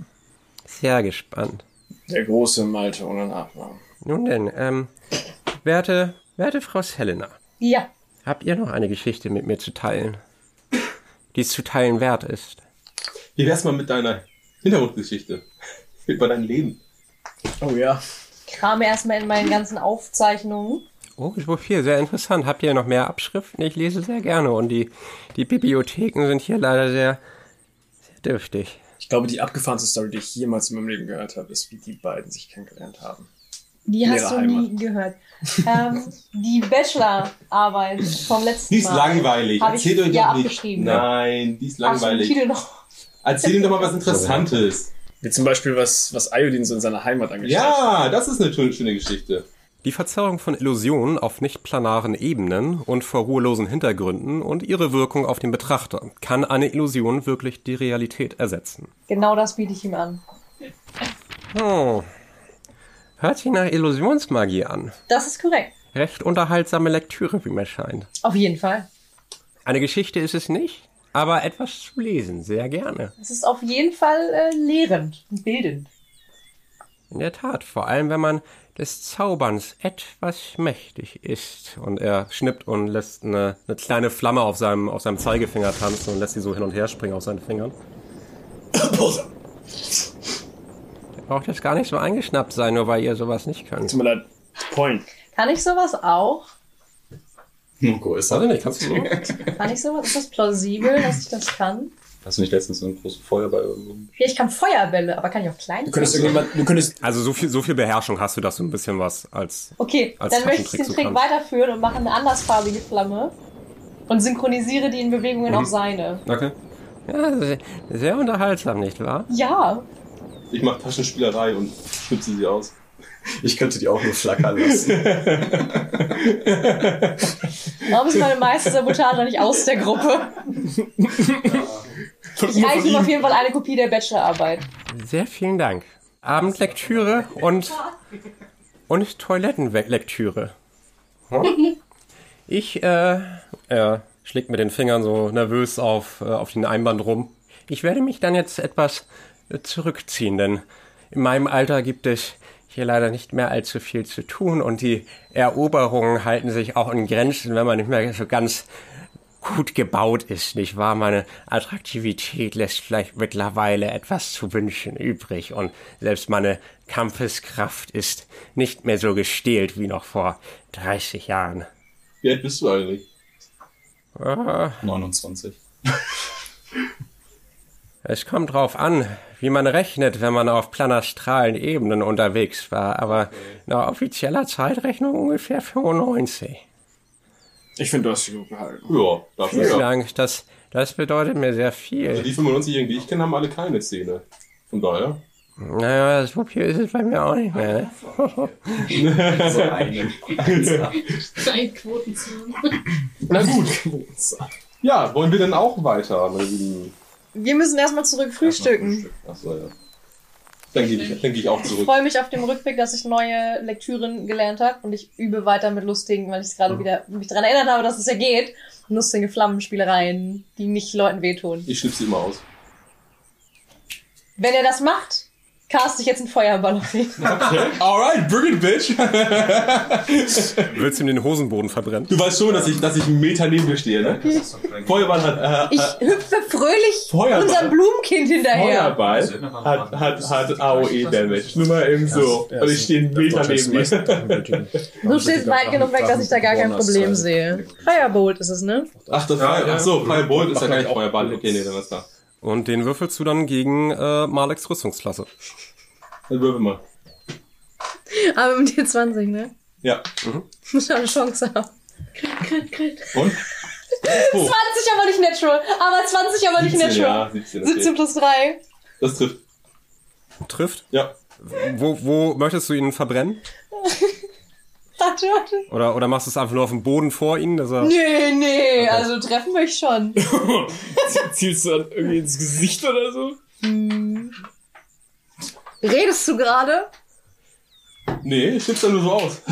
Speaker 2: sehr gespannt.
Speaker 7: Der große Malte ohne Nachnamen.
Speaker 2: Nun denn, ähm, werte, werte Frau Selena,
Speaker 4: Ja.
Speaker 2: habt ihr noch eine Geschichte mit mir zu teilen, die es zu teilen wert ist?
Speaker 3: Wie wär's mal mit deiner Hintergrundgeschichte? Über dein Leben.
Speaker 7: Oh ja.
Speaker 4: Kram erstmal in meinen ganzen Aufzeichnungen.
Speaker 2: Oh, ich wusste viel, sehr interessant. Habt ihr noch mehr Abschriften? Ich lese sehr gerne und die, die Bibliotheken sind hier leider sehr, sehr dürftig.
Speaker 7: Ich glaube, die abgefahrenste Story, die ich jemals in meinem Leben gehört habe, ist, wie die beiden sich kennengelernt haben.
Speaker 4: Die hast
Speaker 7: Leere
Speaker 4: du
Speaker 7: Heimat.
Speaker 4: nie gehört. ähm, die Bachelorarbeit vom letzten
Speaker 3: Die ist
Speaker 4: Mal.
Speaker 3: langweilig.
Speaker 4: Hab ich
Speaker 3: Erzähl doch
Speaker 4: ja
Speaker 3: nicht.
Speaker 4: abgeschrieben.
Speaker 3: Nein, die ist
Speaker 4: Hast du den
Speaker 3: langweilig.
Speaker 4: Titel noch?
Speaker 3: Erzähl ihm doch mal was Interessantes.
Speaker 7: Wie zum Beispiel, was, was Iodine so in seiner Heimat angestellt
Speaker 3: Ja, das ist eine schöne, schöne Geschichte.
Speaker 2: Die Verzerrung von Illusionen auf nicht-planaren Ebenen und vor ruhelosen Hintergründen und ihre Wirkung auf den Betrachter. Kann eine Illusion wirklich die Realität ersetzen?
Speaker 4: Genau das biete ich ihm an.
Speaker 2: Oh. Hört sich nach Illusionsmagie an.
Speaker 4: Das ist korrekt.
Speaker 2: Recht unterhaltsame Lektüre, wie mir scheint.
Speaker 4: Auf jeden Fall.
Speaker 2: Eine Geschichte ist es nicht, aber etwas zu lesen, sehr gerne.
Speaker 4: Es ist auf jeden Fall äh, lehrend und bildend.
Speaker 2: In der Tat, vor allem wenn man des Zauberns etwas mächtig ist. Und er schnippt und lässt eine, eine kleine Flamme auf seinem, auf seinem Zeigefinger tanzen und lässt sie so hin und her springen auf seinen Fingern. Ihr braucht jetzt gar nicht so eingeschnappt sein, nur weil ihr sowas nicht könnt. Tut
Speaker 7: mir leid. Point.
Speaker 4: Kann ich sowas auch?
Speaker 6: Noko ist
Speaker 2: Warte nicht, kannst du so?
Speaker 4: Kann ich sowas? Ist das plausibel, dass ich das kann?
Speaker 6: Hast du nicht letztens so einen großen Feuerball irgendwo?
Speaker 4: Ja, ich kann Feuerbälle, aber kann ich auch kleine?
Speaker 2: also so viel, so viel Beherrschung hast du, dass du ein bisschen was als
Speaker 4: Okay,
Speaker 2: als
Speaker 4: dann möchte ich den
Speaker 2: Taschentrick so
Speaker 4: Trick
Speaker 2: kannst.
Speaker 4: weiterführen und mache eine andersfarbige Flamme und synchronisiere die in Bewegungen
Speaker 2: Mhm.
Speaker 4: auf seine.
Speaker 2: Okay. Ja, sehr, sehr unterhaltsam, nicht wahr?
Speaker 4: Ja,
Speaker 3: Ich mache Taschenspielerei und schnipse sie aus.
Speaker 18: Ich könnte die auch nur flackern lassen.
Speaker 4: warum ist meine meiste Sabotage nicht aus der Gruppe? Ich reiche ihm auf jeden Fall eine Kopie der Bachelorarbeit.
Speaker 2: Sehr vielen Dank. Abendlektüre und, und Toilettenlektüre. Hm? Ich, äh, er schlägt mit den Fingern so nervös auf, äh, auf den Einband rum. Ich werde mich dann jetzt etwas äh, zurückziehen, denn in meinem Alter gibt es
Speaker 19: hier leider nicht mehr allzu viel zu tun und die Eroberungen halten sich auch in Grenzen, wenn man nicht mehr so ganz gut gebaut ist, nicht wahr? Meine Attraktivität lässt vielleicht mittlerweile etwas zu wünschen übrig und selbst meine Kampfeskraft ist nicht mehr so gestählt wie noch vor 30 Jahren.
Speaker 3: Wie alt bist du eigentlich?
Speaker 19: Ah,
Speaker 6: 29.
Speaker 19: Es kommt drauf an, wie man rechnet, wenn man auf planastralen Ebenen unterwegs war, aber nach offizieller Zeitrechnung ungefähr 95.
Speaker 1: Ich finde, du hast dich gut gehalten.
Speaker 3: Ja, dafür
Speaker 19: Vielen
Speaker 3: ja.
Speaker 19: Dank, das, das bedeutet mir sehr viel.
Speaker 3: Also die 95-Jährigen, die ich kenne, haben alle keine Zähne. Von daher.
Speaker 19: Naja, das Papier ist es bei mir auch nicht mehr. ne?
Speaker 3: So eine.
Speaker 5: Kleinquotenzimmer.
Speaker 3: Na gut. Ja, wollen wir denn auch weiter? meine lieben?
Speaker 4: Wir müssen erstmal zurück frühstücken.
Speaker 3: Achso, ja. Dann gehe ich, dann geh ich auch
Speaker 4: Ich
Speaker 3: zurück.
Speaker 4: freue mich auf dem Rückweg, dass ich neue Lektüren gelernt habe und ich übe weiter mit lustigen, weil ich es gerade wieder mich daran erinnert habe, dass es ja geht. Lustige Flammenspielereien, die nicht Leuten wehtun.
Speaker 3: Ich schnipp sie immer aus.
Speaker 4: Wenn ihr das macht, cast ich jetzt einen Feuerball auf ihn.
Speaker 3: Alright, bring it, bitch.
Speaker 2: Willst du ihm den Hosenboden verbrennen?
Speaker 3: Du weißt schon, dass ich, dass ich einen Meter neben dir stehe, ne? Feuerball hat, äh,
Speaker 4: Ich äh,
Speaker 3: äh,
Speaker 4: hüpfe fröhlich
Speaker 3: Feuerball.
Speaker 4: unserem Blumenkind hinterher.
Speaker 3: Feuerball hat, hat, hat AOE-Damage. Nur mal eben so.
Speaker 1: Ja,
Speaker 3: Und ich stehe einen Meter
Speaker 1: Deutsche
Speaker 3: neben dir.
Speaker 4: Du stehst weit genug weg, dass ich da gar kein Problem
Speaker 3: also.
Speaker 4: sehe. Firebolt ist es, ne?
Speaker 3: Ach, das
Speaker 2: Ja,
Speaker 3: war,
Speaker 2: ja.
Speaker 3: ach so, Firebolt ist ja
Speaker 2: Mach
Speaker 3: gar
Speaker 2: gleich
Speaker 3: nicht
Speaker 2: auch.
Speaker 3: Feuerball. Okay, nee, dann ist da.
Speaker 2: Und den würfelst du dann gegen äh, Maleks Rüstungsklasse.
Speaker 3: Dann würfel mal.
Speaker 4: Aber im T20, ne?
Speaker 3: Ja.
Speaker 4: Muss ja eine Chance haben. Crit, crit.
Speaker 3: Und?
Speaker 4: 20 aber nicht natural. Aber 20 aber nicht
Speaker 3: 17,
Speaker 4: natural.
Speaker 3: ja, 17, okay.
Speaker 4: 17 plus 3.
Speaker 3: Das trifft.
Speaker 2: Trifft?
Speaker 3: Ja.
Speaker 2: Wo, wo möchtest du ihn verbrennen?
Speaker 4: Warte, warte.
Speaker 2: Oder, oder machst du es einfach nur auf dem Boden vor ihn? Dass er
Speaker 4: Nee, nee, also treffen wir euch schon.
Speaker 1: Zielst du dann irgendwie ins Gesicht oder so?
Speaker 4: Hm. Redest du gerade?
Speaker 3: Nee, ich schnipp's dann nur so aus.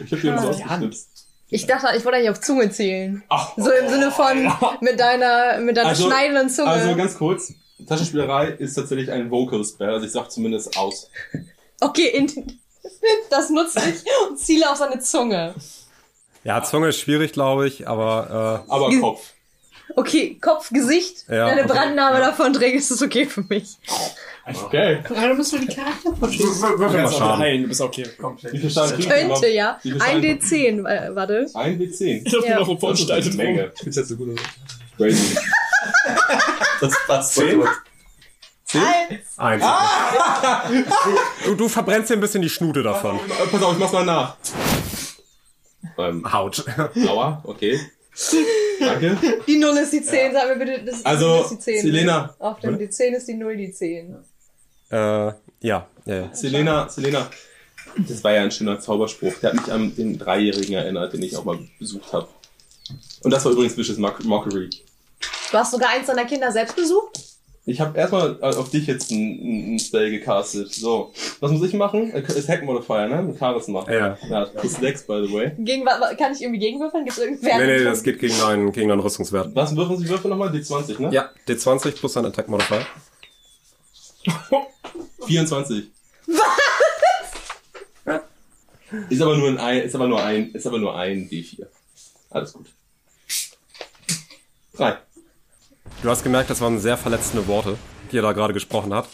Speaker 3: Ich hab dir nur so
Speaker 4: Ah.
Speaker 3: ausgeschnipst.
Speaker 4: Ich dachte, ich wollte eigentlich auf Zunge zielen.
Speaker 3: Ach.
Speaker 4: So im Sinne von mit deiner, mit deiner schneidenden Zunge.
Speaker 3: also ganz kurz. Taschenspielerei ist tatsächlich ein Vocal Spell. Also ich sag zumindest aus.
Speaker 4: okay, in, das nutze ich und ziele auf seine Zunge.
Speaker 2: Ja, Zunge ist schwierig, glaube ich, aber. Äh,
Speaker 3: aber Kopf.
Speaker 4: Okay, Kopf, Gesicht,
Speaker 2: Ja,
Speaker 4: wenn du eine
Speaker 2: okay.
Speaker 4: Brandname davon trägst, ist okay für mich.
Speaker 3: Okay.
Speaker 5: Gerade musst du die Charakter
Speaker 1: Du kannst auch
Speaker 2: Schaden.
Speaker 1: heilen, du bist okay. Komplett.
Speaker 3: Wie viel Schaden kriegst du
Speaker 4: Könnte,
Speaker 3: überhaupt?
Speaker 4: ja.
Speaker 3: Wie viel
Speaker 4: 1d10, wa- warte.
Speaker 3: Ein W10.
Speaker 1: Ich hab
Speaker 4: Ja.
Speaker 1: nur noch
Speaker 3: Das ist eine
Speaker 1: verunstaltet rum.
Speaker 3: Menge.
Speaker 11: Ich bin jetzt so gut.
Speaker 3: Crazy.
Speaker 7: Das passt so
Speaker 2: Zehn?
Speaker 7: gut.
Speaker 2: Eins. Du, du verbrennst dir ein bisschen die Schnute davon.
Speaker 3: Äh, Pass auf, ich mach's mal nach. Ähm,
Speaker 2: Haut.
Speaker 3: Aua, okay. Danke.
Speaker 4: Die 0 ist die 10, sag mir bitte, das
Speaker 3: Also,
Speaker 4: die 0 ist die 10.
Speaker 3: Selena.
Speaker 4: Auf dem D10 ist die 0 die 10.
Speaker 2: Äh, ja, ja, ja.
Speaker 3: Selena, Selena. Das war ja ein schöner Zauberspruch. Der hat mich an den Dreijährigen erinnert, den ich auch mal besucht habe. Und das war übrigens Vicious Mock Mockery.
Speaker 4: Du hast sogar eins deiner Kinder selbst besucht?
Speaker 3: Ich habe erstmal äh, auf dich jetzt einen Spell gecastet. So, was muss ich machen? Äh, Ist Hack Modifier, ne? Mit Charisma.
Speaker 2: Ja.
Speaker 3: Ja, plus 6, by the way.
Speaker 4: Gegen, wa- wa- kann ich irgendwie gegenwürfeln? Gibt es irgendwer?
Speaker 2: Nee, nee, das geht gegen deinen, gegen deinen Rüstungswert.
Speaker 3: Was würfeln Sie Würfel nochmal? D20, ne?
Speaker 2: Ja, D20 plus dein Attack Modifier.
Speaker 3: 24. Was? Ist aber nur ein, ein, ist aber nur ein, ist aber nur ein D4. Alles gut. Drei.
Speaker 2: Du hast gemerkt, das waren sehr verletzende Worte, die er da gerade gesprochen hat.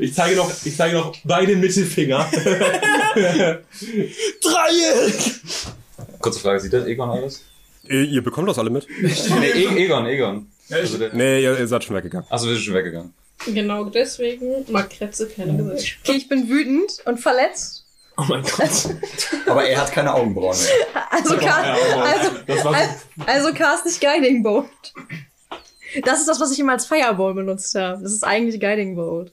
Speaker 3: Ich zeige noch, ich zeige noch beide Mittelfinger.
Speaker 1: Dreijährig!
Speaker 6: Kurze Frage, sieht das Egon alles?
Speaker 2: Ihr, Äh, ihr bekommt das alle mit?
Speaker 6: Nee, e Egon, Egon. Also der,
Speaker 2: Nee, ihr, ihr seid schon weggegangen.
Speaker 6: achso, wir sind schon weggegangen.
Speaker 5: Genau deswegen mag Kretze keine Gesicht.
Speaker 4: Okay, ich bin wütend und verletzt.
Speaker 1: Oh mein Gott.
Speaker 7: Aber er hat keine Augenbrauen mehr.
Speaker 4: Also, cast, also,
Speaker 3: Das war
Speaker 4: also, also cast ich Guiding Bolt. Das ist das, was ich immer als Fireball benutzt habe. Das ist eigentlich Guiding Bolt.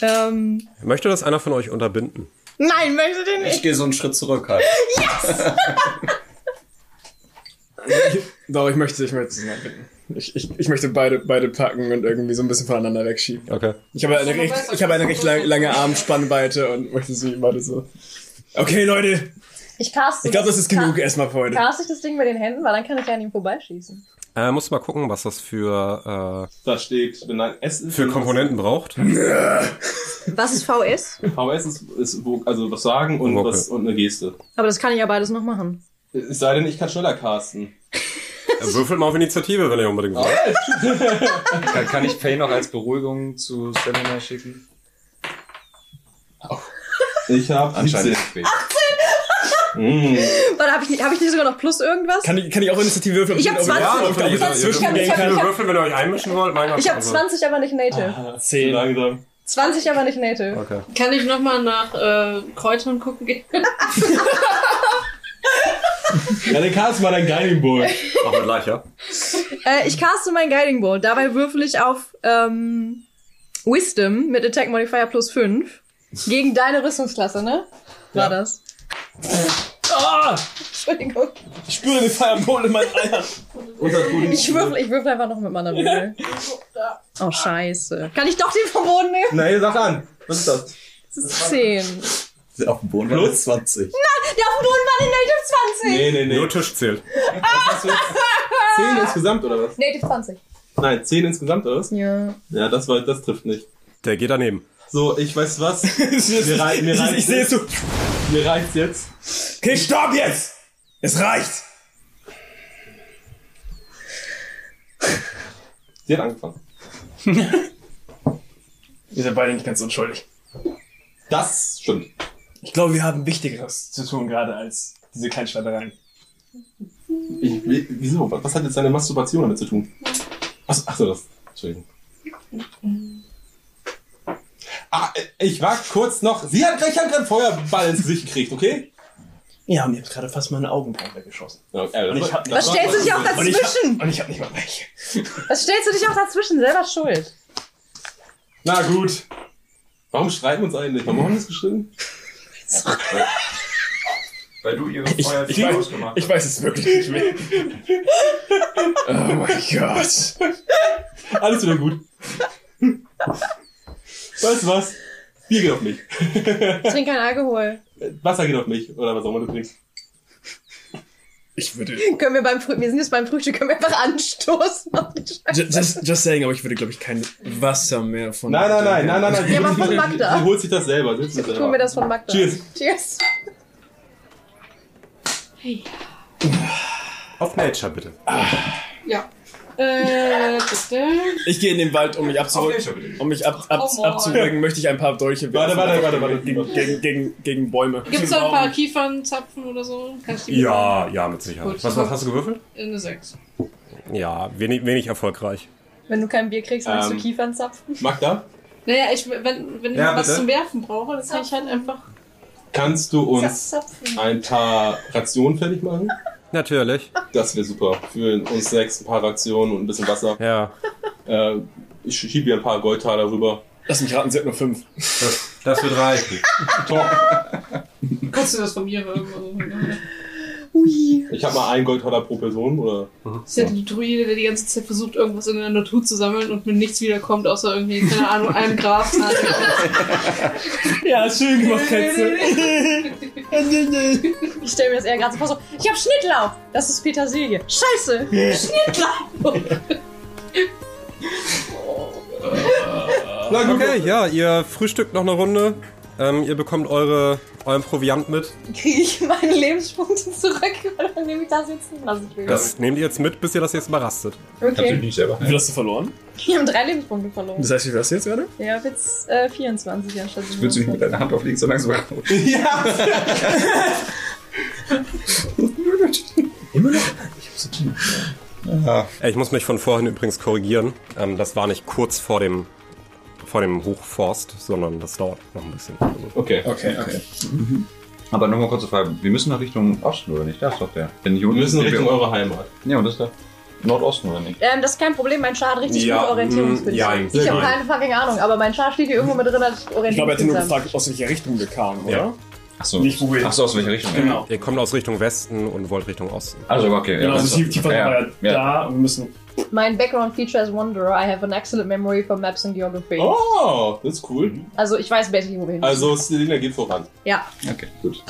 Speaker 4: Ähm,
Speaker 2: Möchte das einer von euch unterbinden?
Speaker 4: nein, möchte den
Speaker 7: Ich
Speaker 4: nicht.
Speaker 7: gehe so einen Schritt zurück halt.
Speaker 1: Doch, ich möchte, ich möchte es mal bitten. Ich, ich, ich möchte beide, beide packen und irgendwie so ein bisschen voneinander wegschieben.
Speaker 2: Okay.
Speaker 1: Ich habe eine recht, ich habe eine recht lang, lange Armspannweite und möchte sie beide so. Okay, Leute,
Speaker 4: Ich caste.
Speaker 1: Ich glaube, das ist genug erstmal für heute.
Speaker 4: Caste ich das Ding mit den Händen, weil dann kann ich ja an ihm vorbeischießen.
Speaker 2: Äh, muss mal gucken, was das für, äh,
Speaker 3: da steht, wenn ein S ist,
Speaker 2: für Komponenten braucht.
Speaker 4: Was ist VS?
Speaker 3: VS ist, ist wo- also was sagen und,
Speaker 2: Vocal.
Speaker 3: was, und eine Geste.
Speaker 4: Aber das kann ich ja beides noch machen.
Speaker 3: Es sei denn, ich kann schneller casten.
Speaker 2: Würfelt mal auf Initiative, wenn ihr unbedingt wollt.
Speaker 6: Kann, kann ich Pay noch als Beruhigung zu Stamina schicken?
Speaker 3: Ich habe
Speaker 6: Anscheinend
Speaker 3: 17.
Speaker 6: spät.
Speaker 3: Mm.
Speaker 4: Warte, habe ich, hab ich nicht sogar noch plus irgendwas?
Speaker 1: Kann ich, kann ich auch Initiative würfeln?
Speaker 4: Ich hab
Speaker 1: Ob
Speaker 2: Ja,
Speaker 1: ob
Speaker 2: würfelt
Speaker 1: ich
Speaker 2: ihr,
Speaker 1: da
Speaker 2: ihr
Speaker 1: dazwischen
Speaker 4: hab-
Speaker 1: gehen
Speaker 4: ich hab-
Speaker 1: kann?
Speaker 2: dürft würfeln, wenn ihr euch einmischen wollt. Mein Gott.
Speaker 4: ich habe
Speaker 2: also-
Speaker 4: 20, aber nicht native.
Speaker 3: Zehn. Langsam.
Speaker 4: 20, aber nicht native.
Speaker 2: Okay.
Speaker 5: Kann ich nochmal nach äh, Kräutern gucken gehen?
Speaker 3: Ja, dann cast mal dein Guiding Bull.
Speaker 2: Auch mit Leicher.
Speaker 4: Äh, ich caste meinen Guiding Bolt. Dabei würfel ich auf ähm, Wisdom mit Attack Modifier plus 5. Gegen deine Rüstungsklasse, ne? War das.
Speaker 1: Ah!
Speaker 4: Entschuldigung.
Speaker 1: Ich spüre den Fireball in meinen Eiern.
Speaker 4: Ich würfel, ich würfel einfach noch mit meiner Bibel. Oh, scheiße. Kann ich doch den vom Boden nehmen?
Speaker 3: Na, hier, sag an. Was ist das?
Speaker 4: Das ist 10.
Speaker 7: Auf dem Boden war das 20.
Speaker 4: Nein, der auf dem Boden war eine Native 20.
Speaker 3: Nee, nee, nee.
Speaker 2: Nur Tisch zählt.
Speaker 3: Zehn insgesamt, oder was?
Speaker 4: Native 20.
Speaker 3: Nein, zehn insgesamt, oder was?
Speaker 4: Ja.
Speaker 3: Ja, das, war, das trifft nicht.
Speaker 2: Der geht daneben.
Speaker 3: So, ich weiß was. Mir rei- mir
Speaker 1: Ich-
Speaker 3: reicht's
Speaker 1: ich sehe es
Speaker 3: jetzt.
Speaker 1: so.
Speaker 3: Mir reicht's jetzt.
Speaker 1: Okay, stopp jetzt! Es reicht!
Speaker 3: Sie hat angefangen.
Speaker 1: Wir sind beide nicht ganz unschuldig.
Speaker 3: Das stimmt.
Speaker 1: Ich glaube, wir haben Wichtigeres zu tun gerade als diese Kleinschweinereien.
Speaker 3: Ich, wie- wieso? Was hat jetzt deine Masturbation damit zu tun? Achso, achso das. Entschuldigung. Ah, ich war kurz noch. Sie hat gleich einen Feuerball ins Gesicht gekriegt, okay?
Speaker 1: Ja, mir hat gerade fast meine Augenbrauen weggeschossen.
Speaker 3: Ja, äh,
Speaker 1: Und ich hab-
Speaker 4: Was stellst du dich auch
Speaker 1: Und ich,
Speaker 4: dazwischen?
Speaker 1: hab, und ich hab nicht mal welche.
Speaker 4: Was stellst du dich auch dazwischen? Selber schuld.
Speaker 3: Na gut. Warum streiten wir uns eigentlich? Haben wir uns geschrieben?
Speaker 6: Weil du ihre
Speaker 1: Ich,
Speaker 6: Feuer
Speaker 1: ich, weiß,
Speaker 6: ausgemacht
Speaker 1: ich weiß es wirklich nicht mehr. oh mein Gott.
Speaker 3: Alles wieder gut. weißt du was? Bier geht auf mich.
Speaker 4: Trink kein Alkohol.
Speaker 3: Äh, Wasser geht auf mich. Oder was auch immer du trinkst.
Speaker 1: Ich würde.
Speaker 4: Können wir beim Früh wir sind jetzt beim Frühstück, können wir einfach anstoßen auf den Scheiß.
Speaker 1: Ju- Just, just saying, aber ich würde, glaube ich, kein Wasser mehr von.
Speaker 3: Nein, nein, nein, nein, nein, nein.
Speaker 4: Ja, aber von Magda.
Speaker 3: Sie holt sich das selber. Sie holt sich das
Speaker 4: Ich
Speaker 3: selber.
Speaker 4: hol mir das von Magda.
Speaker 3: Cheers.
Speaker 4: Cheers.
Speaker 2: Auf Nature, bitte.
Speaker 5: Ja. Äh, bitte.
Speaker 1: Ich gehe in den Wald, um mich abzurücken. Um mich ab, ab,
Speaker 5: Oh Mann.
Speaker 1: abzurücken, möchte ich ein paar Dolche
Speaker 3: Warte,
Speaker 1: werfen.
Speaker 3: warte, warte, warte.
Speaker 1: Gegen, gegen, gegen, gegen Bäume. Genau.
Speaker 5: Gibt's da ein paar Kiefernzapfen oder so? Kann ich die
Speaker 2: Ja, ja, mit Sicherheit.
Speaker 5: Gut.
Speaker 2: Was, was hast du gewürfelt?
Speaker 5: mitnehmen? Eine 6.
Speaker 2: Ja, wenig, wenig erfolgreich.
Speaker 4: Wenn du kein Bier kriegst, willst
Speaker 3: Ähm.
Speaker 4: du Kiefern zapfen.
Speaker 3: Magda,
Speaker 5: Naja, ich, wenn, wenn
Speaker 2: Ja,
Speaker 5: ich was
Speaker 2: bitte.
Speaker 5: zum Werfen brauche, das kann ich halt einfach.
Speaker 3: kannst du uns
Speaker 4: Zapfen.
Speaker 3: ein paar Rationen fertig machen?
Speaker 2: Natürlich.
Speaker 3: Das wäre super. Für uns sechs ein paar Rationen und ein bisschen Wasser.
Speaker 2: Ja.
Speaker 3: Äh, ich schiebe dir ein paar Goldtaler rüber.
Speaker 1: Lass mich raten, sie hat nur fünf.
Speaker 2: Das, das wird reichen.
Speaker 5: Kannst du das von mir irgendwo?
Speaker 4: Ui.
Speaker 3: Ich habe mal einen Goldtaler pro Person oder
Speaker 5: Das ist ja der Druide, der die ganze Zeit versucht, irgendwas in der Natur zu sammeln und mit nichts wiederkommt, außer irgendwie, keine Ahnung, einem Gras.
Speaker 1: Ja, schön gemacht, Kätze.
Speaker 4: Ich stelle mir das eher gerade so vor, so, ich hab Schnittlauch. Das ist Petersilie. Scheiße. Schnittlauch.
Speaker 2: Na gut. Okay, ja, ihr frühstückt noch eine Runde. Ähm, ihr bekommt eure, euren Proviant mit.
Speaker 4: Kriege ich meine Lebenspunkte zurück oder nehme ich das jetzt hin, was ich will?
Speaker 2: Das nehmt ihr jetzt mit, bis ihr das jetzt mal rastet.
Speaker 6: Habt ihr
Speaker 4: Okay.
Speaker 6: nicht selber?
Speaker 1: Wie viel hast du verloren?
Speaker 4: Wir haben drei Lebenspunkte verloren.
Speaker 1: Das heißt, wie viel hast du jetzt gerade?
Speaker 4: Ich hab jetzt äh, 24 anstatt
Speaker 6: Ich würde sie nicht mit deiner Hand auflegen, sondern so
Speaker 1: Immer noch?
Speaker 6: Ja.
Speaker 2: Äh, Ich muss mich von vorhin übrigens korrigieren. Ähm, das war nicht kurz vor dem, vor dem Hochforst, sondern das dauert noch ein bisschen. Also,
Speaker 3: okay.
Speaker 6: Okay, okay. Aber nochmal kurze Frage. Wir müssen nach Richtung Osten, oder nicht? Da ist doch der. Wenn nicht unten
Speaker 3: Wir müssen
Speaker 6: ist,
Speaker 3: Richtung
Speaker 6: wir-
Speaker 3: eure Heimat.
Speaker 6: Ja, und das ist der Nordosten, oder nicht?
Speaker 4: Ähm, das ist kein Problem, mein Schar hat richtig
Speaker 2: Ja,
Speaker 4: gute Orientierungsbilder.
Speaker 2: mm, ja,
Speaker 4: ich habe
Speaker 2: nein.
Speaker 4: keine fucking Ahnung, aber mein Schar steht hier irgendwo mit drin, dass ich
Speaker 1: Ich glaube, er hätte nur
Speaker 4: Orientierungsbilder
Speaker 1: gefragt, aus welcher Richtung wir kamen, oder?
Speaker 2: Ja.
Speaker 6: Achso,
Speaker 1: Nicht, wo wir-
Speaker 6: Achso, aus welcher Richtung?
Speaker 1: Genau.
Speaker 2: ihr kommt aus Richtung Westen und wollt Richtung Osten.
Speaker 6: Also, okay.
Speaker 1: Genau, also
Speaker 6: also,
Speaker 1: tief, tiefer
Speaker 6: ja,
Speaker 1: war
Speaker 6: ja,
Speaker 1: ja,
Speaker 6: ja.
Speaker 1: da und wir müssen.
Speaker 4: Mein Background Feature ist Wanderer. I have an excellent memory for maps and geography.
Speaker 3: Oh, das ist cool.
Speaker 4: Also ich weiß basically, wo wir hin.
Speaker 3: Also Selina geht voran.
Speaker 4: ja.
Speaker 6: Okay, gut.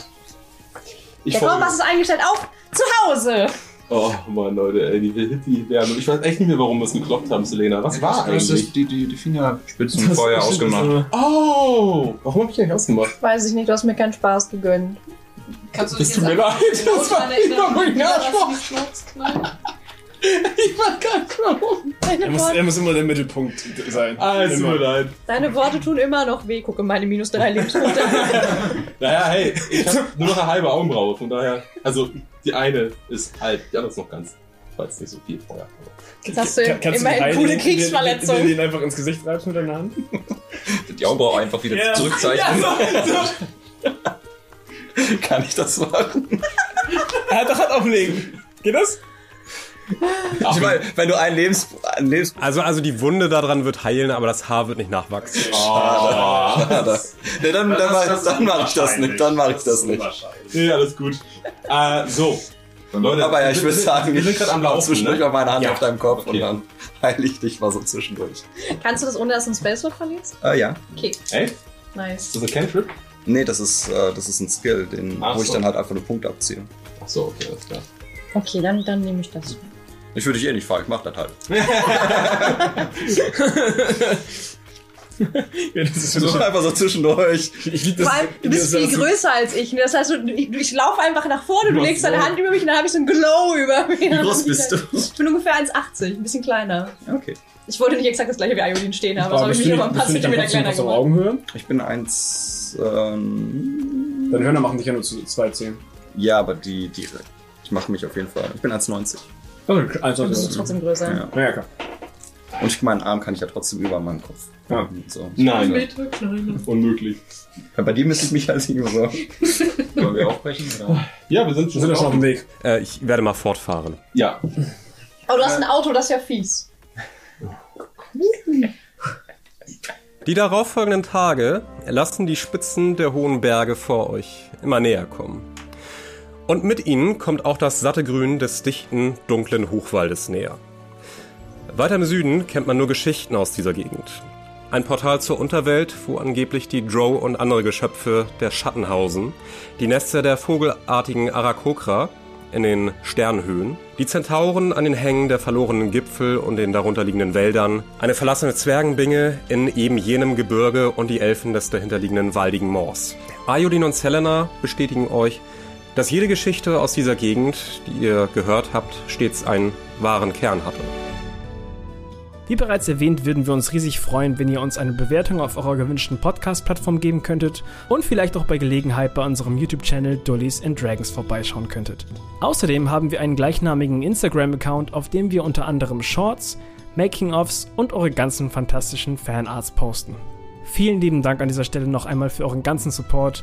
Speaker 3: Ich
Speaker 4: Der
Speaker 3: folge.
Speaker 4: Kompass ist eingestellt auf zu Hause.
Speaker 3: Oh Mann, Leute, ey, die will die Wärme. Ich weiß echt nicht mehr, warum wir es gekloppt haben, Selena. Was war
Speaker 6: Das ist
Speaker 3: eigentlich?
Speaker 6: die, die, die Fingerspitzen vorher
Speaker 3: Das-
Speaker 6: ausgemacht.
Speaker 3: Oh! Warum hab ich die eigentlich ausgemacht?
Speaker 4: Weiß ich nicht, du hast mir keinen Spaß gegönnt. Oh,
Speaker 3: Kannst du das tut mir leid, das war ein Arschloch. Ich war gar nicht
Speaker 1: Er muss, er muss immer der Mittelpunkt sein.
Speaker 3: Ah, es tut mir
Speaker 1: Immer.
Speaker 3: leid.
Speaker 4: Deine Worte tun immer noch weh. Gucke, meine minus drei Lebenspunkte.
Speaker 3: Naja, hey, ich hab nur noch eine halbe Augenbraue, von daher. Also, die eine ist halb, die andere ist noch ganz. War jetzt nicht so viel vorher.
Speaker 4: Jetzt hast du
Speaker 1: Kann- kannst du den
Speaker 4: immerhin coole
Speaker 1: einen- den- den-
Speaker 4: Kriegsverletzung.
Speaker 1: Den, den einfach ins Gesicht reibst mit deiner Hand?
Speaker 6: Die Augenbraue einfach wieder
Speaker 1: Ja.
Speaker 6: zurückzeichnen.
Speaker 7: Kann ich das machen?
Speaker 1: Er hat doch halt auflegen. Geht das?
Speaker 7: Ich meine, wenn du ein Lebens... Ein Lebens
Speaker 2: Also, also die Wunde daran wird heilen, aber das Haar wird nicht nachwachsen.
Speaker 7: Schade. Nee, dann, dann, mach- dann mache ich das nicht. Dann mache ich das nicht.
Speaker 3: Nee, alles gut. Äh, so. Leute,
Speaker 7: Aber ja, ich
Speaker 3: wir
Speaker 7: würde
Speaker 3: sind-
Speaker 7: sagen,
Speaker 3: wir sind
Speaker 7: ich
Speaker 3: gerade am Laufen.
Speaker 7: zwischendurch
Speaker 3: ne?
Speaker 7: mal meine Hand
Speaker 3: Ja.
Speaker 7: auf deinem Kopf
Speaker 3: Okay.
Speaker 7: und dann heil ich dich mal so zwischendurch.
Speaker 4: Kannst du das ohne, dass du einen Spaceword verlierst?
Speaker 7: Äh, ja.
Speaker 4: Okay,
Speaker 3: Ey, ist
Speaker 4: nice.
Speaker 3: das ein Cantrip?
Speaker 7: Nee, das ist, äh, das ist ein Skill, den,
Speaker 3: Ach
Speaker 7: wo ich
Speaker 3: so.
Speaker 7: dann halt einfach einen Punkt abziehe.
Speaker 3: Ach so, okay, alles klar.
Speaker 4: Okay, dann, dann nehme ich das.
Speaker 7: Ich würde dich eh nicht fragen, ich mach das halt.
Speaker 1: Ja, das ist
Speaker 7: So
Speaker 1: schon.
Speaker 7: einfach so zwischendurch.
Speaker 1: Ich lieb das.
Speaker 4: Vor allem, du
Speaker 1: das-
Speaker 4: bist viel
Speaker 1: das-
Speaker 4: größer als ich. ne? Das heißt, du- ich, ich laufe einfach nach vorne, du
Speaker 1: Ach
Speaker 4: legst
Speaker 1: so.
Speaker 4: deine Hand über mich und dann habe ich so ein Glow über mir. Wie
Speaker 7: groß bist du?
Speaker 4: Ich bin ungefähr 1,80, ein bisschen kleiner.
Speaker 7: Okay.
Speaker 4: Ich wollte nicht exakt das gleiche wie Iodin stehen haben, also
Speaker 1: Boah,
Speaker 4: habe ich
Speaker 1: bist
Speaker 4: mich
Speaker 1: du
Speaker 4: aber
Speaker 1: nicht-
Speaker 4: ein paar
Speaker 1: bist du nicht am
Speaker 4: Zentimeter
Speaker 1: Kopf
Speaker 4: kleiner
Speaker 1: auf so
Speaker 4: gemacht.
Speaker 1: Augenhöhe?
Speaker 7: Ich bin eins. Ähm,
Speaker 1: Deine Hörner machen dich ja nur zu 2,10.
Speaker 7: ja, aber die, die. Ich mache mich auf jeden Fall. Ich bin 1,90.
Speaker 1: Also, also,
Speaker 4: Du bist trotzdem größer.
Speaker 7: Ja.
Speaker 1: Naja, klar.
Speaker 7: Und ich meinen Arm kann ich ja trotzdem über meinen Kopf.
Speaker 1: Ja.
Speaker 7: So.
Speaker 3: Nein,
Speaker 5: kleiner.
Speaker 3: unmöglich.
Speaker 7: Ja, bei dir müsste ich mich halt irgendwie so.
Speaker 6: Wollen wir aufbrechen? Oder?
Speaker 3: Ja, wir sind
Speaker 1: Wir
Speaker 3: schon.
Speaker 1: sind ja schon auf dem Weg.
Speaker 2: Äh, ich werde mal fortfahren.
Speaker 3: Ja,
Speaker 4: Aber du hast ein Auto, das ist ja fies.
Speaker 2: Die darauffolgenden Tage lassen die Spitzen der hohen Berge vor euch immer näher kommen. Und mit ihnen kommt auch das satte Grün des dichten, dunklen Hochwaldes näher. Weiter im Süden kennt man nur Geschichten aus dieser Gegend. Ein Portal zur Unterwelt, wo angeblich die Drow und andere Geschöpfe der Schatten hausen, die Nester der vogelartigen Arakokra in den Sternhöhen, die Zentauren an den Hängen der verlorenen Gipfel und den darunterliegenden Wäldern, eine verlassene Zwergenbinge in eben jenem Gebirge und die Elfen des dahinterliegenden waldigen Moors. Ayodin und Selena bestätigen euch, dass jede Geschichte aus dieser Gegend, die ihr gehört habt, stets einen wahren Kern hatte.
Speaker 13: Wie bereits erwähnt, würden wir uns riesig freuen, wenn ihr uns eine Bewertung auf eurer gewünschten Podcast-Plattform geben könntet und vielleicht auch bei Gelegenheit bei unserem YouTube-Channel Dullies and Dragons vorbeischauen könntet. Außerdem haben wir einen gleichnamigen Instagram-Account, auf dem wir unter anderem Shorts, Making-ofs und eure ganzen fantastischen Fanarts posten. Vielen lieben Dank an dieser Stelle noch einmal für euren ganzen Support